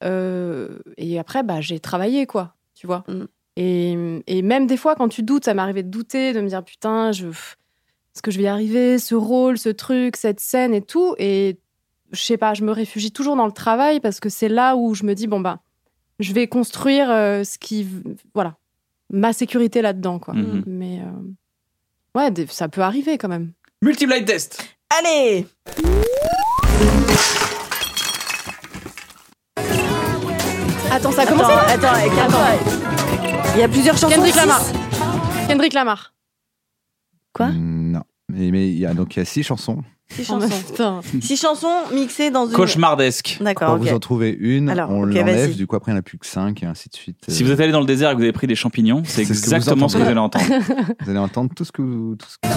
E: Euh, et après bah j'ai travaillé quoi, tu vois.
F: Mm.
E: Et, hum, et même des fois quand tu doutes, ça m'arrivait de douter, de me dire putain je est-ce que je vais y arriver, ce rôle, ce truc, cette scène et tout. Et je sais pas, je me réfugie toujours dans le travail parce que c'est là où je me dis, bon, bah, je vais construire euh, ce qui. Voilà, ma sécurité là-dedans, quoi.
C: Mhm.
E: Mais euh, ouais, des- ça peut arriver quand même.
C: Multi-blind test.
F: Allez
E: Attends, Ah, ça a commencé là
F: Attends, attends, calme-toi. Il y a plusieurs chansons.
E: Kendrick
F: six.
E: Lamar. Kendrick Lamar.
D: Mm, Non. Mais mais il y a donc il y a six chansons.
F: Six
E: Oh, mais
F: chansons. Six chansons mixées dans une.
C: Cauchemardesque.
F: D'accord.
D: Quand
F: Ah, ok.
D: vous en trouvez une,
F: Alors,
D: on
F: ok,
D: l'enlève.
F: vas-y.
D: Du coup, après, il n'y en a plus que cinq et ainsi de suite.
C: Si vous êtes allé dans le désert et que vous avez pris des champignons, Euh, c'est
D: C'est ce que vous
C: exactement ce que vous
D: entendez.
C: allez entendre.
D: Vous allez entendre tout ce que vous. Tout ce que...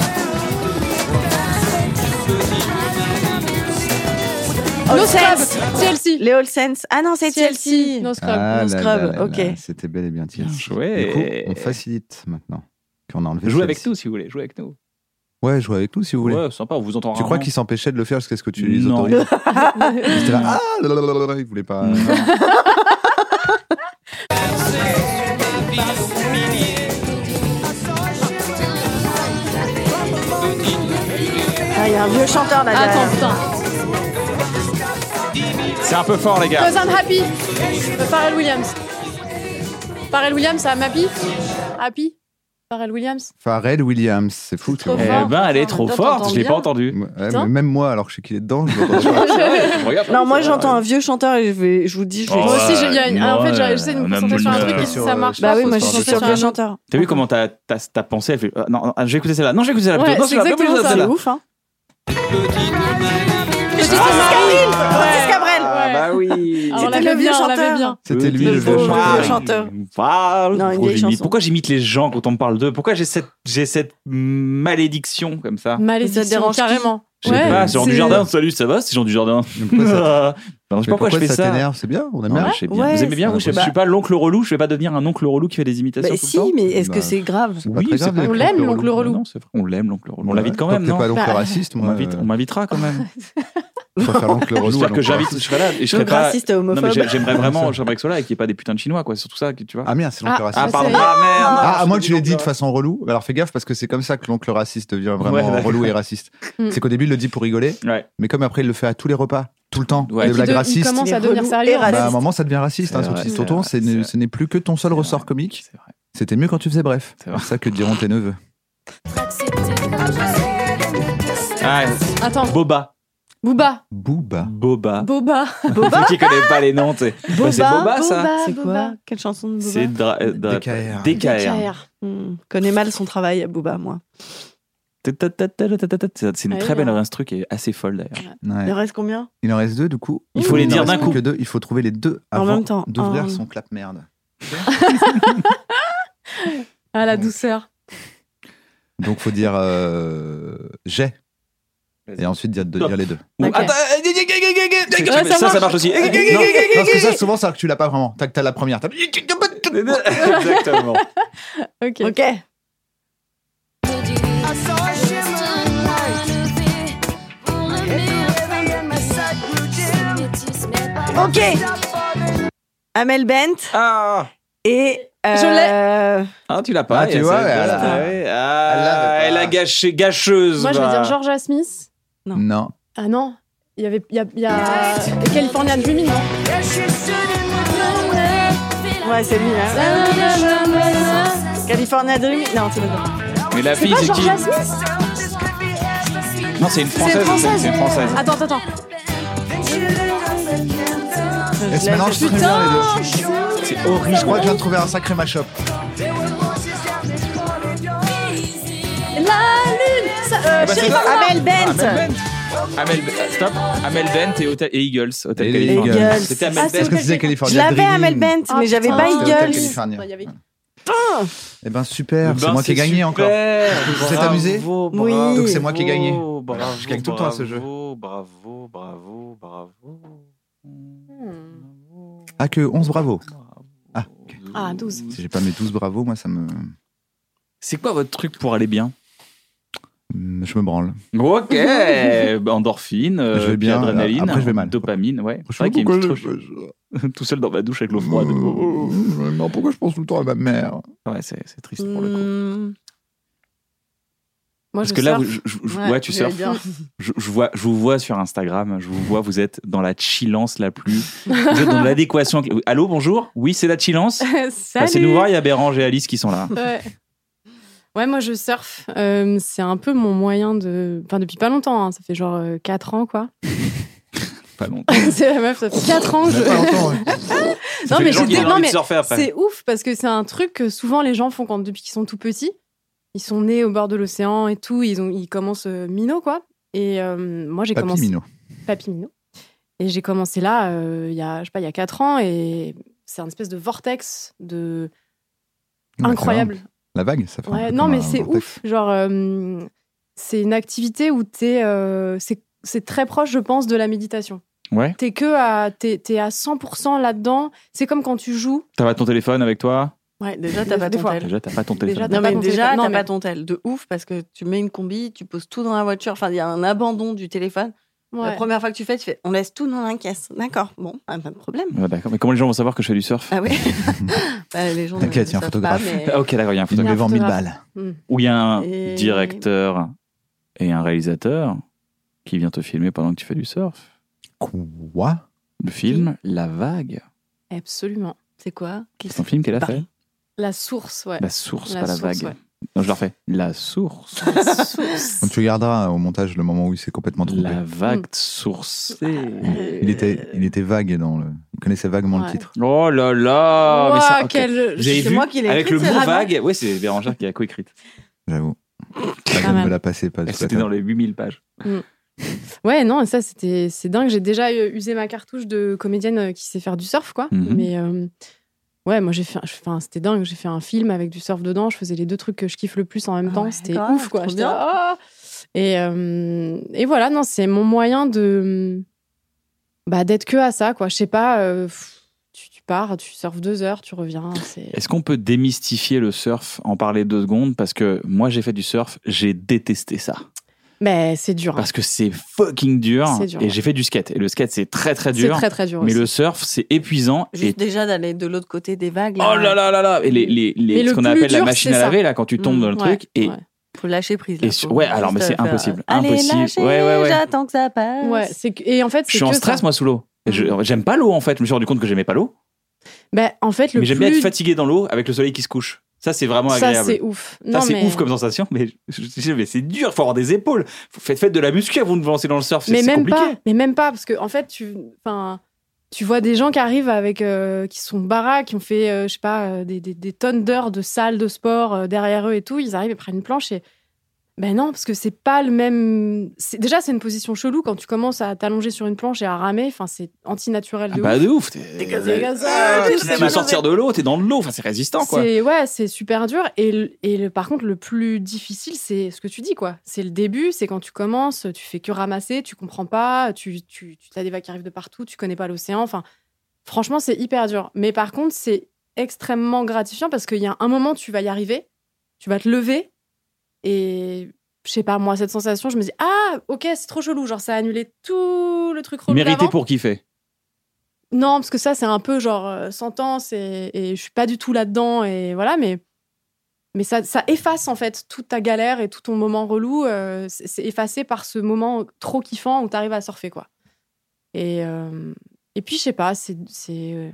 F: All
E: No Scrub.
F: Sense.
E: TLC.
F: Les All Sense. Ah non, c'est TLC.
E: No Scrub.
D: Ah là
F: on scrub,
D: là là
F: ok.
D: là, C'était bel et bien tiré.
C: Bien joué.
D: Du coup, on facilite maintenant. Qu'on a enlevé
C: Jouez
D: celle-ci.
C: avec nous si vous voulez. Jouez avec nous.
D: Ouais, jouez avec nous si vous voulez.
C: Ouais, sympa. On vous entend.
D: Tu crois
C: rarement.
D: qu'ils s'empêchaient de le faire jusqu'à ce que tu les
C: Non.
D: autorises Ils étaient là, ah, lalalala, ils voulaient
C: euh,
D: pas.
C: Mm.
F: Ah, il y a un vieux chanteur là.
E: Attends,
F: derrière.
E: putain.
C: C'est un peu fort, les gars.
E: Cause I'm happy. De Pharrell Williams. Pharrell Williams, I'm happy. Happy. Pharrell Williams.
D: Pharrell Williams, c'est fou. tu
E: trop
D: vois.
E: fort.
C: Eh ben, elle est
E: Attends,
C: trop
E: t'entends
C: forte. Je l'ai pas
E: bien
C: entendue.
D: Ouais,
E: Putain.
D: mais même moi, alors que je sais qu'il est dedans, je l'entends pas.
C: hein.
F: Non, moi j'entends un vieux chanteur et je, vais, je vous dis, je vais.
C: Oh,
E: Moi aussi, j'ai- il y a une- en fait,
C: ouais,
E: j'ai- j'essaie de me
C: on a
E: concentrer sur un
C: une-
E: truc et si ça marche. pas,
F: Bah oui,
E: faut
F: moi
E: se
F: je suis
E: concentrer
F: sur le
E: un
F: vieux
E: autre.
F: chanteur.
C: T'as vu comment t'as t'as- t'as pensé Elle fait ah, non, non, je vais écouter celle-là. Non, je vais écouter celle-là
E: Ouais,
C: plutôt. Non,
E: c'est
C: celle-là. Non,
E: exactement
C: plutôt
E: ça.
C: celle-là.
F: C'est ouf, hein.
E: Petit
F: Gabriel Francis
E: Ouais.
F: Cabrel
C: Ah bah oui.
E: Alors, on
F: C'était
E: l'avait
F: le vieux
E: bien, on l'avait
F: chanteur.
E: bien.
D: C'était lui le
F: beau
D: vieux
F: vieux
D: chanteur.
F: chanteur.
C: Parle.
F: Non, une
C: Pourquoi
F: vieille
C: j'imite-
F: chanson.
C: Pourquoi j'imite les gens quand on me parle d'eux Pourquoi j'ai cette, j'ai cette malédiction comme ça
E: Malédiction,
F: Ça te dérange qui
E: carrément.
C: Je sais pas, c'est Jean
E: c'est-
C: du Jardin. Salut, ça va C'est Jean du Jardin.
D: pourquoi
C: Non, je sais pas pourquoi je fais
D: ça
C: ça.
D: t'énerve C'est bien, on aime
C: Non,
D: bien.
C: je sais bien.
F: Ouais,
C: vous aimez bien
D: c'est
C: vous Je
D: vrai.
C: suis pas l'oncle relou, je vais pas devenir un oncle relou qui fait des imitations
F: Bah
C: tout le temps.
F: si, mais est-ce que
D: Bah,
F: c'est grave
D: C'est pas
C: Oui,
D: très
C: c'est
D: grave,
C: pas-
D: les
E: On
D: clones
E: l'aime,
D: de
E: l'oncle
D: relou.
E: relou.
C: Non, c'est vrai. On l'aime l'oncle relou. On l'invite quand
D: Tant
C: même,
D: que T'es
C: non
D: pas l'oncle
E: Bah,
D: raciste,
C: On
D: moi,
C: m'invite-
D: euh,
C: on m'invitera quand même.
D: Faut faire l'oncle relou,
C: J'espère que
D: donc,
C: j'invite,
D: ouais.
C: je serai là. Et je serai
D: Donc
C: pas...
D: raciste et
C: Non, mais
D: homophobe.
C: j'ai- j'aimerais vraiment,
D: Ça.
C: j'aimerais que ce soit là et qu'il n'y ait pas des putains de chinois, quoi. C'est surtout ça, que tu vois.
D: Ah merde, c'est l'oncle raciste.
C: Ah, pardon.
D: Ah,
C: merde.
D: à moins que tu l'aies dit de façon relou. Bah, Alors fais gaffe parce que c'est comme ça que l'oncle raciste devient vraiment
C: Ouais, d'accord.
D: relou et raciste.
E: Mm.
D: c'est qu'au début, il le dit pour rigoler, mais comme après, il le fait à tous les repas, tout le temps,
C: Ouais.
D: des
C: Il
D: blagues
C: de- il
D: racistes.
E: commence à Il est devenir relou sérieux, hein. et en fait.
D: Bah, à un moment, ça devient raciste. hein,
C: C'est
D: son
C: vrai,
D: petit
C: c'est
D: tonton,
C: vrai,
D: c'est ne- ce n'est plus que ton seul ressort comique. C'était mieux quand tu faisais bref. C'est ça que diront tes neveux.
E: Bah. Attends.
C: Boba.
E: Booba.
D: Booba.
C: Boba.
E: Boba.
C: Ceux qui connaissent pas les noms, t'sais. Bah, c'est Boba, ça.
F: C'est quoi Quelle chanson de Boba
C: C'est dra- euh, dra-
D: DKR.
C: DKR.
F: Hmm, Connais mal son travail à Boba, moi.
C: Tatatatatatatatata. C'est une
F: Ouais,
C: très
F: il
C: belle
F: a-
C: instru qui est assez folle d'ailleurs.
F: Il en reste combien
D: Il en reste deux, du coup.
C: Mm. Il faut les
D: en
C: dire
D: reste
C: d'un
D: plus
C: coup.
D: que deux. Il faut trouver les deux
F: En
D: avant
F: même temps.
D: d'ouvrir
F: Un.
D: son clap merde.
E: Ah, la douceur.
D: Donc faut dire euh, j'ai. Et ensuite dire, de dire les deux.
C: Ou-
E: Ok.
C: Attends, euh,
D: C'est-
C: ça, ça marche, aussi.
D: Non, parce que ça, souvent, c'est que tu l'as pas vraiment. T'as t'as la première. t'as- Exactement.
E: Ok.
F: Ok. Ok. Amel Bent. Et. euh,
C: Je
F: l'ai.
C: Ah, tu l'as pas.
D: Ah, tu
C: et
D: vois,
C: ça-
D: elle a-
C: ah, ouais, ah,
D: elle l'avait pas.
C: elle a gâché, gâcheuse. bah.
E: Moi, je vais
C: va.
E: dire Georgia Smith.
D: Non.
E: Ah non, il y avait. Il y a, il y a... California Dreaming, non
F: Ouais, c'est lui. hein. California Dreaming. Non, c'est pas ça.
C: Mais la
F: C'est
C: fille,
F: pas
C: c'est qui
F: Georgia Smith
C: Non, c'est une française. c'est- C'est une française.
E: Attends, attends, attends.
D: Et se mélange très bien les deux.
E: C'est
D: horrible. Je crois que je viens de trouver un sacré mashup.
E: La lune ça, euh,
D: Eh ben,
C: Ah bah, c'est
E: Sheriff
C: ça.
E: Farmer.
F: Amel Bent.
C: Amel, stop. Amel Bent et, Hotel- et Eagles. Hotel
D: Et les
C: California.
D: Eagles.
C: C'était
D: Ah,
C: Amel
D: c'est Parce que
C: Bent.
D: Hotel c'était California
F: Je l'avais
D: Dreaming.
F: Amel Bent, mais
E: Ah,
F: j'avais
E: putain.
F: pas
D: C'était Hotel
F: Eagles.
D: California.
E: Il y avait-
D: Eh ben super,
C: Ben,
D: c'est moi qui ai
C: c'est
D: gagné
C: super.
D: encore. Vous êtes
C: Bravo,
D: amusé
F: Oui.
D: Donc c'est moi qui ai gagné.
C: Bravo, bravo,
D: Je gagne tout le temps à ce jeu.
C: Bravo, bravo, bravo, bravo.
D: Ah que 11 bravo.
E: Ah, 12.
D: Si j'ai pas mes 12 bravo, moi ça me
C: C'est quoi votre truc pour aller bien
D: Mm, je me branle.
C: Ok, endorphine, euh,
D: Je vais bien,
C: puis adrénaline,
D: après, je vais mal.
C: dopamine, ouais.
D: Je
C: C'est vrai
D: sais
C: qu'il y
D: pas
C: a une
D: pourquoi
C: petite truc. Tout seul dans ma douche avec l'eau froide.
D: Mmh, Non, pourquoi je pense tout le temps à ma mère
C: Ouais, c'est c'est triste.
F: Hmm.
E: Moi,
C: Parce
E: je
C: que là,
E: surfe.
C: vous- je, je- je-
F: Ouais,
C: ouais, tu
F: j'allais dire.
C: surfes. Je, je vois, je vous vois sur Instagram, je vous vois, vous êtes dans la chillance la plus. Vous êtes dans l'adéquation. avec- Allô, bonjour Oui, c'est la chillance Bah,
E: Salut.
C: Passez nous voir, il y a Bérange et Alice qui sont là.
E: Ouais. Ouais, moi je surfe. Euh, c'est un peu mon moyen de. Enfin, depuis pas longtemps, hein. ça fait genre 4 ans quoi.
C: Pas longtemps.
E: c'est la meuf, ça fait 4 ans. Je...
D: Pas longtemps, hein.
C: Ça fait les gens
E: j'ai
C: qui
E: dit-
C: avaient
E: non,
C: envie de
E: mais
C: surfer après.
E: C'est ouf parce que c'est un truc que souvent les gens font quand, depuis qu'ils sont tout petits. Ils sont nés au bord de l'océan et tout, ils, ont, ils commencent euh, minot quoi. Et euh, moi j'ai
D: Papy
E: commencé.
D: Minot.
E: Papy Minot. Et j'ai commencé là, euh, il y a, je sais pas, il y a 4 ans et c'est un espèce de vortex de.
D: Ouais,
E: incroyable.
D: c'est La vague, ça fait. un
E: Ouais,
D: peu
E: non,
D: comme un
E: mais c'est
D: vortex.
E: ouf. Genre, euh, c'est une activité où t'es, euh, c'est, c'est très proche, je pense, de la méditation.
C: Ouais.
E: T'es que à, t'es, t'es à 100% là-dedans. C'est comme quand tu joues.
C: T'as pas ton téléphone avec toi
F: Ouais, déjà,
E: Des-
F: t'as pas
E: des
F: ton
E: fois.
F: tel.
C: Déjà, t'as pas ton téléphone.
E: Déjà,
F: Non,
C: avec
E: T'as
F: mais
E: pas ton
F: déjà,
E: téléphone, non,
F: Ah, t'as
E: mais-
F: pas ton tel. De ouf, parce que tu mets une combi, tu poses tout dans la voiture. Enfin, il y a un abandon du téléphone. La
E: Ouais.
F: première fois que tu fais, tu fais on laisse tout dans la caisse. D'accord, bon, ah, pas de problème.
C: toi. Ouais, D'accord, mais comment les gens vont savoir que je fais du surf
F: Ah oui Bah, Les gens ne
D: T'inquiète, il y a un
F: savent
D: photographe.
F: pas, mais-
C: Ah, Ok, d'accord, il y a un
D: Il
C: photo.
D: me vend 1000
E: photographe.
D: balles.
E: Hmm.
C: Où il y a un
F: Et-
C: directeur et un réalisateur qui vient te filmer pendant que tu fais du surf.
D: Quoi
C: Le film La Vague.
E: Absolument.
F: C'est quoi
C: C'est un film qu'elle a fait
E: La source, ouais.
C: La source,
E: Bah, La
C: pas la
E: source,
C: vague.
E: ouais.
C: Non, je la refais. La source.
E: La source.
D: Donc, tu regarderas au montage le moment où il s'est complètement trompé.
C: La vague
E: Hmm.
C: sourcée.
D: Il était, il était vague dans le. Il connaissait vaguement
E: Euh, Ouais.
D: le titre.
C: Oh là là mais ça-
E: Ouah,
C: ok.
E: quel-
C: J'ai
E: c'est
C: vu,
E: moi qui l'ai
C: Avec
E: écrite,
C: le
E: c'est
C: mot
E: vraiment-
C: vague, ouais, c'est Bérangère qui a coécrite.
D: J'avoue. Elle
E: mal.
D: me la passait pas.
C: Elle
D: tout à
C: C'était
D: fait.
C: dans les 8000 pages.
E: Ouais, non, ça, c'était, c'est dingue. J'ai déjà euh, usé ma cartouche de comédienne euh, qui sait faire du surf, quoi.
C: Mhm.
E: Mais euh, ouais, moi, j'ai fait, je- enfin, c'était dingue. J'ai fait un film avec du surf dedans. Je faisais les deux trucs que je kiffe le plus en même
C: Ah
E: temps. c'était
F: grave,
E: ouf, quoi.
F: trop
E: J'étais
F: bien.
E: là, Ah et, euh, et voilà, non, c'est mon moyen de, bah, d'être que à ça, quoi. Je sais pas, euh, pff, tu, tu pars, tu surfes deux heures, tu reviens. C'est...
C: Est-ce qu'on peut démystifier le surf, en parler deux secondes Parce que moi, j'ai fait du surf, j'ai détesté ça.
E: Mais c'est dur. hein.
C: Parce que c'est fucking dur.
E: C'est dur,
C: et
E: ouais.
C: j'ai fait du skate. Et le skate, c'est très très
E: C'est
C: dur.
E: très, très dur
C: Mais
E: aussi.
C: le surf, c'est épuisant. Et
F: Juste déjà d'aller de l'autre côté des vagues.
C: Oh là là là là Et les, les, les-
F: Mais
C: ce
F: le
C: qu'on
F: plus
C: appelle la
F: dur,
C: machine
F: c'est
C: à
F: ça.
C: laver, là, quand tu tombes
F: Mmh,
C: dans le
F: ouais,
C: truc. Et,
F: Faut lâcher prise.
C: et
F: Là,
C: su-
F: faut
C: ouais, alors,
F: juste
C: mais c'est
F: faire,
C: impossible.
F: euh, Allez,
C: impossible.
F: lâchez,
C: ouais, ouais, ouais.
F: J'attends que ça passe.
E: Ouais, c'est que- et en fait,
C: Je
E: c'est
C: suis en
E: que
C: stress,
E: ça. Mmh.
C: moi, sous l'eau. Et je- J'aime pas l'eau, en fait. Je me suis rendu compte que j'aimais pas l'eau.
E: Ben, en fait, le
C: Mais j'aime
E: plus
C: bien être fatigué dans l'eau avec le soleil qui se couche. Ça, c'est vraiment
E: Ça,
C: agréable.
E: c'est ouf.
C: Ça,
E: Non,
C: c'est
E: mais-
C: ouf comme sensation, mais, je- je- je- mais c'est dur, faut avoir des épaules. Faut- Faites, faites de la muscu avant de vous lancer dans le surf, c'est
E: mais
C: c'est
E: même
C: compliqué.
E: pas mais même pas parce que en fait tu enfin tu vois des gens qui arrivent avec euh, qui sont baraques qui ont fait euh, je sais pas euh, des, des- des tonnes d'heures de salles de sport euh, derrière eux et tout ils arrivent et prennent une planche et ben non parce que c'est pas le même c'est- déjà c'est une position chelou quand tu commences à t'allonger sur une planche et à ramer enfin c'est antinaturel
C: Ah
E: de
C: bah
E: ouf.
C: de ouf. t'es-
E: Dégazé, dégazé,
C: Ah,
E: dégazé,
C: tu veux
E: dégazé.
C: sortir de l'eau, t'es dans de l'eau, enfin c'est résistant quoi.
E: C'est ouais, c'est super dur. Et, le- et le, par contre, le plus difficile, c'est ce que tu dis, quoi. C'est le début, c'est quand tu commences, tu fais que ramasser, tu comprends pas, tu, tu, tu as des vagues qui arrivent de partout, tu connais pas l'océan. Enfin, franchement, c'est hyper dur. Mais par contre, c'est extrêmement gratifiant parce qu'il y a un moment, tu vas y arriver, tu vas te lever et je sais pas, moi, cette sensation, je me dis, ah, ok, c'est trop chelou, genre ça a annulé tout le truc relou
C: Mérité
E: d'avant.
C: pour kiffer.
E: Non, parce que ça, c'est un peu genre euh, sentence et, et je suis pas du tout là-dedans et voilà, mais, mais ça, ça efface en fait toute ta galère et tout ton moment relou. euh, c'est c'est effacé par ce moment trop kiffant où t'arrives à surfer, quoi. Et, euh, et puis, je sais pas, c'est. c'est- euh,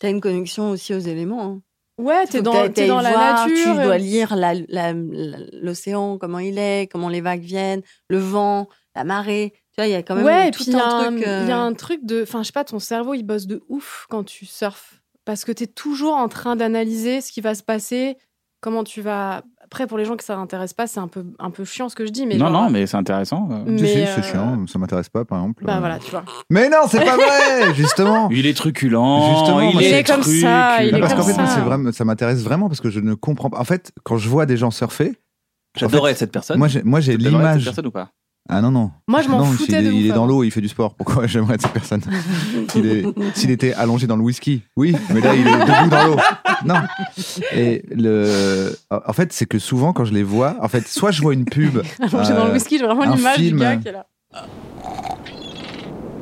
F: T'as une connexion aussi aux éléments. hein.
E: Ouais, t'es
F: Faut que
E: dans,
F: t'ailles-
E: t'es
F: t'ailles
E: dans la
F: voir,
E: nature.
F: Tu dois
E: euh,
F: lire la- la- la- l'océan, comment il est, comment les vagues viennent, le vent, la marée. Tu vois, il y a quand même
E: ouais, et
F: tout
E: puis il y, a
F: un
E: un-
F: truc. euh,
E: il y a un truc de. Enfin, je sais pas, ton cerveau, il bosse de ouf quand tu surfes. Parce que tu es toujours en train d'analyser ce qui va se passer, comment tu vas. Après, pour les gens que ça n'intéresse pas, c'est un peu, un peu chiant ce que je dis. Mais
C: non,
E: genre,
C: non, mais c'est intéressant. euh.
E: Mais,
D: Si, si,
E: euh,
D: c'est chiant, ça m'intéresse pas, par exemple.
E: Bah voilà, tu vois.
D: Mais non, c'est pas vrai, justement.
C: Il est truculent.
D: Justement,
C: il,
D: moi,
C: est
D: c'est-
E: comme ça, il est
D: parce qu'en
E: comme
D: fait, moi,
E: ça.
D: c'est vraiment, ça m'intéresse vraiment parce que je ne comprends pas. En fait, quand je vois des gens surfer,
C: J'adorais cette personne.
D: moi, j'ai- moi, j'ai
C: T'adorais cette
D: l'image.
C: personne ou pas
D: ah non non.
E: Moi, je m'en
D: Non,
E: foutais
D: s'il est- Il
E: de ouf
D: est dans
E: avant.
D: l'eau, il fait du sport. Pourquoi j'aimerais cette personne S'il est- S'il était allongé dans le whisky, oui, mais là il est debout dans l'eau. Non. Et le, en fait, c'est que souvent quand je les vois, en fait, soit je vois une pub,
E: Allongé dans
D: euh,
E: le whisky, j'ai vraiment
D: un
E: l'image du
D: film,
E: gars qui est là.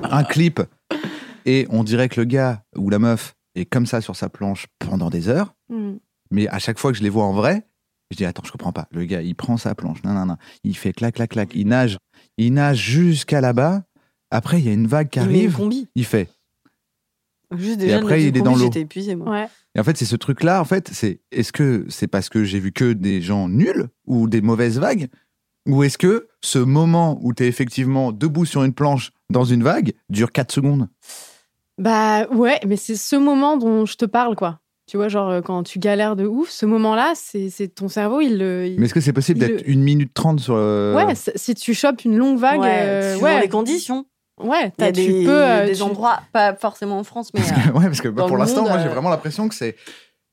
D: un clip et on dirait que le gars ou la meuf est comme ça sur sa planche pendant des heures,
E: Mm.
D: mais à chaque fois que je les vois en vrai, je dis attends, je comprends pas. Le gars, il prend sa planche, nan, nan, nan. il fait clac clac clac, il nage, il nage jusqu'à là-bas. Après, il y a une vague qui
F: Il met une
D: arrive,
F: combi.
D: il fait.
F: Juste
D: Et
F: déjà, de
D: après,
F: mettre une
D: il est dans
F: combi,
D: l'eau.
F: J'étais épuisée, moi.
D: Et en fait, c'est ce truc-là, en fait, c'est est-ce que c'est parce que j'ai vu que des gens nuls ou des mauvaises vagues ou est-ce que ce moment où tu es effectivement debout sur une planche dans une vague dure 4 secondes
E: Bah ouais, mais c'est ce moment dont je te parle, quoi. Tu vois, genre euh, quand tu galères de ouf, ce moment-là, c'est c'est ton cerveau, il le. il-
D: Mais euh, est-ce que c'est possible
E: il
D: d'être
E: le-
D: une minute 30 sur le...
E: Ouais, c- si tu chopes une longue vague.
F: Ouais,
E: euh,
F: suivant les conditions.
E: Ouais,
F: Il y a
E: t'as-
F: des,
E: tu peux. euh,
F: des
E: tu-
F: endroits, pas forcément en France, mais. euh,
D: Ouais, parce que
F: Dans
D: pour
F: le
D: l'instant,
F: monde,
D: moi, j'ai
F: euh,
D: vraiment l'impression que c'est.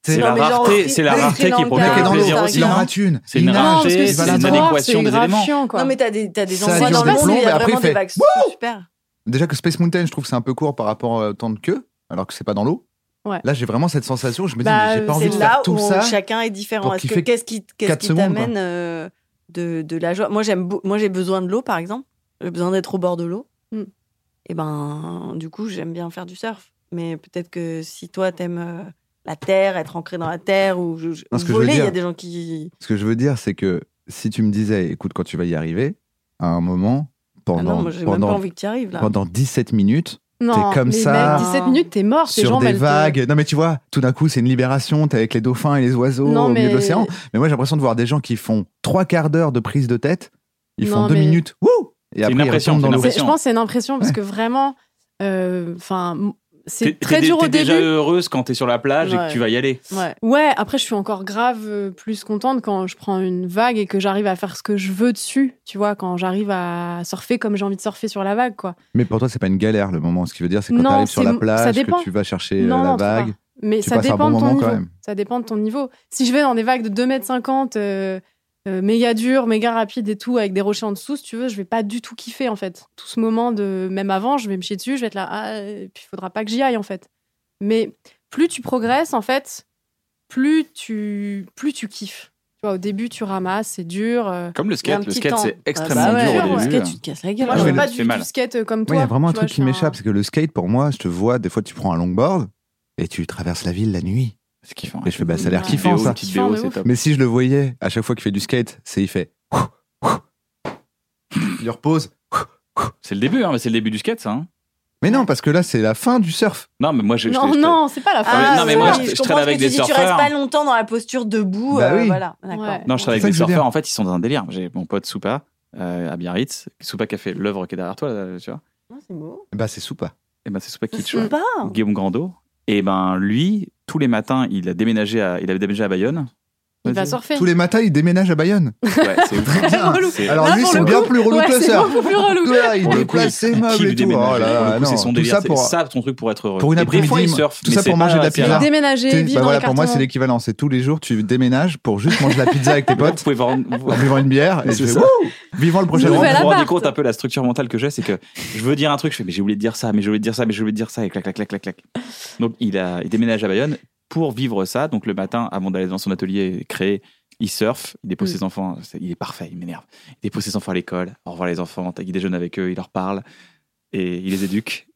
C: C'est la
F: Non, mais genre
C: rareté,
F: au-
C: c'est la
F: au Sri
C: rareté qui est pour
F: Lanka,
C: faire
D: dans l'eau,
C: plaisir
F: au Sri
C: aussi. hein.
D: Il en
F: non.
D: rate une.
C: C'est une
D: Il nage,
E: Non, parce que
C: rareté,
E: c'est
C: c'est une
E: grave,
C: adéquation
E: c'est
C: des
E: grave
C: éléments.
E: chiant, quoi.
F: Non, mais t'as des, t'as des
D: Ça
F: endroits
D: dure
F: dans
D: des
F: le monde où il y
D: plombes, et
F: a
D: après,
F: vraiment
D: il
F: des
D: fait
F: vagues. super- Super.
D: Déjà que Space Mountain, je trouve que c'est un peu court par rapport au temps de queue, alors que c'est pas dans l'eau.
E: Ouais.
D: Là, j'ai vraiment cette sensation. Je me dis,
E: Bah,
D: mais j'ai pas
E: c'est
D: envie de
F: C'est là
D: faire tout
F: où
D: ça.
F: chacun est différent.
D: pour
F: Est-ce que
D: kiffer
F: qu'est-ce qui, qu'est-ce
D: quatre
F: qui
D: secondes, quoi.
F: t'amène euh, de, de la joie Moi, j'aime, beau- moi, j'ai besoin de l'eau, par exemple. J'ai besoin d'être au bord de l'eau.
E: Mm.
F: Et ben, du coup, j'aime bien faire du surf. Mais peut-être que si toi, t'aimes euh, la terre, être ancré dans la terre ou, je- je-
D: Non, ce que je veux
F: voler, il y a
D: dire-
F: des gens qui.
D: Ce que je veux dire, c'est que si tu me disais, écoute, quand tu vas y arriver, à un moment, pendant,
F: ah non, moi, j'ai même
D: pendant,
F: pas envie que tu arrives là.
D: pendant 17 minutes,
E: Non,
D: t'es comme
E: mais
D: ça.
E: même 17 minutes, t'es mort, tes
D: sur
E: jambes,
D: des
E: elles te-
D: vagues. Non, mais tu vois, tout d'un coup, c'est une libération. T'es avec les dauphins et les oiseaux
E: Non,
D: au milieu
E: mais-
D: de l'océan. Mais moi, j'ai l'impression de voir des gens qui font trois quarts d'heure de prise de tête. Ils
E: Non,
D: font deux
E: mais-
D: minutes. Wouh Et
C: C'est
D: après,
C: une
D: ils
C: impression,
D: retombent
C: c'est
D: dans
C: une
D: l'eau.
E: C'est- Je
C: Impression.
E: pense que c'est une impression parce que vraiment, euh, enfin,
C: T'es-
E: c'est très
C: t'es-
E: dur au
C: T'es déjà
E: début.
C: heureuse quand t'es sur la plage et que
F: Ouais.
C: tu vas y aller.
F: Ouais.
E: Ouais, après, je suis encore grave euh, plus contente quand je prends une vague et que j'arrive à faire ce que je veux dessus. Tu vois, quand j'arrive à surfer comme j'ai envie de surfer sur la vague, quoi.
D: Mais pour toi, c'est pas une galère le moment. Ce qui veut dire, c'est quand
E: Non,
D: t'arrives sur
E: c'est-
D: la
E: ça
D: plage,
E: dépend.
D: que tu vas chercher euh,
E: Non,
D: la
E: non, trop
D: vague.
E: pas. Mais
D: tu
E: ça
D: passes un
E: dépend
D: bon
E: de ton
D: moment
E: niveau.
D: quand même.
E: Ça dépend de ton niveau. Si je vais dans des vagues de 2m50, euh, euh, méga dures, méga rapides et tout, avec des rochers en dessous, si tu veux, je vais pas du tout kiffer en fait. Tout ce moment de. Même avant, je vais me chier dessus, je vais être là, ah, et puis il faudra pas que j'y aille en fait. Mais plus tu progresses en fait, plus tu, plus tu kiffes. Tu vois, au début, tu ramasses, c'est dur. euh,
C: Comme le skate,
E: il y a un
C: le
E: petit
C: skate,
E: temps.
C: c'est extrêmement dur
E: bah
C: au
E: ouais,
C: début. hein.
E: Le skate, tu te casses la gueule.
D: Ah
C: Ouais,
E: Moi, je fais
C: mais
E: pas
C: Ah tu
E: du
C: fais
E: tout
C: mal.
E: skate euh, comme
D: Moi,
E: toi.
D: il y a vraiment un
E: tu vois,
D: truc
E: je
D: qui
E: fais un-
D: m'échappe, c'est que le skate, pour moi, je te vois, des fois, tu prends un longboard et tu traverses la ville la nuit.
C: C'est kiffant.
D: Et je fais, bah, ça a l'air
C: Petite
D: kiffant,
C: BO,
D: ça.
C: petite BO, c'est top.
D: Mais si je le voyais, à chaque fois qu'il fait du skate, c'est il fait. Il repose.
C: C'est le début, hein, mais c'est le début du skate, ça. hein.
D: Mais non, parce que là, c'est la fin du surf.
C: Non, mais moi, je. je-
F: Non,
C: je-
F: non,
E: c'est pas la
C: Ah,
F: fin.
C: mais non, mais moi,
F: oui,
C: je-
F: comprends
C: je traîne
F: ce que
C: avec
F: tu
C: des
F: dis, Tu
C: surfeurs. hein.
F: restes pas longtemps dans la posture debout.
C: Bah
F: euh,
C: oui.
F: Voilà, d'accord.
C: Non, je travaille
F: C'est
C: avec des
F: ça que je veux
C: surfeurs. En fait, ils sont dans un délire. J'ai mon pote Soupa euh, à Biarritz. Soupa qui a fait l'œuvre qui est derrière toi, là, tu vois.
F: dire. Ah, c'est beau.
D: Bah, c'est Soupa.
C: Et ben, c'est Soupa qui
F: C'est Soupa.
C: Guillaume Grandot. Et ben, lui, tous les matins, il a déménagé à, il avait déménagé à Bayonne.
E: Il va
C: Vas-y.
E: surfer.
D: Tous les matins, il déménage à Bayonne.
C: Ouais, c'est
D: Très bien.
C: relou. C'est-
D: Alors,
C: Là,
D: lui,
C: pour
D: c'est
C: le
D: bien
C: coup,
D: plus relou
C: ouais,
D: que le
C: c'est
D: surf.
C: beaucoup plus relou.
D: Là, il
C: Pour le coup,
D: déplace ses
C: il kiffe
D: meubles et tout. Oh
C: déménager.
D: là
C: Pour le
D: là,
C: coup, c'est
D: non.
C: son
D: Tout
C: délire,
D: ça
C: c'est
D: pour-
C: ça, ton truc pour être heureux.
D: Pour une
C: Et des fois,
D: après-midi,
C: il surfe,
D: tout
C: mais
D: ça
C: c'est
D: pour
C: pas
D: manger de la
C: assez
D: pizza.
C: rare.
E: Déménager,
D: T'es-
E: vivre
D: bah
E: dans
D: voilà,
E: les
D: pour moi,
E: cartons.
D: c'est l'équivalent. C'est tous les jours, tu déménages pour juste manger la pizza avec tes potes.
C: Vous pouvez voir.
D: En buvant une bière, et
C: C'est
D: je fais
C: ça.
D: wouh Vivant le prochain
C: Vous
D: round.
C: vous rendez compte un peu la structure mentale que j'ai, c'est que je veux dire un truc, je fais mais j'ai oublié de dire ça, mais j'ai oublié de dire ça, mais j'ai oublié de dire ça, et clac, clac, clac, clac, clac. Donc il, a, il déménage à Bayonne pour vivre ça. Donc le matin, avant d'aller dans son atelier et créer, il surfe, il dépose
O: Mm.
C: ses enfants, c'est- il est parfait, il m'énerve. Il dépose ses enfants à l'école, au revoir les enfants, il déjeune avec eux, il leur parle, et il les éduque.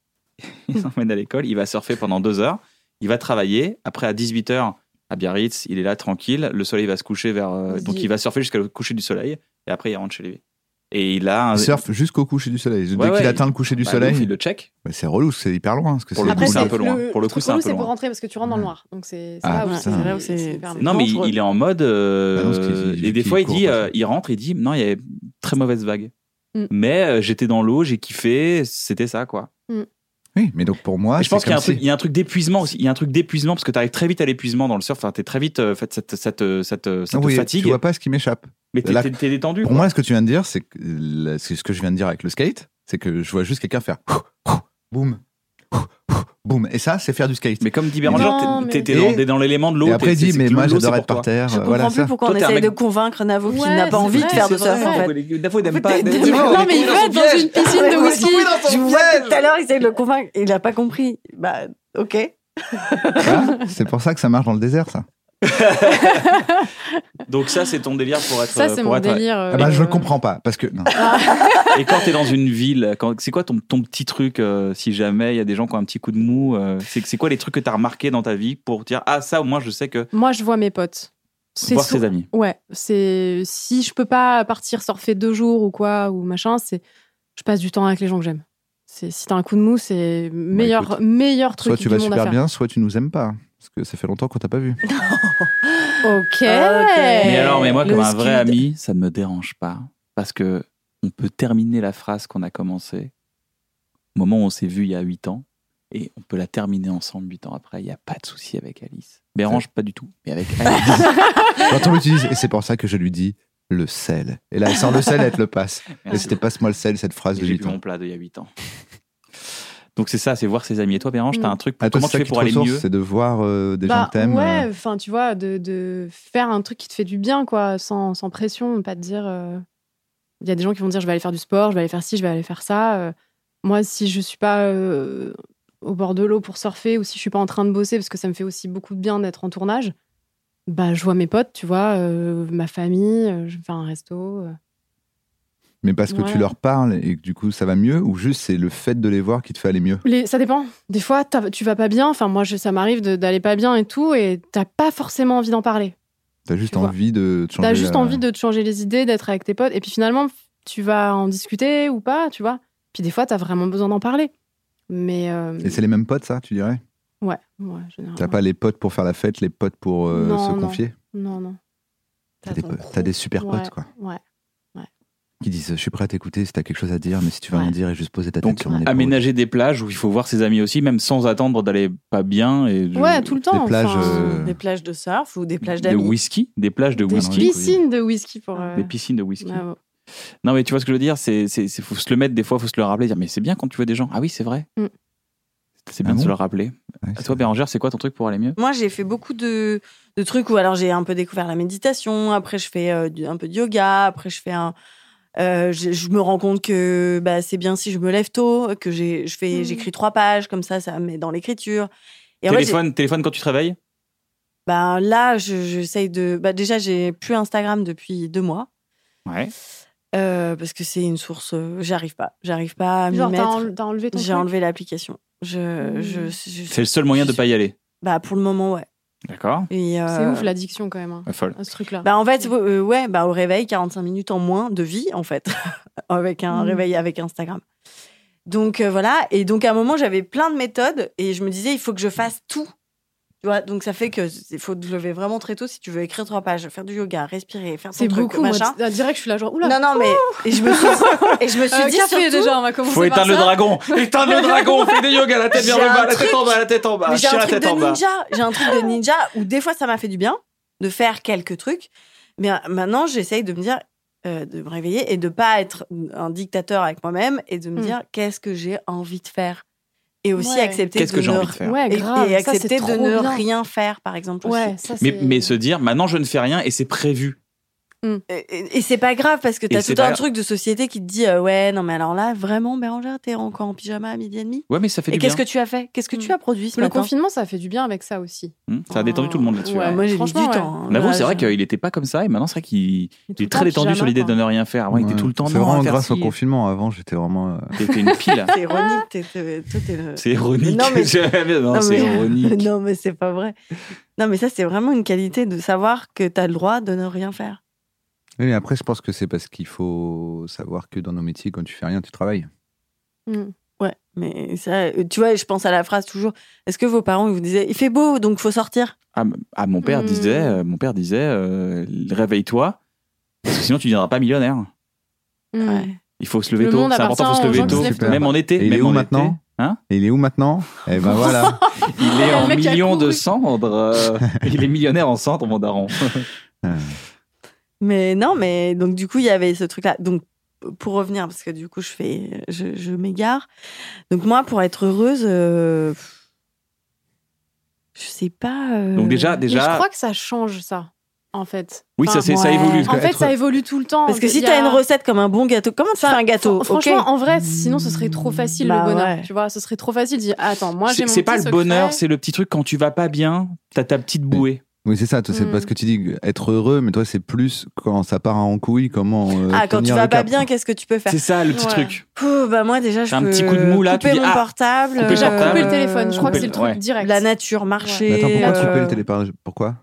C: Il les emmène à l'école, il va surfer pendant deux heures, il va travailler, après à 18h, à Biarritz, il est là tranquille, le soleil va se coucher vers. euh,
O: Il se
C: donc
O: dit-
C: il va surfer jusqu'au coucher du soleil, et après il rentre chez lui. Et il a un.
D: Il surfe jusqu'au coucher du soleil. Dès
C: Ouais,
D: qu'il
C: ouais,
D: atteint
C: il-
D: le coucher du
C: bah,
D: soleil.
C: ouf, il le check.
D: Bah, c'est relou, parce que c'est hyper loin. Parce que
C: Pour le
D: c'est
C: coup, c'est un peu loin. Pour le
E: truc
C: coup, c'est un
E: relou,
C: peu
E: pour
C: loin.
E: rentrer parce que tu rentres dans le noir. Donc c'est
C: Ah,
E: là où
C: putain.
E: c'est là où c'est hyper
C: Non, mais il, il est en mode. euh,
D: Ah non, parce qu'il-
C: et des
D: qu'il
C: fois, il
D: court,
C: dit,
D: quoi,
C: euh, il rentre, il dit, non, il y avait très mauvaise vague.
E: Mm.
C: Mais euh, j'étais dans l'eau, j'ai kiffé, c'était ça, quoi.
D: Oui, mais donc pour moi,
C: Et je pense
D: c'est
C: qu'il y a, un
D: comme
C: truc,
D: si-
C: il y a un truc d'épuisement aussi. Il y a un truc d'épuisement parce que tu arrives très vite à l'épuisement dans le surf. Enfin, t'es très vite, euh, fait, ça te, ça te- ça te- ça
D: Ah
C: te
D: oui,
C: fatigue.
D: Tu vois pas ce qui m'échappe.
C: Mais t'es-
D: Là,
C: t'es- t'es détendu,
D: Pour
C: quoi.
D: moi, ce que tu viens de dire, c'est que la- c'est ce que je viens de dire avec le skate, c'est que je vois juste quelqu'un faire boum, boum, et ça, c'est faire du skate.
C: Mais comme dit Béranger,
F: Non,
C: t'es- t'es- t'es dans- t'es dans l'élément de l'eau,
D: Et après,
C: t'es-
D: il dit,
C: c'est-
D: mais
C: c'est-
D: moi,
C: l'eau,
D: j'adore
C: c'est
D: être
C: pour
D: par
C: toi.
D: terre.
C: Je
D: voilà,
F: comprends plus
D: ça.
F: pourquoi on
C: Toi, t'es un
F: essaye
C: mec-
F: de convaincre Navo qu'il
C: Ouais,
F: n'a pas
C: c'est
F: envie
C: vrai,
F: de faire de
C: c'est
F: surf en
C: vrai.
F: fait.
C: Des fois, il aime pas.
F: Des-
E: Non, mais il veut être dans une piscine
F: Ouais,
E: de
F: ouais.
E: whisky.
F: Je vois que tout à l'heure, il essaye de le convaincre. Il n'a pas compris. Bah, ok.
D: C'est pour ça que ça marche dans le désert, ça.
C: Donc, ça, c'est ton délire pour être.
E: Ça, c'est
C: pour
E: mon
C: être- ouais.
E: délire, euh,
D: Ah bah, je le comprends pas, parce que non.
C: Et quand t'es dans une ville, quand- c'est quoi ton, ton petit truc euh, si jamais il y a des gens qui ont un petit coup de mou euh, C'est c'est quoi les trucs que t'as remarqué dans ta vie pour dire ah ça au moins je sais que
E: Moi, je vois mes potes. C'est
C: Voir
E: sou-
C: ses amis.
E: Ouais, c'est si je peux pas partir surfer deux jours ou quoi ou machin, c'est je passe du temps avec les gens que j'aime. C'est si t'as un coup de mou, c'est meilleur meilleur truc
D: Bah, Soit tu
E: du
D: vas
E: monde à
D: super
E: faire.
D: bien, soit tu nous aimes pas. Parce que ça fait longtemps qu'on t'a pas vu.
E: Ok.
C: Mais alors mais moi
E: Eh, Le
C: comme un vrai
E: skid.
C: ami ça ne me dérange pas parce que on peut terminer la phrase qu'on a commencée au moment où on s'est vu il y a 8 ans et on peut la terminer ensemble 8 ans après il n'y a pas de souci avec Alice. Bérange pas du tout mais avec Alice.
D: J'entends que tu dises, et c'est pour ça que je lui dis le sel. Et là, elle sort le sel, elle te le passe. Et
C: Merci.
D: c'était passe-moi le sel, cette phrase de
C: J'ai
D: huit
C: bu
D: ans.
C: mon plat d'il y a 8 ans. Donc c'est ça, c'est voir ses amis. Et toi, Bérange,
E: Mm.
C: t'as un truc pour
D: Ah, toi,
C: comment
D: c'est ça
C: tu fais
D: qui
C: pour
D: te
C: aller
D: ressource,
C: mieux
D: C'est de voir euh, des gens
E: Bah,
D: que t'aimes.
E: Ouais,
D: euh,
E: enfin, tu vois, de, de faire un truc qui te fait du bien, quoi, sans, sans pression, pas de dire. euh, Il y a des gens qui vont dire je vais aller faire du sport, je vais aller faire ci, je vais aller faire ça. euh. moi, si je suis pas euh, au bord de l'eau pour surfer ou si je suis pas en train de bosser, parce que ça me fait aussi beaucoup de bien d'être en tournage, bah, je vois mes potes, tu vois, euh, ma famille, euh, je vais faire un resto. euh.
D: Mais parce que
E: Voilà.
D: tu leur parles et que du coup ça va mieux ou juste c'est le fait de les voir qui te fait aller mieux
E: Les- ça dépend. Des fois, t'as- tu vas pas bien. Enfin, moi, je- ça m'arrive de- d'aller pas bien et tout, et t'as pas forcément envie d'en parler.
D: T'as juste envie de te changer.
E: T'as juste
D: la-
E: envie de te changer les idées, d'être avec tes potes, et puis finalement, tu vas en discuter ou pas, tu vois. Puis des fois, t'as vraiment besoin d'en parler. Mais euh,
D: Et c'est les mêmes potes, ça, tu dirais
E: ouais, ouais, généralement.
D: T'as pas les potes pour faire la fête, les potes pour euh,
E: Non,
D: se
E: non.
D: confier
E: Non, non.
D: T'as des, potes- t'as des super
E: Ouais,
D: potes, quoi.
E: Ouais.
D: Qui disent Je suis prêt à t'écouter si t'as quelque chose à dire, mais si tu veux rien dire et juste poser ta tête sur mon épaule.
C: Aménager des plages où il faut voir ses amis aussi, même sans attendre d'aller pas bien. Et
E: Ouais, tout le temps,
C: Des plages,
E: enfin.
C: euh,
F: Des plages de surf ou des plages
C: de
F: d'amis.
C: whisky, des plages de
E: Des
C: whisky.
E: piscines de whisky pour. euh,
C: Des piscines de whisky.
E: bravo.
C: Non, mais tu vois ce que je veux dire C'est, c'est, c'est- faut se le mettre des fois, faut se le rappeler. Dire, mais c'est bien quand tu vois des gens. Ah oui, c'est vrai.
E: Mm.
C: C'est bien
F: Ah
C: de se
F: bon
C: le rappeler. À toi, Bérangère, c'est quoi ton truc pour aller mieux
F: Moi, j'ai fait beaucoup de, de trucs où alors j'ai un peu découvert la méditation, après je fais euh, du- un peu de yoga, après je fais un... euh, je, je me rends compte que bah, c'est bien si je me lève tôt, que j'ai- je fais-
C: Mhm.
F: j'écris trois pages, comme ça, ça me met dans l'écriture. en fait, j'ai-
C: téléphone, téléphone quand tu te réveilles
F: Bah, là, je- j'essaye de. Bah, déjà, j'ai plus Instagram depuis deux mois.
C: Ouais.
F: Euh, parce que c'est une source. euh, j'arrive pas. J'arrive pas à m'y
E: Genre, t'as
F: mettre.
E: enle- t'as enlevé ton
F: J'ai
E: truc
F: enlevé l'application. Je,
E: Mm.
F: je- je-
C: C'est le seul moyen de pas y aller.
F: Bah, pour le moment, ouais.
C: D'accord.
F: Et, euh,
E: C'est ouf Mmh. l'addiction quand même. hein,
C: Ouais, folle.
E: à ce truc-là.
F: Bah en fait, euh, ouais, bah au réveil, 45 minutes en moins de vie, en fait, avec un
E: Mm.
F: réveil avec Instagram. Donc euh, voilà, et donc à un moment, j'avais plein de méthodes et je me disais, il faut que je fasse tout. Tu vois, donc ça fait que il faut te lever vraiment très tôt si tu veux écrire trois pages, faire du yoga, respirer, faire ton
E: c'est
F: truc,
E: beaucoup. Moi,
F: machin.
E: di- direct, je suis là genre oula.
F: Non, non, mais et je me suis, et je me suis
E: Euh,
F: dit
E: café,
F: surtout,
E: déjà, on va commencer
C: Faut
E: par
C: éteindre le
E: ça.
C: dragon Éteindre le dragon Fais des yoga, la tête vers
F: J'ai
C: le
F: un
C: bas, la
F: truc-
C: tête en bas, la tête en bas,
F: Mais j'ai
C: chien
F: un
C: la
F: truc
C: tête
F: de
C: en bas.
F: ninja. J'ai un truc de ninja où des fois ça m'a fait du bien de faire quelques trucs. Mais euh, maintenant, j'essaye de me dire, euh, de me réveiller et de pas être un dictateur avec moi-même et de me
E: Hmm.
F: dire qu'est-ce que j'ai envie de faire. Et aussi
E: Ouais.
F: accepter
C: Qu'est-ce
F: de
C: que j'ai
F: ne-
C: envie de faire
E: Ouais,
F: et-
E: grave,
F: et
E: ça, c'est
F: accepter de
E: trop
F: ne
E: bien.
F: rien faire, par exemple. aussi.
E: Ouais, ça c'est.
C: mais, mais se dire, maintenant je ne fais rien et c'est prévu.
F: Et, et- et c'est pas grave parce que
C: Et
F: t'as
C: c'est
F: tout un
C: pas-
F: truc de société qui te dit euh, ouais non mais alors là vraiment Bérangère t'es encore en pyjama à midi et demi.
C: Ouais, mais ça
F: Et
C: fait du bien.
F: qu'est-ce que tu as fait Qu'est-ce que tu as produit ce
E: Hmm. Le
F: matin
E: confinement, ça fait du bien avec ça aussi.
C: Hmm, Ça a détendu tout le monde là-dessus.
F: Ouais,
C: ouais.
F: moi j'ai mis du
E: Franchement, ouais.
F: temps. hein.
C: On avoue,
F: Là,
C: c'est vrai
F: je-
C: qu'il n'était pas comme ça et maintenant c'est vrai qu'il il
E: tout le
C: est très
E: temps en
C: détendu sur
E: pyjama,
C: l'idée de
E: quoi.
C: ne rien faire. Avant, il était tout le temps.
D: C'est
C: non,
D: vraiment
C: à faire
D: grâce
C: ci.
D: au confinement. Avant, j'étais vraiment. euh,
C: T'étais une pile.
F: C'est ironique, t'es- t'es- toi, t'es le-
C: C'est ironique.
F: Non, mais-
C: Jamais- non,
F: Non,
C: c'est
F: mais-
C: ironique.
F: non, mais c'est pas vrai. Non, mais ça, c'est vraiment une qualité de savoir que t'as le droit de ne rien faire.
D: Oui, mais après, je pense que c'est parce qu'il faut savoir que dans nos métiers, quand tu fais rien, tu travailles.
E: Mm.
F: Ouais, mais ça, euh, tu vois, je pense à la phrase toujours est-ce que vos parents ils vous disaient il fait beau, donc faut sortir
C: Ah, m- ah, mon père
E: Hmm.
C: disait, euh, mon père disait, euh, réveille-toi, parce que sinon tu ne deviendras pas millionnaire.
E: Mm.
F: Ouais.
C: Il faut se lever
E: Le
C: tôt.
E: monde
C: C'est important, faut
E: appartient
C: se
E: aux
C: lever
E: gens qui
C: tôt,
E: se lèvent tôt.
C: même en été.
D: Et il est
C: même
D: où
C: en été.
D: maintenant
C: Hein
D: Et il est où maintenant Eh ben voilà.
C: Il est
E: Le
C: en
E: mec qui a
C: millions de
E: couru.
C: cendres. euh, il est millionnaire en cendres, mon daron.
F: Mais non, mais donc du coup, il y avait ce truc-là. Donc, pour revenir, parce que du coup, je fais, je, je m'égare. Donc, moi, pour être heureuse, euh, je sais pas. euh,
C: Donc déjà,
E: Mais je
C: déjà,
E: crois que ça change ça, en fait.
C: oui, ça,
E: Enfin,
C: c'est- ça
F: ouais.
C: évolue.
E: En fait, ça évolue tout le temps.
F: Parce que
E: Il
F: si
E: y
F: t'as
E: a-
F: une recette comme un bon gâteau, comment tu fais un gâteau
E: Fran-
F: ok
E: Franchement, en vrai, sinon ce serait trop facile
F: Bah
E: le bonheur.
F: ouais.
E: Tu vois, ce serait trop facile. de Dire, attends, moi j'ai
C: C'est
E: mon
C: c'est pas
E: petit
C: le bonheur,
E: secret.
C: c'est le petit truc quand tu vas pas bien, t'as ta petite bouée.
D: Oui, c'est ça. toi, C'est
E: Mm.
D: parce que tu dis être heureux, mais toi, c'est plus quand ça part en couille, comment. euh,
F: Ah, quand tu
D: tenir
F: vas
D: le
F: pas
D: cap.
F: bien, qu'est-ce que tu peux faire
C: C'est ça le petit
E: Bah, Ouais.
C: truc.
F: Pouh, bah moi déjà je
C: un
F: peux
C: petit coup de mou, là, tu
F: couper
C: dis,
F: mon
C: ah,
F: portable,
C: couper le
E: Genre, couper le
C: Euh,
E: téléphone. Je crois que
C: couper
E: c'est le truc
C: le- ouais.
E: direct.
F: La nature,
D: Mais
F: marcher.
D: Bah, attends, pourquoi
F: euh,
D: couper le téléphone Pourquoi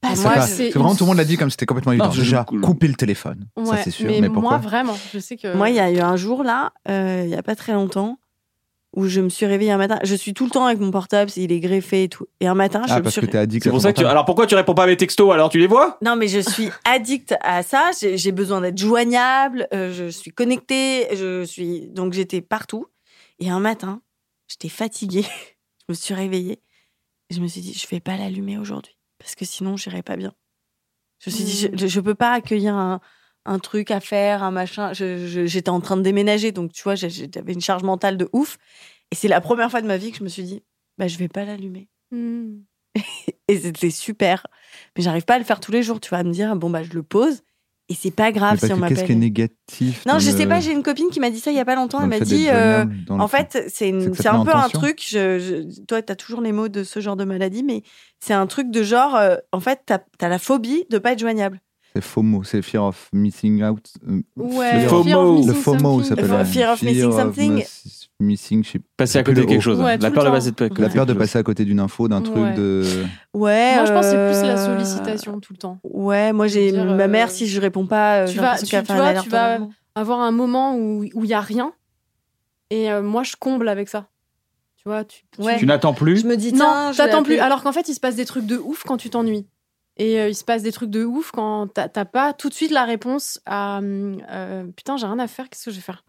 E: Parce
D: C'est
E: que
D: pas-
E: c'est
D: c'est vraiment
E: une-
D: tout le monde l'a dit comme c'était complètement évident.
C: je-
D: Déjà,
C: cool.
D: couper le téléphone.
E: Ouais,
D: ça, c'est sûr. Mais, pourquoi
E: moi vraiment, je sais que.
F: Moi, il y a eu un jour là, euh, il y a pas très longtemps, où je me suis réveillée un matin. Je suis tout le temps avec mon portable, il est greffé et tout. Et un matin, je
D: Ah,
F: me
D: parce
F: suis.
D: que t'es addict.
C: C'est
D: à
C: pour
D: ton
C: ça que. tu-
D: portable.
C: Alors pourquoi tu réponds pas à mes textos Alors tu les vois
F: Non, mais je suis addict à ça. J'ai j'ai besoin d'être joignable. euh, je suis connectée. Je suis donc j'étais partout. Et un matin, j'étais fatiguée. je me suis réveillée. Et je me suis dit, je vais pas l'allumer aujourd'hui parce que sinon, j'irai pas bien. Je me suis dit,
E: Mm.
F: je, je peux pas accueillir un, un truc à faire, un machin. Je- je- J'étais en train de déménager, donc tu vois, j'ai- j'avais une charge mentale de ouf. Et c'est la première fois de ma vie que je me suis dit, bah, je vais pas l'allumer.
E: Hmm.
F: Et c'était super. Mais j'arrive pas à le faire tous les jours. Tu vas me dire, bon, bah, je le pose. Et c'est pas grave
D: Mais parce
F: si on
D: que Qu'est-ce qui est
F: m'appelle.
D: négatif
F: Non,
D: dans
F: je sais
D: le-
F: pas, j'ai une copine qui m'a dit ça il y a pas longtemps.
D: euh, dans
F: Elle
D: le
F: m'a
D: fait
F: dit,
D: d'être
F: euh,
D: joignable, dans le
F: en fait, c'est
D: c'est
F: une-
D: que ça
F: c'est
D: te
F: un
D: met
F: peu
D: en
F: un
D: tension.
F: truc. Je, je- toi, t'as toujours les mots de ce genre de maladie, mais c'est un truc de genre, euh, en fait, t'as as la phobie de pas être joignable.
D: C'est FOMO, c'est Fear of Missing Out. euh,
E: Ouais,
D: fear-
C: FOMO.
E: Fear of Missing
D: Le FOMO
E: Something.
D: s'appelle. ouais.
F: Fear of missing something.
D: miss- Missing, je sais pas.
C: Passer à
D: Plus
C: côté de
D: le
C: quelque
D: haut.
C: chose.
E: Ouais,
C: la
E: tout
C: peur de
E: le temps.
C: passer à côté de
D: La peur de
C: quelque chose.
D: passer à côté d'une info, d'un truc
E: Ouais.
D: de.
F: Ouais.
E: Moi, je pense que c'est plus la
F: euh,
E: sollicitation tout le temps.
F: Ouais, moi, j'ai
E: Dire,
F: ma
E: euh,
F: mère, si je réponds pas, euh,
E: tu
F: j'ai
E: vas-
F: l'impression
E: tu-
F: qu'elle
E: tu
F: fait un
E: vois,
F: alerte
E: tu vas-
F: en-
E: Avoir un moment où où il y a rien. Et euh, moi, je comble avec ça. Tu vois, tu. tu-
F: Ouais.
C: Tu n'attends plus.
F: Je me dis,
E: Non,
F: tiens, je vais
E: t'attends plus.
F: appeler.
E: Alors qu'en fait, il se passe des trucs de ouf quand tu t'ennuies. Et euh, il se passe des trucs de ouf quand t'as t'as pas tout de suite la réponse à hum, euh, putain, j'ai rien à faire, qu'est-ce que je vais faire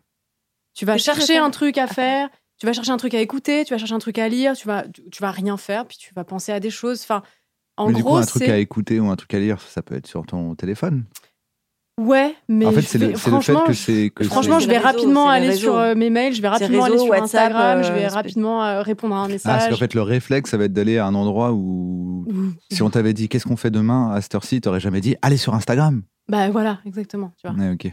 E: Tu vas
F: Qu'est-ce que je vais
E: chercher
F: faire
E: un truc à faire, tu vas chercher un truc à écouter, tu vas chercher un truc à lire, tu vas, tu, tu vas rien faire, puis tu vas penser à des choses. Enfin, en
D: Mais du coup,
E: gros,
D: un truc à
E: c'est.
D: écouter ou un truc à lire, ça peut être sur ton téléphone.
E: Ouais, mais.
D: En fait,
E: je
D: c'est le,
E: vais-
D: c'est le fait
E: franchement,
D: que
E: je-
D: c'est. que c'est-
E: Franchement,
F: C'est
E: je vais
F: les réseaux,
E: rapidement
F: c'est les
E: aller
F: réseaux.
E: sur euh, mes mails, je vais rapidement
F: réseaux,
E: aller sur
F: WhatsApp,
E: Instagram, je
F: euh,
E: vais
F: c'est-
E: rapidement euh, répondre à un
D: Ah, parce
E: message.
D: qu'en fait, le réflexe, ça va être d'aller à un endroit où. Si on t'avait dit qu'est-ce qu'on fait demain à cette heure-ci, t'aurais jamais dit allez sur Instagram.
E: Bah voilà, exactement. Tu vois.
D: Ouais, ok.
C: Ah,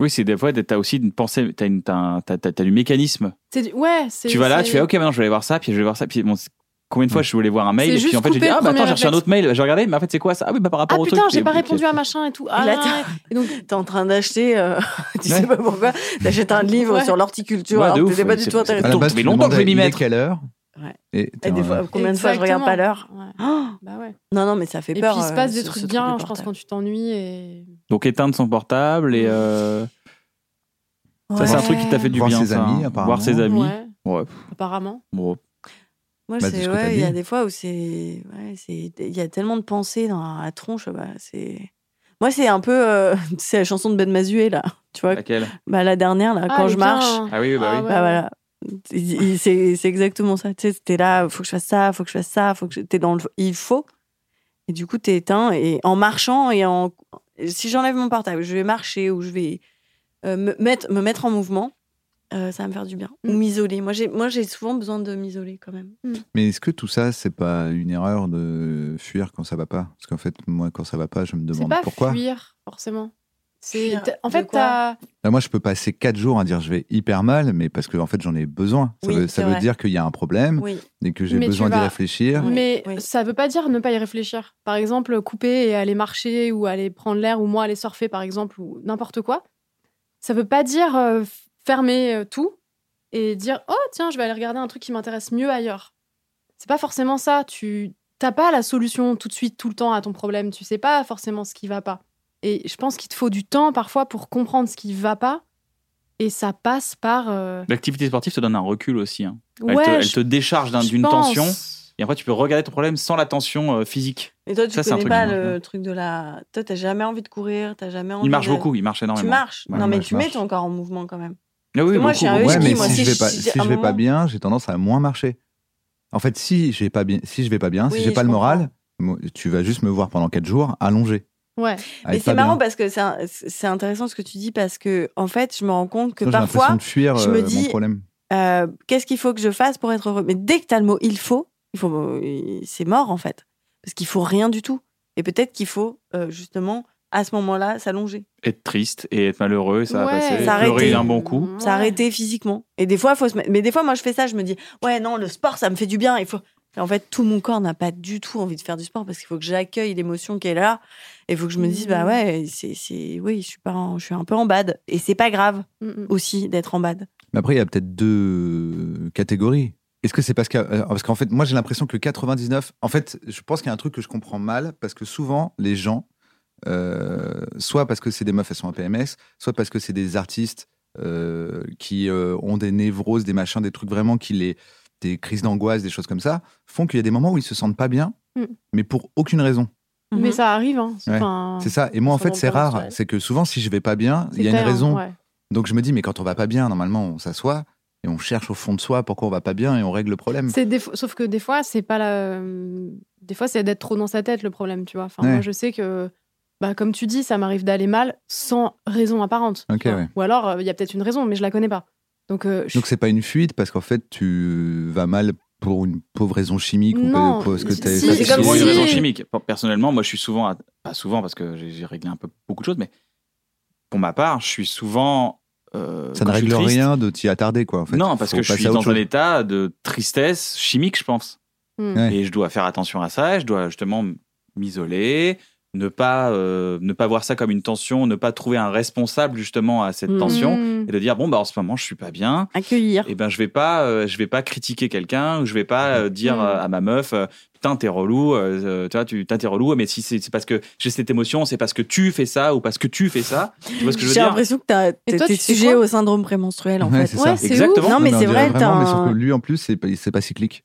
C: Oui, c'est des fois, t'as aussi une pensée, t'as une- t'as un- t'as- t'as- t'as du mécanisme.
E: C'est du- Ouais, c'est.
C: Tu vas là,
E: c'est-
C: tu fais, ok, maintenant je vais aller voir ça, puis je vais voir ça, puis bon, c'est- Combien
D: Mm.
C: de fois je voulais voir un mail
E: C'est
C: et puis
E: juste
C: en fait j'ai dit
E: couper le
C: ah bah attends
E: premier
C: j'ai reçu un
E: réflexe.
C: autre mail j'ai regardé mais en fait c'est quoi ça ah oui bah par rapport
E: Ah
C: au
E: putain,
C: truc
E: j'ai pas
C: et- euh,
E: répondu à machin et tout. Ah,
F: Et là,
E: ouais.
F: Et donc, t'es en train d'acheter, euh, tu sais pas pourquoi, t'achètes un livre
E: Ouais.
F: sur l'horticulture,
C: Ouais, de
F: alors que
C: ouf,
F: t'étais
C: ouais,
F: pas du
C: c'est-
F: tout
C: c'est-
F: intéressé.
C: à la base,
F: mais
C: tu longtemps que je vais m'y
D: demandais, il est
C: mettre.
D: Quelle heure
F: Ouais.
D: Et,
F: Et
D: t'es
F: des
D: en-
C: hein.
F: fois, combien de fois je regarde pas l'heure
E: Exactement. Ouais.
F: Oh
E: Bah ouais.
F: Non, non, mais ça fait
E: Et
F: peur.
E: puis il se
F: euh,
E: passe des
F: ce-
E: trucs
F: ce truc
E: bien,
F: du
E: je pense,
F: portable.
E: quand tu t'ennuies. Et...
C: donc éteindre son portable et euh, ça c'est un
E: Ouais.
C: truc qui t'a fait du
D: Voir
C: bien
D: ses
C: ça,
D: amis,
C: hein.
D: apparemment.
C: voir ses amis
E: Ouais.
C: ouais
E: Apparemment.
C: bon
F: Moi,
C: Bah, dis
F: c'est,
C: ce que t'as
F: ouais, il y a
C: dit.
F: des fois où c'est, ouais, c'est, il y a tellement de pensées dans la tronche, bah, c'est. Moi, c'est un peu, euh, c'est la chanson de Ben Mazué là, tu vois.
C: laquelle
F: Bah la dernière là,
E: Ah,
F: quand
E: elle
F: je
E: est bien.
F: marche.
C: ah oui bah oui
F: Bah voilà. Il- il- C'est c'est exactement ça. Tu sais, t'es là, faut que je fasse ça, faut que je fasse ça, faut que je... t'es dans le il faut. Et du coup, t'es éteint et en marchant et en si j'enlève mon portable, je vais marcher ou je vais euh, me mettre me mettre en mouvement. euh, ça va me faire du bien.
E: Mm.
F: Ou m'isoler. Moi, j'ai moi j'ai souvent besoin de m'isoler quand même.
D: Mais est-ce que tout ça, c'est pas une erreur de fuir quand ça va pas Parce qu'en fait, moi, quand ça va pas, je me
E: C'est
D: demande
E: pas
D: pourquoi.
E: fuir, forcément. C'est...
F: Fuir
E: t'as- En
F: de
E: fait,
F: quoi
E: t'as.
D: Là, moi, je peux passer quatre jours à dire je vais hyper mal, mais parce que en fait, j'en ai besoin. Ça
F: Oui,
D: veut, ça
F: c'est
D: veut
F: vrai.
D: dire qu'il y a un problème
C: Mm.
F: Oui.
D: et que j'ai
E: Mais tu
D: besoin d'y
E: vas-
D: réfléchir.
E: Mais
F: oui.
E: ça veut pas dire ne pas y réfléchir. Par exemple, couper et aller marcher ou aller prendre l'air ou moi aller surfer par exemple ou n'importe quoi. Ça veut pas dire euh, fermer euh, tout et dire oh tiens je vais aller regarder un truc qui m'intéresse mieux ailleurs. C'est pas forcément ça. Tu t'as pas la solution tout de suite tout le temps à ton problème. Tu sais pas forcément ce qui va pas. Et je pense qu'il te faut du temps parfois pour comprendre ce qui va pas. Et ça passe par euh,
C: l'activité sportive te donne un recul aussi hein. elle,
E: ouais,
C: te, elle
E: je-
C: te décharge d'un-
E: je
C: d'une
E: pense.
C: tension et après tu peux regarder ton problème sans la tension euh, physique
F: Et toi, tu
C: Ça, c'est un
F: connais
C: truc
F: pas
C: bien.
F: le truc de la. Toi, t'as jamais envie de courir, t'as jamais envie.
C: il marche
F: de-
C: beaucoup il marche énormément
F: Tu marches.
C: Ouais,
F: non, mais
D: moi, je
F: tu mets
D: marche.
F: ton corps en mouvement quand même.
C: Ah
F: Parce que
C: oui,
F: moi,
C: beaucoup,
F: j'ai un
C: beaucoup.
D: Ouais,
F: husky,
D: mais
F: moi,
D: si
F: si
D: je vais
F: je-
D: pas,
F: si
D: si
F: à
D: je
F: un
D: vais pas
F: moment-
D: bien, j'ai tendance à moins marcher. En fait, si j'ai pas bien, si je vais pas bien,
F: Oui,
D: si j'ai pas
F: je
D: le moral, moi, tu vas juste me voir pendant quatre jours allongé.
E: ouais.
D: à
F: Mais
D: être
F: c'est
D: pas bien.
F: marrant parce que c'est un- c'est intéressant ce que tu dis parce que en fait, je me rends compte que
D: Moi, J'ai
F: parfois.
D: l'impression de fuir
F: je me
D: euh,
F: dis-
D: mon problème.
F: Euh, qu'est-ce qu'il faut que je fasse pour être heureux Mais dès que tu as le mot il faut, il faut c'est mort en fait. Parce qu'il faut rien du tout. Et peut-être qu'il faut euh, justement à ce moment-là s'allonger,
C: être triste et être malheureux ça va
E: Ouais.
C: passer
F: S'arrêter.
C: pleurer un bon coup
E: Ouais.
F: s'arrêter physiquement. Et des fois, faut se mettre- mais des fois, moi je fais ça, je me dis ouais non le sport ça me fait du bien. Il faut. Et En fait, tout mon corps n'a pas du tout envie de faire du sport parce qu'il faut que j'accueille l'émotion qui est là et il faut que je me dise bah ouais c'est c'est oui je suis pas en- je suis un peu en bad et c'est pas grave
E: Mm, mm.
F: aussi d'être en bad.
D: Mais après, il y a peut-être deux catégories. Est-ce que c'est parce que. euh, Parce qu'en fait, moi, j'ai l'impression que 99. En fait, je pense qu'il y a un truc que je comprends mal, parce que souvent, les gens, euh, soit parce que c'est des meufs, elles sont en PMS, soit parce que c'est des artistes euh, qui euh, ont des névroses, des machins, des trucs vraiment qui les. des crises d'angoisse, des choses comme ça, font qu'il y a des moments où ils se sentent pas bien,
E: Mm.
D: mais pour aucune raison.
E: Mais ça arrive. Hein.
D: Ouais.
E: Enfin,
D: C'est ça. Et moi, en
E: Ça
D: fait, c'est
E: dépend,
D: rare.
E: ouais.
D: C'est que souvent, si je vais pas bien, il y a une
E: clair,
D: raison.
E: ouais.
D: Donc je me dis, mais quand on va pas bien, normalement, on s'assoit et on cherche au fond de soi pourquoi on va pas bien et on règle le
C: Mm.
D: problème.
E: C'est des fo- Sauf que des fois, c'est pas la. Des fois, c'est d'être trop dans sa tête le problème, tu vois. Enfin,
D: Ouais.
E: moi, je sais que, bah, comme tu dis, ça m'arrive d'aller mal sans raison apparente.
D: Ok,
E: tu vois.
D: ouais.
E: Ou alors, euh, il y a peut-être une raison, mais je la connais pas. Donc, euh, je-
D: Donc c'est pas une fuite parce qu'en fait, tu vas mal pour une pauvre raison chimique
E: Non,
D: ou parce que t'as-
E: si,
D: t'as
E: c'est
D: fait
E: comme
C: souvent
D: chier.
C: une
E: si-
C: raison chimique. Personnellement, moi, je suis souvent, à- pas souvent parce que j'ai j'ai réglé un peu beaucoup de choses, mais pour ma part, je suis souvent. euh,
D: Ça ne
C: quand je suis
D: règle
C: triste-
D: rien de t'y attarder, quoi. En fait.
C: Non, parce
D: Faut
C: que je
D: passer
C: suis
D: à
C: dans
D: autre
C: un
D: chose.
C: état de tristesse chimique, je pense.
E: hmm.
D: Ouais.
C: Et je dois faire attention à ça. et Je dois justement m'isoler, ne pas euh, ne pas voir ça comme une tension, ne pas trouver un responsable justement à cette
F: Mhm.
C: tension
E: Hmm.
C: et de dire bon bah en ce moment je suis pas bien.
F: Accueillir.
C: Eh ben je vais pas euh, je vais pas critiquer quelqu'un ou je vais pas euh, dire
E: Mm.
C: euh, à ma meuf euh, putain t'es relou euh, euh, tu vois tu putain, t'es relou mais si c'est c'est parce que j'ai cette émotion c'est parce que tu fais ça ou parce que tu fais ça tu vois ce que je veux
F: J'ai
C: dire
F: l'impression que t'as- t'es
E: toi,
F: t'es
E: tu fais
F: sujet
E: quoi
F: au syndrome prémenstruel en
D: Ouais, c'est
F: fait.
E: Ouais,
D: ça.
E: c'est
C: Exactement.
F: Non, mais
D: on
F: c'est
D: dirait
F: vrai, t'as
D: Vraiment, mais sauf
F: un-
D: que lui, en plus, c'est pas, c'est pas cyclique.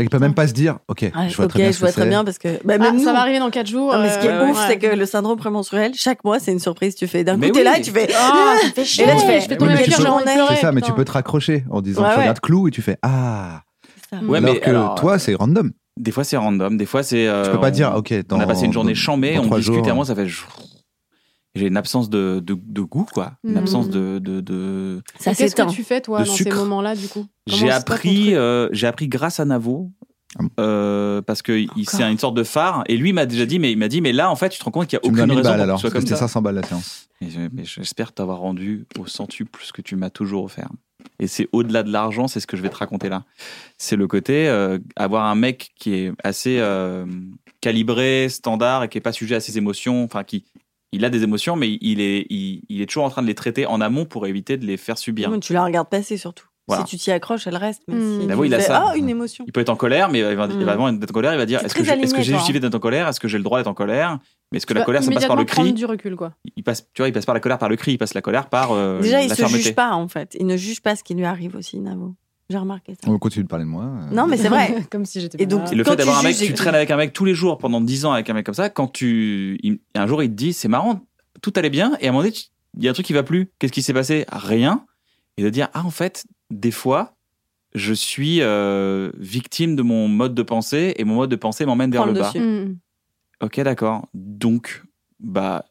D: Il peut même pas se dire, ok,
F: Ouais,
D: je vois
F: ok,
D: très bien. ce
F: je vois
D: que
F: très
D: c'est.
F: bien parce que. Bah,
E: Ah,
F: même nous,
E: ça va arriver dans 4 jours.
F: Non, mais ce qui est
E: euh,
F: ouf,
E: ouais.
F: c'est que le syndrome prémenstruel, chaque mois, c'est une surprise. Tu fais d'un coup,
C: Mais
F: t'es
C: oui.
F: là, tu fais.
E: Ah, ça me fait
F: Et
E: chier.
F: là, tu fais.
E: je fais
D: Oui,
E: tomber
D: mais
E: ma
D: tu
E: cuillère,
D: peux-
E: j'ai envie de
F: C'est
E: pleurer.
D: C'est ça, mais tu
E: putain.
D: peux te raccrocher en disant,
F: Ouais,
D: tu
F: ouais.
D: regardes Clou et tu fais, ah.
F: Mmh.
C: Ouais,
D: alors
C: mais
D: que
C: alors,
D: toi, c'est random.
C: des fois c'est random des fois c'est euh,
D: Tu peux pas
C: on-
D: dire, ok, dans,
C: on a passé une journée
D: dans-
C: chamée
D: dans
C: on
D: trois
C: discute
D: jours.
C: et à moi ça fait j'ai une absence de, de, de goût quoi une
E: Mm.
C: absence de, de, de-
F: Ça
E: Et Qu'est-ce
F: s'éteint.
E: que tu fais, toi,
C: De
E: dans
C: sucre.
E: ces moments-là, du coup Comment
C: J'ai
E: c'est quoi ton
C: appris,
E: truc
C: euh, j'ai appris grâce à Navo.
D: Ah bon
C: euh, parce que il-
F: Encore.
C: c'est une sorte de phare et lui m'a déjà dit mais il m'a dit mais là en fait tu te rends compte qu'il y a
D: Tu me
C: aucune
D: donnes 1000
C: raison
D: balles
C: pour que
D: alors,
C: tu sois
D: parce que
C: comme
D: c'était
C: ça
D: 500 balles la séance.
C: Et je- mais j'espère t'avoir rendu au centuple ce que tu m'as toujours offert Et c'est au-delà de l'argent, c'est ce que je vais te raconter là. C'est le côté euh, avoir un mec qui est assez euh, calibré, standard et qui est pas sujet à ses émotions, enfin qui il a des émotions, mais il est il, il est toujours en train de les traiter en amont pour éviter de les faire subir.
F: Mmh, tu la regardes passer surtout.
C: Voilà.
F: Si tu t'y accroches, elle reste. Mais
C: Mmh.
F: si
C: Bah
F: tu
C: oui, il a
F: fais,
C: ça.
F: Ah, une émotion.
C: Il peut être en colère, mais il va, il va
F: Mm.
C: vraiment être en colère. Il va dire
F: T'es
C: est-ce
F: très
C: que, j'ai- est-ce que
F: aligné,
C: j'ai
F: toi,
C: justifié
F: hein.
C: d'être en colère Est-ce que j'ai le droit d'être en colère Mais est-ce que la
E: Tu vas
C: colère, ça passe par
E: immédiatement
C: le
E: prendre
C: cri
E: du recul, quoi.
C: il passe, Tu vois, il passe par la colère par le cri, il passe la colère par euh,
F: Déjà, il
C: la
F: se
C: fermeté.
F: juge pas, en fait. Il ne juge pas ce qui lui arrive aussi, Navo. J'ai remarqué ça.
D: On continue de parler de moi. euh.
F: Non, mais c'est vrai.
E: Comme si j'étais
F: Et donc,
C: Et le
F: quand
C: fait d'avoir un
F: tu
C: mec,
F: juges-
C: tu traînes avec un mec tous les jours pendant 10 ans avec un mec comme ça, quand tu. il- un jour, il te dit c'est marrant, tout allait bien, et à un moment donné, tu- il y a un truc qui va plus. Qu'est-ce qui s'est passé Rien. Et de dire ah, en fait, des fois, je suis euh, victime de mon mode de pensée, et mon mode de pensée m'emmène vers
E: Prends
C: le,
E: le
C: bas.
E: dessus. Mm.
C: Ok, d'accord. Donc, bah,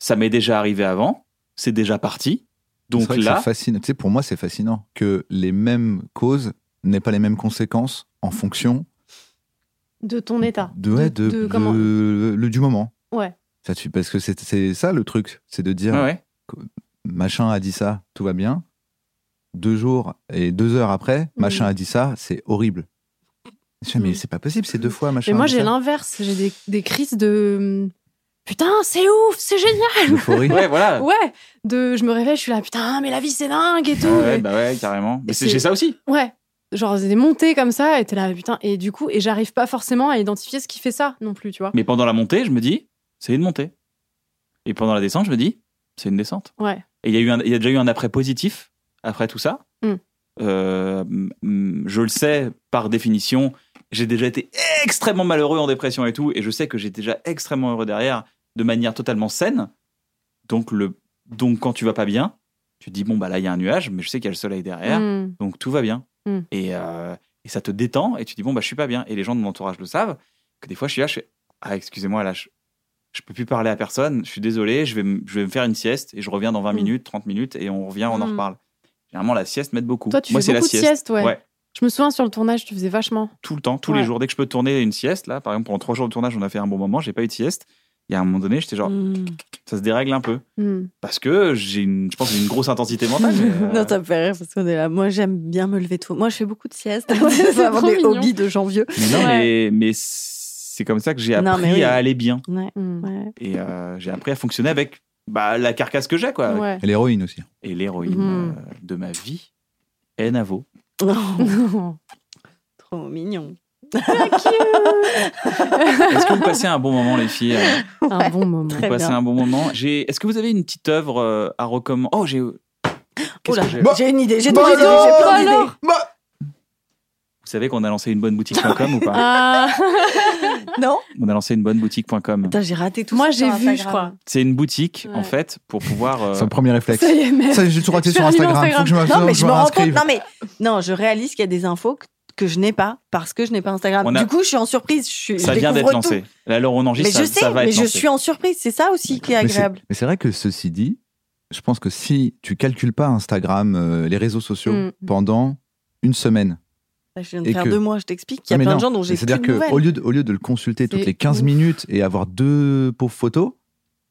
C: ça m'est déjà arrivé avant, c'est déjà parti.
D: C'est
C: Donc
D: vrai que
C: là,
D: c'est fascinant. Tu sais, pour moi, c'est fascinant que les mêmes causes n'aient pas les mêmes conséquences en fonction
E: De ton état.
D: de, ouais, de-
E: de comment-
D: de- le- du moment.
E: Ouais.
D: Ça, tu- parce que c'est c'est ça le truc, c'est de dire
C: Ouais, ouais.
D: que machin a dit ça, tout va bien. Deux jours et deux heures après, machin a dit ça, c'est horrible. Je dis, Mais c'est pas possible, c'est deux fois machin.
E: Mais moi,
D: a dit
E: j'ai
D: ça.
E: l'inverse. J'ai des, des crises de. Putain, c'est ouf, c'est génial!
D: Euphorie.
C: Ouais, voilà.
E: Ouais, de, je me réveille, je suis là, putain, mais la vie c'est dingue et tout.
C: Ah ouais,
E: Et-
C: bah ouais, carrément. Mais
E: et
C: c'est- j'ai ça aussi.
E: Ouais. Genre, c'est des montées comme ça, et t'es là, putain, et du coup, et j'arrive pas forcément à identifier ce qui fait ça non plus, tu vois.
C: Mais pendant la montée, je me dis, c'est une montée. Et pendant la descente, je me dis, c'est une descente.
E: Ouais.
C: Et il y, a eu un- il y a déjà eu un après positif après tout ça.
E: Mm.
C: Euh, mm, je le sais par définition. J'ai déjà été extrêmement malheureux en dépression et tout, et je sais que j'ai déjà extrêmement heureux derrière de manière totalement saine. Donc le donc quand tu vas pas bien, tu te dis bon bah là il y a un nuage, mais je sais qu'il y a le soleil derrière,
E: Mm.
C: donc tout va bien.
E: Mm.
C: Et, euh, et ça te détend et tu te dis bon bah je suis pas bien. Et les gens de mon entourage le savent que des fois je suis là, je fais ah excusez-moi là je, je peux plus parler à personne, je suis désolé, je vais, me- je vais me faire une sieste et je reviens
E: Hmm.
C: dans 20 minutes, 30 minutes et on revient, on en
E: Mm.
C: reparle. Généralement, la sieste m'aide beaucoup.
E: Toi, tu
C: Moi,
E: fais
C: c'est la
E: beaucoup de
C: sieste.
E: siestes, ouais. Je me souviens sur le tournage, tu faisais vachement.
C: tout le temps, tous
E: Ouais.
C: les jours. Dès que je peux tourner une sieste, là, par exemple, pendant trois jours de tournage, on a fait un bon moment, j'ai pas eu de sieste. Il y a un moment donné, j'étais
E: Hmm.
C: genre,
F: Mmh.
C: ça se dérègle un peu.
E: Mm.
C: Parce que j'ai une, je pense que j'ai une grosse intensité mentale. mais, euh,
F: Non, ça me fait rire parce qu'on est là. Moi, j'aime bien me lever tôt. Moi, je fais beaucoup de siestes. c'est vraiment
E: trop
F: des
E: mignon.
F: hobbies de gens vieux.
C: mais non, mais, mais c'est comme ça que j'ai
F: Non,
C: appris
F: mais oui.
C: à aller bien.
F: Ouais.
E: Hmm.
F: ouais.
C: Et euh, j'ai appris à fonctionner avec bah, la carcasse que j'ai, quoi.
E: Ouais.
D: Et l'héroïne aussi. hein.
C: Et l'héroïne
E: Mhm.
C: euh, de ma vie est Navo.
F: Ah,
E: Non.
F: Trop mignon.
C: Est-ce que vous passez un bon moment, les filles
E: Un bon moment.
C: Vous passez un bon moment. J'ai- Est-ce que vous avez une petite œuvre euh, à recommander Oh, j'ai. Qu'est-ce que j'ai
D: Bah-
F: J'ai une idée. J'ai
D: Bah
F: des idées.
D: alors,
F: J'ai plein
E: alors.
F: d'idées.
C: Vous savez qu'on a lancé une bonne boutique.com ou pas
E: Ah.
F: Non
C: On a lancé une bonne boutique.com.
F: Putain, j'ai raté tout
E: Moi,
F: ça sur
E: j'ai vu, je
F: Instagram.
E: crois.
C: C'est une boutique,
E: Ouais.
C: en fait, pour pouvoir. euh,
D: C'est le premier réflexe.
E: Ça y est, merde.
D: Ça, j'ai tout raté
E: Je
D: sur
E: suis arrivée
D: Instagram. Faut que je m'inscrive.
F: Non,
E: Instagram.
F: mais
D: faut
F: je
D: que
F: me rends compte.
D: m'inscrive.
F: Non, mais non, je réalise qu'il y a des infos que, que je n'ai pas parce que je n'ai pas Instagram.
C: On a-
F: Du coup, je suis en surprise. Je, suis-
C: ça
F: je
C: vient d'être
F: découvre
C: lancé.
F: tout.
C: Là, alors on
F: Mais
C: enregistre,
F: je
C: ça, ça
F: sais,
C: va
F: mais
C: être
F: je
C: lancé.
F: suis en surprise. C'est ça aussi qui est
D: Mais c'est-
F: agréable.
D: Mais c'est vrai que ceci dit, je pense que si tu calcules pas Instagram, euh, les réseaux sociaux
E: Mm.
D: pendant une semaine,
F: Là, je viens de
D: Et
F: faire
D: que-
F: deux mois. Je t'explique qu'il y a
D: Non, mais
F: plein
D: non.
F: de gens dont j'ai plus de
D: C'est-à-dire que au
F: nouvelles.
D: lieu de, au lieu de le consulter toutes
E: C'est
D: les 15
E: ouf.
D: minutes et avoir deux pauvres photos,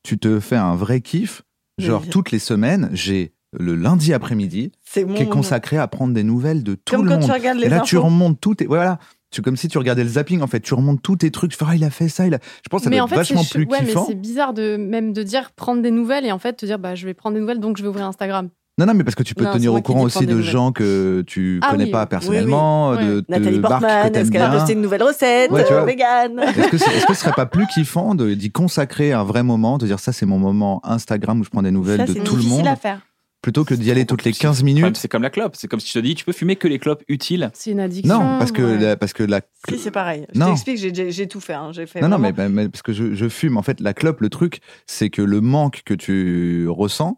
D: tu te fais un vrai kiff.
F: Mais
D: Genre
F: je-
D: toutes les semaines, j'ai le lundi après-midi
F: C'est mon
D: qui est
F: moment.
D: consacré à prendre des nouvelles de tout
F: Comme
D: le
F: quand
D: monde.
F: tu regardes les
D: Et là,
F: infos.
D: tu remontes tout tes. ouais, Voilà. C'est comme si tu regardais le zapping, en fait. Tu remontes tous tes trucs. Tu fais, ah, il a fait ça. Il a... Je pense que ça
E: mais
D: doit
E: en
D: être
E: fait, c'est
D: vachement
E: chou-
D: plus
E: ouais, mais
D: kiffant.
E: c'est bizarre de même de dire prendre des nouvelles et en fait te dire bah je vais prendre des nouvelles donc je vais ouvrir Instagram.
D: Non, non, mais parce que tu peux
F: Non,
D: te
F: c'est
D: tenir
F: moi
D: au
F: qui
D: courant
F: dis
D: aussi
F: prendre des
D: de
F: nouvelles.
D: gens que tu
E: Ah
D: connais
E: oui,
D: pas
E: oui,
D: personnellement,
E: oui. Ouais.
D: de, de
F: Nathalie
D: marques que
F: Portman,
D: t'aimes
F: est-ce qu'elle a
D: bien.
F: posté une nouvelle recette
D: Ouais, tu vois.
F: euh, vegan
D: Est-ce que, ce est-ce que ce serait pas plus kiffant de- d'y consacrer un vrai moment, de dire ça c'est mon moment Instagram où je prends des nouvelles
F: Ça,
D: de
F: c'est
D: tout le
F: difficile
D: monde,
F: à faire.
D: plutôt que d'y aller toutes les 15
C: Le problème,
D: minutes
C: C'est comme la clope. C'est comme si je te dis, tu peux fumer que les clopes utiles.
E: C'est une addiction.
D: Non, parce que
E: ouais.
D: la, parce que la
F: Si, c'est pareil. Je
D: Non.
F: t'explique, j'ai- j'ai j'ai tout fait. hein. J'ai fait
D: non non
F: vraiment-
D: mais, mais- mais parce que je, je fume en fait la clope le truc c'est que le manque que tu ressens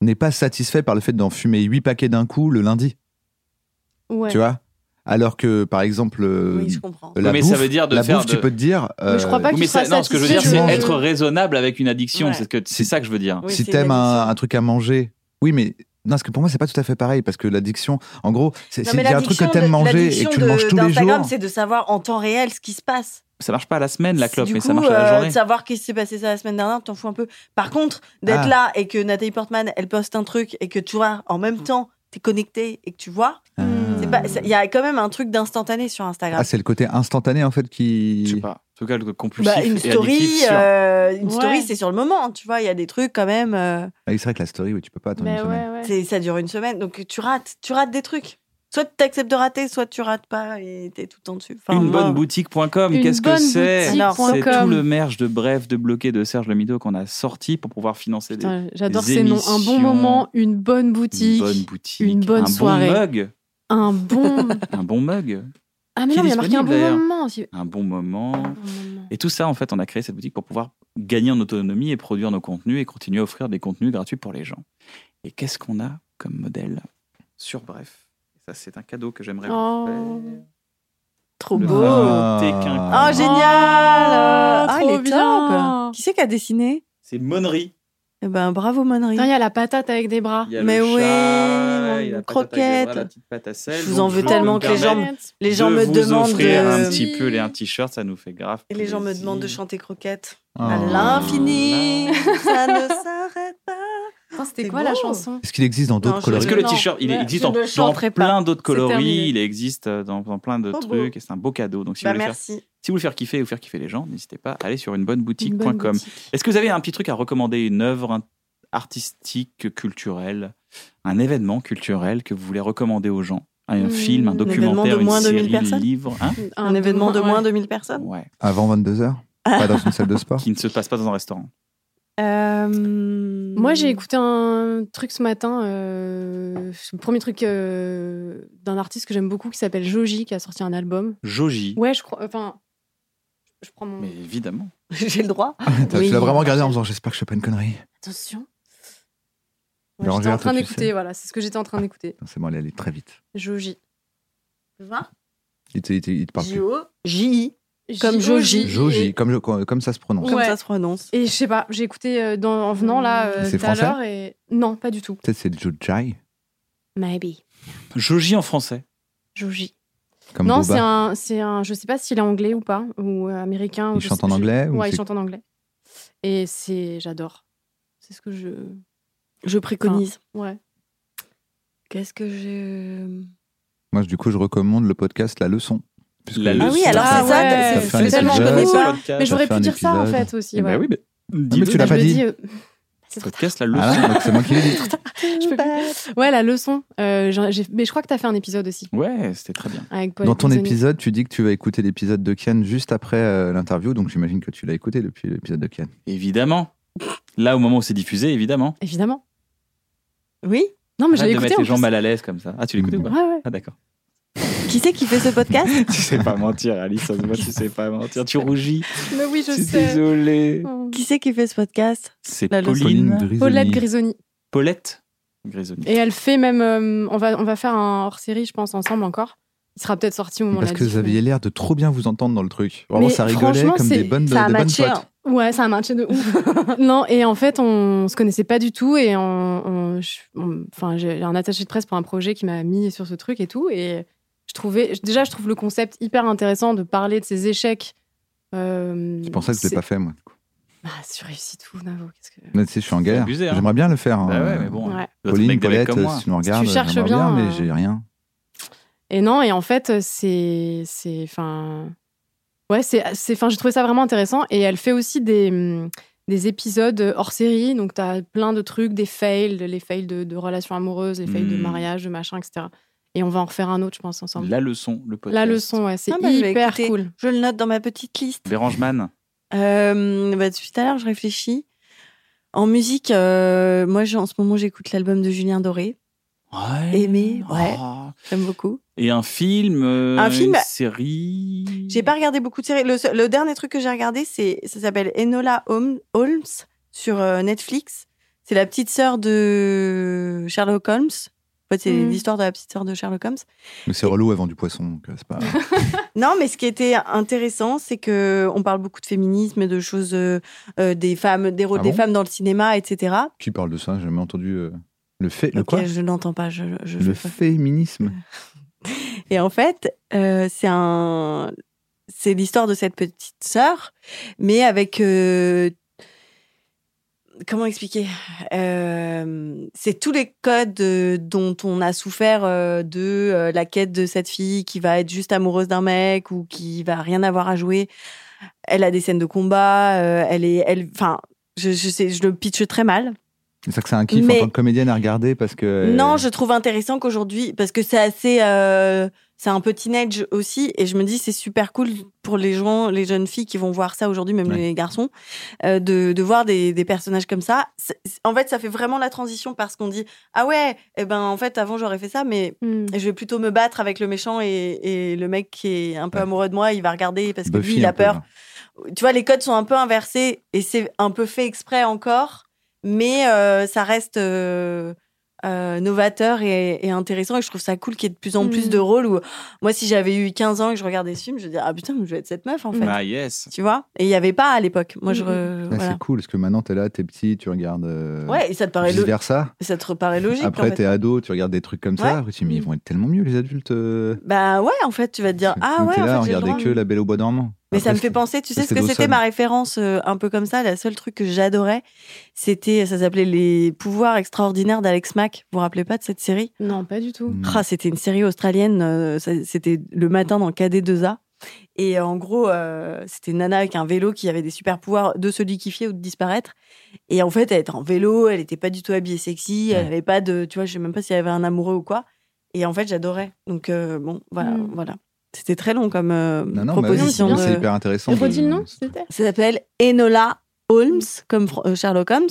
D: n'est pas satisfait par le fait d'en fumer 8 paquets d'un coup le lundi,
E: Ouais.
D: tu vois. Alors que par exemple euh,
F: Oui, je comprends.
D: la
C: Mais
D: bouffe,
C: ça veut dire de
D: la
C: faire
D: bouffe,
C: de-
D: tu peux te dire euh,
E: Mais je crois pas
C: Oui,
E: que
C: mais
E: tu seras
C: ça- non, ce que je veux dire,
E: satisfait
C: c'est
E: du-
C: être raisonnable avec une addiction.
F: Ouais.
C: C'est ce que- c'est ça que je veux dire.
F: Oui,
D: si
F: c'est
D: t'aimes
F: une
D: un,
F: addiction.
D: un truc à manger, oui, mais non, parce que pour moi, c'est pas tout à fait pareil, parce que l'addiction, en gros, c'est
F: Non,
D: c'est-
F: mais
D: il y a un truc que
F: l'addiction
D: t'aimes
F: de-
D: manger et
F: l'addiction
D: que tu le
F: de-
D: manges tous les
F: d'Instagram,
D: jours.
F: c'est de savoir en temps réel ce qui se passe.
C: Ça marche pas à la semaine, la clope,
F: Du
C: mais ça
F: coup,
C: marche à la
F: euh,
C: journée.
F: de savoir qu'est-ce qui s'est passé ça la semaine dernière, t'en fous un peu. Par contre, d'être
D: Ah.
F: là et que Nathalie Portman, elle poste un truc et que tu vois, en même temps, t'es connecté et que tu vois. C'est pas- c'est- Il y a quand même un truc d'instantané sur Instagram.
D: Ah, c'est le côté instantané en fait qui. Je sais
C: pas. En tout cas, le compulsif.
F: Bah, une
D: et
F: story,
D: addictif, sûr.
F: euh, une story,
E: Ouais.
F: c'est sur le moment, tu vois. Il y a des trucs quand même. euh,
D: Ah, oui, c'est vrai que la story, oui, tu peux pas attendre une semaine.
F: C'est- Ça dure une semaine, donc tu rates, tu rates des trucs. Soit tu acceptes de rater, soit tu rates pas et t'es tout le temps dessus. Enfin, oh,
C: une
F: moi,
C: bonne boutique.com,
F: Une
C: qu'est-ce que
F: bonne
C: c'est
F: boutique point
C: C'est
F: com.
C: tout le merge de bref, de bloqué de Serge Lamido qu'on a sorti pour pouvoir financer des-
E: Putain,
C: des.
E: J'adore ces noms. Un bon
C: émissions,
E: moment, une bonne boutique,
C: une bonne boutique,
E: une bonne
C: un
E: soirée,
C: bon mug,
E: un bon.
C: un bon mug.
E: Ah mais
C: Qui
E: non,
C: est
E: il y a marqué un
C: disponible,
E: bon
C: d'ailleurs.
E: moment aussi.
C: un bon moment. Et tout ça, en fait, on a créé cette boutique pour pouvoir gagner en autonomie et produire nos contenus et continuer à offrir des contenus gratuits pour les gens. Et qu'est-ce qu'on a comme modèle sur Bref Ça, c'est un cadeau que j'aimerais
F: Oh.
C: vous faire.
F: Trop
D: Ah.
C: Le
F: beau.
C: thé
F: Oh,
C: quinquin.
F: génial Ah, il
E: trop
F: est
E: bien.
F: top Qui c'est qui a dessiné
C: C'est Monnerie.
F: Eh ben, bravo, Monnerie.
E: Putain, Il y a la patate avec des bras.
C: Il y a
F: Mais
C: le
F: oui,
C: chat,
F: mon
C: il y a la
F: croquette.
C: patate avec les bras, la petite pâte à sel.
F: Je vous
C: Donc,
F: en veux
C: peux
F: tellement
C: me
F: que les gens me-
C: permettre
F: les gens
C: de
F: me
C: vous
F: demandent
C: offrir
F: de-
C: un petit pull et un t-shirt, ça nous fait grave.
F: Et les gens me
C: plaisir.
F: demandent de chanter croquette.
C: Oh.
D: Ah.
F: À l'infini, ça ne s'arrête pas.
E: C'était quoi la chanson
D: Est-ce qu'il existe dans d'autres
E: Non, je-
D: coloris
C: Parce que le
E: Non,
C: t-shirt, il
E: ouais,
C: existe
E: je
C: en
E: ne
C: dans
E: chanterai pas.
C: plein d'autres
E: C'est terminé.
C: coloris, il existe dans, dans plein de
E: Trop beau.
C: trucs, et c'est un beau cadeau. Donc si
F: Bah,
C: vous voulez faire-
F: merci.
C: si vous voulez faire kiffer ou faire kiffer les gens, n'hésitez pas à aller sur
F: Une bonne
C: unebonneboutique.com.
F: boutique.
C: Est-ce que vous avez un petit truc à recommander, une œuvre un- artistique, culturelle, un événement culturel que vous voulez recommander aux gens Un
F: Mmh.
C: film, un
F: Un événement
C: documentaire,
F: de
C: une
F: moins de 1000
C: série, un
F: personnes
C: livre hein
F: Un, événement de
E: ouais.
F: moins de 1000 personnes
C: Ouais.
D: Avant 22h Pas dans une salle de sport
C: Qui ne se passe pas dans un restaurant.
E: Euh, Moi, j'ai écouté un truc ce matin, euh, c'est le premier truc euh, d'un artiste que j'aime beaucoup qui s'appelle Joji, qui a sorti un album.
C: Joji.
E: Ouais, je crois. Enfin, je prends mon.
C: Mais évidemment.
F: J'ai le droit.
D: Attends,
E: Oui.
D: Tu l'as vraiment regardé en faisant j'espère que je fais pas une connerie.
E: Attention.
D: Mais
E: Ouais, j'étais
D: regarde,
E: en train
D: toi, tu
E: d'écouter,
D: sais.
E: voilà, c'est ce que j'étais en train d'écouter.
D: Putain, C'est bon, elle est allée très vite.
E: Joji.
D: Il te, il te- il te parle plus.
F: J-I.
E: Comme Joji.
D: Joji, comme, je- comme ça se prononce.
E: Ouais.
F: ça se prononce.
E: Et je sais pas, j'ai écouté euh, dans- en venant là euh,
D: C'est
E: tout à
D: français
E: l'heure et. Non, pas du tout.
D: Peut-être c'est Jojai.
E: Maybe.
C: Joji en français.
E: Joji.
D: Comme
E: non,
D: Boba.
E: c'est un, c'est un. Je sais pas s'il est anglais ou pas, ou euh, américain. ou
D: Il
E: je
D: chante
E: sais-
D: en
E: je-
D: anglais ou
E: Ouais, il
D: c'est-
E: chante en anglais. Et c'est. J'adore. C'est ce que je.
F: Je préconise.
E: Ouais.
F: Qu'est-ce que je.
D: Moi, du coup, je recommande le podcast La Leçon. puisque-
C: La Ah Leçon.
F: oui, alors c'est ça,
E: ouais,
D: fait un
E: c'est tellement
D: épisode,
E: connu,
D: ça
E: ça.
D: fait un
E: Mais j'aurais pu dire ça en
D: épisode.
E: fait aussi.
D: Eh ben
E: ouais.
D: oui, mais- Ah,
C: Dis-le.
D: mais tu l'as
E: Je
D: pas
E: me
D: dit.
E: dis, euh,
C: Podcast, la
D: Ah,
C: leçon.
D: donc c'est moi qui l'ai dit.
E: je peux plus. Ouais, la leçon. Euh, j'en- j'ai- Mais je crois que t'as fait un épisode aussi
C: Ouais, c'était très bien.
E: avec Paul
D: Dans ton
E: Prisonnier.
D: épisode, tu dis que tu vas écouter l'épisode de Kian juste après euh, l'interview, donc j'imagine que tu l'as écouté depuis l'épisode de Kian.
C: Évidemment. Là, au moment où c'est diffusé, évidemment.
E: Évidemment.
F: Oui
E: Non, mais
C: Arrête
E: j'avais
C: de
E: écouté.
C: mettre
E: en
C: les gens
E: plus.
C: mal à l'aise comme ça. Ah, tu l'écoutes ou pas
E: Ouais, ouais.
C: Ah, d'accord.
F: Qui c'est qui fait ce podcast
C: tu sais pas mentir, Alice. ça se voit, tu sais pas mentir. Tu rougis.
E: Mais oui,
C: Je
E: je
C: suis
E: sais.
C: désolé.
F: Qui c'est qui fait ce podcast
C: C'est
F: La leçon.
C: Pauline.
E: Paulette Grisoni.
C: Paulette Grisoni.
E: Et elle fait même. euh, on, va, on va faire un hors série, je pense, ensemble encore. Il sera peut-être sorti au moment de
D: Parce
E: la
D: que vous
E: diff, mais-
D: aviez l'air de trop bien vous entendre dans le truc. Vraiment,
E: Mais
D: ça rigolait
E: franchement,
D: comme
E: c'est-
D: des bonnes,
F: ça a
D: des bonnes
F: matché,
D: potes.
F: hein.
E: Ouais, ça a matché de ouf. non, et en fait, on se connaissait pas du tout. Et on- on- je- on- enfin, j'ai un attaché de presse pour un projet qui m'a mis sur ce truc et tout. Et je trouvais, déjà, je trouve le concept hyper intéressant de parler de ses échecs. Euh,
D: C'est pour ça que je l'ai pas fait, moi.
E: Bah, tu réussis tout, Navo. Qu'est-ce que...
D: Mais tu sais, je suis en galère.
C: abusé, hein.
D: J'aimerais bien le faire.
C: Bah
D: hein.
C: ouais, mais bon.
E: Ouais.
C: D'autres
D: Pauline,
C: mecs des mecs
D: Paulette, euh,
C: comme moi.
D: si tu nous regardes,
E: tu cherches
D: j'aimerais
E: bien,
D: mais
E: euh,
D: j'ai rien.
E: Et non, et en fait, euh, c'est. c'est- Enfin. Ouais, c'est. c'est- Enfin, j'ai trouvé ça vraiment intéressant. Et elle fait aussi des, hum, des épisodes hors série. Donc, t'as plein de trucs, des fails, les fails de, de relations amoureuses, les fails de
C: Hmm.
E: mariage, de machin, etc. Et on va en refaire un autre, je pense, ensemble.
C: La leçon, le podcast.
E: La leçon, ouais, c'est
F: Ah bah, je vais
E: hyper
F: écouter.
E: cool.
F: Je le note dans ma petite liste.
C: Vérange Man.
F: Euh, bah, depuis tout à l'heure, je réfléchis. En musique, euh, moi, j'ai- en ce moment, j'écoute l'album de Julien Doré.
C: Ouais.
F: Aimé, ouais,
C: Ah.
F: j'aime beaucoup.
C: Et un film. euh,
F: Un film-
E: bah,
C: Une série.
F: J'ai pas regardé beaucoup de séries. Le, seul- le dernier truc que j'ai regardé, c'est ça s'appelle Enola Holm- Holmes sur euh, Netflix. C'est la petite sœur de Sherlock Holmes. En fait, c'est
E: Mm.
F: l'histoire de la petite sœur de Sherlock Holmes.
D: Mais c'est relou, elle vend du poisson, donc euh, c'est pas.
F: Non, mais ce qui était intéressant, c'est que on parle beaucoup de féminisme et de choses euh, euh, des femmes, des rôles
D: Ah
F: des
D: bon
F: femmes dans le cinéma, etc.
D: Qui parle de ça J'ai jamais entendu euh, le fait. Le
F: Ok,
D: quoi
F: je n'entends pas. Je, je
D: Le
F: fais pas.
D: féminisme.
F: Et en fait, euh, c'est un, c'est l'histoire de cette petite sœur, mais avec euh, comment expliquer Euh, C'est tous les codes euh, dont on a souffert euh, de euh, la quête de cette fille qui va être juste amoureuse d'un mec ou qui va rien avoir à jouer. Elle a des scènes de combat, euh, elle est, elle, enfin, je, je sais, je le pitche très mal.
D: C'est ça que c'est un kiff
F: Mais-
D: en tant que comédienne à regarder parce que.
P: Euh,
F: Non, je trouve intéressant qu'aujourd'hui, parce que c'est assez, euh, c'est un peu teenage aussi, et je me dis c'est super cool pour les gens, les jeunes filles qui vont voir ça aujourd'hui, même les garçons, euh, de, de voir des, des personnages comme ça. C'est- c'est- en fait, ça fait vraiment la transition parce qu'on dit ah ouais, eh ben en fait avant j'aurais fait ça, mais
E: Mmh.
F: je vais plutôt me battre avec le méchant et, et le mec qui est un peu amoureux de moi, il va regarder parce que
P: Buffy,
F: lui il
P: un
F: a
P: peu,
D: hein.
F: peur. Tu vois, les codes sont un peu inversés et c'est un peu fait exprès encore, mais euh, ça reste. euh, euh, novateur et, et intéressant et je trouve ça cool qu'il y ait de plus en plus
P: Mm.
F: de rôles où moi si j'avais eu 15 ans et que je regardais ce film je dirais ah putain mais je vais être cette meuf en fait
C: Ah yes.
F: tu vois et il y avait pas à l'époque moi je
P: Mm.
F: re-
D: Là,
F: voilà.
D: C'est cool parce que maintenant t'es là, t'es petit, tu regardes. Ah, euh,
F: ouais et ça te paraît
D: vice
F: lo-
D: versa.
F: ça te paraît logique
D: Après,
F: en fait. hein.
D: t'es ado, tu regardes des trucs comme
F: Ouais.
D: ça. Après, tu te dis, mais ils vont être tellement mieux, les adultes. euh.
F: bah ouais en fait tu vas te dire ah
D: Donc,
F: ouais
D: t'es
F: en
D: là,
F: fait,
D: à
F: j'ai le
D: regarder
F: droit,
D: que
F: mais-
D: La Belle au Bois dormant.
F: Mais ça
D: Après,
F: me fait
D: c'est-
F: penser, tu sais ce
D: c'était
F: que c'était
D: Dawson.
F: ma référence euh, un peu comme ça, la seule truc que j'adorais, c'était, ça s'appelait Les pouvoirs extraordinaires d'Alex Mack. Vous vous rappelez pas de cette série
E: Non, pas du
D: Mm.
E: tout.
F: Ah, c'était une série australienne, euh, ça- c'était le matin dans KD2A. Et euh, en gros, euh, c'était une nana avec un vélo qui avait des super pouvoirs de se liquéfier ou de disparaître. Et en fait, elle était en vélo, elle n'était pas du tout habillée sexy, elle n'avait pas de, tu vois, je sais même pas si elle avait un amoureux ou quoi. Et en fait, j'adorais. Donc euh, bon, voilà,
E: Mm.
F: voilà. C'était très long comme euh,
D: non, mais
F: proposition.
D: c'est bien,
F: de-
D: c'est hyper intéressant.
E: Redis le
D: de-
E: nom, s'il te plaît.
F: ça s'appelle Enola Holmes, comme Fr- euh, Sherlock Holmes.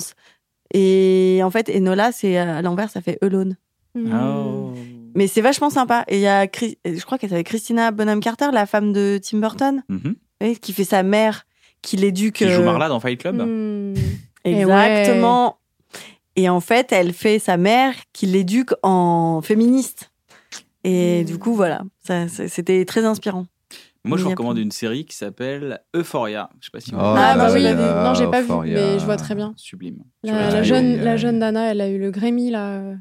F: Et en fait, Enola, c'est à l'envers, ça fait Elone.
E: Hmm. Mmh.
C: Oh.
F: Mais c'est vachement sympa. Et il y a, Chris- euh, je crois qu'elle s'appelle Christina Bonham Carter, la femme de Tim Burton,
C: Mhm.
F: Vous voyez, qui fait sa mère, qui l'éduque.
C: Qui joue
F: euh,
C: Marla dans Fight Club
E: Hmm. Eh
F: Exactement. Et en fait, elle fait sa mère qui l'éduque en féministe. Et du coup, voilà, ça, ça- c'était très inspirant.
C: Moi,
F: Mais
C: je vous
F: y a
C: recommande une série qui s'appelle Euphoria. Je sais pas si vous
D: Oh
E: ah,
D: là
E: bah
D: là
E: oui,
D: là
E: la-
D: là,
E: non, j'ai pas vu,
D: Euphoria.
E: mais je vois très bien.
C: Sublime.
E: La,
C: Sur
E: la
C: HBO.
E: jeune, la jeune Dana, elle a eu le Grémy, là. euh.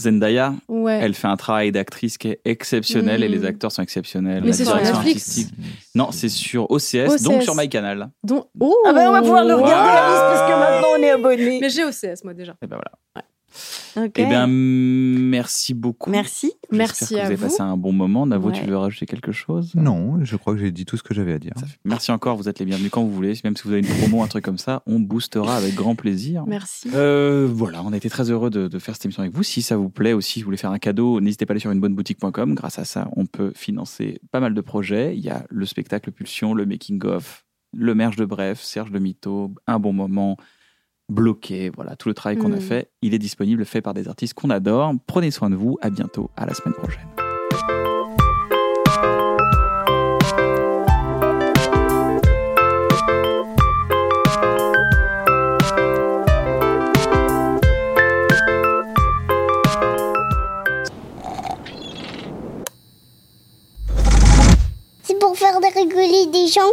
C: Zendaya,
E: Ouais.
C: elle fait un travail d'actrice qui est exceptionnel
E: Mm.
C: et les acteurs sont exceptionnels.
E: Mais c'est sur
C: La direction
E: Netflix.
C: artistique- Non, c'est sur OCS,
E: OCS.
C: donc sur MyCanal.
E: Donc, oh
F: Ah bah on va pouvoir le regarder,
C: Wow.
F: Alice, parce que maintenant on est abonné.
E: Mais j'ai OCS, moi, déjà.
C: Et ben voilà.
F: Ok.
C: Eh bien, merci beaucoup.
F: Merci.
C: J'espère
E: Merci
C: que vous
E: à
C: avez
E: vous.
C: passé un bon moment. Navo,
F: Ouais.
C: tu veux rajouter quelque chose
D: Non, je crois que j'ai dit tout ce que j'avais à dire.
C: Merci encore, vous êtes les bienvenus quand vous voulez. Même si vous avez une promo, un truc comme ça, on boostera avec grand plaisir.
E: Merci.
C: Euh, voilà, on a été très heureux de, de faire cette émission avec vous. Si ça vous plaît aussi, si vous voulez faire un cadeau, n'hésitez pas à aller sur unebonneboutique.com. Grâce à ça, on peut financer pas mal de projets. Il y a le spectacle Pulsion, le Making of, le merge de Bref, Serge de Mito, Un bon moment, Bloqué. Voilà, tout le travail qu'on a
Q: Mm.
C: fait, il est disponible, fait par des artistes qu'on adore. Prenez soin de vous. À bientôt. À la semaine prochaine.
R: C'est pour faire de rigoler des gens.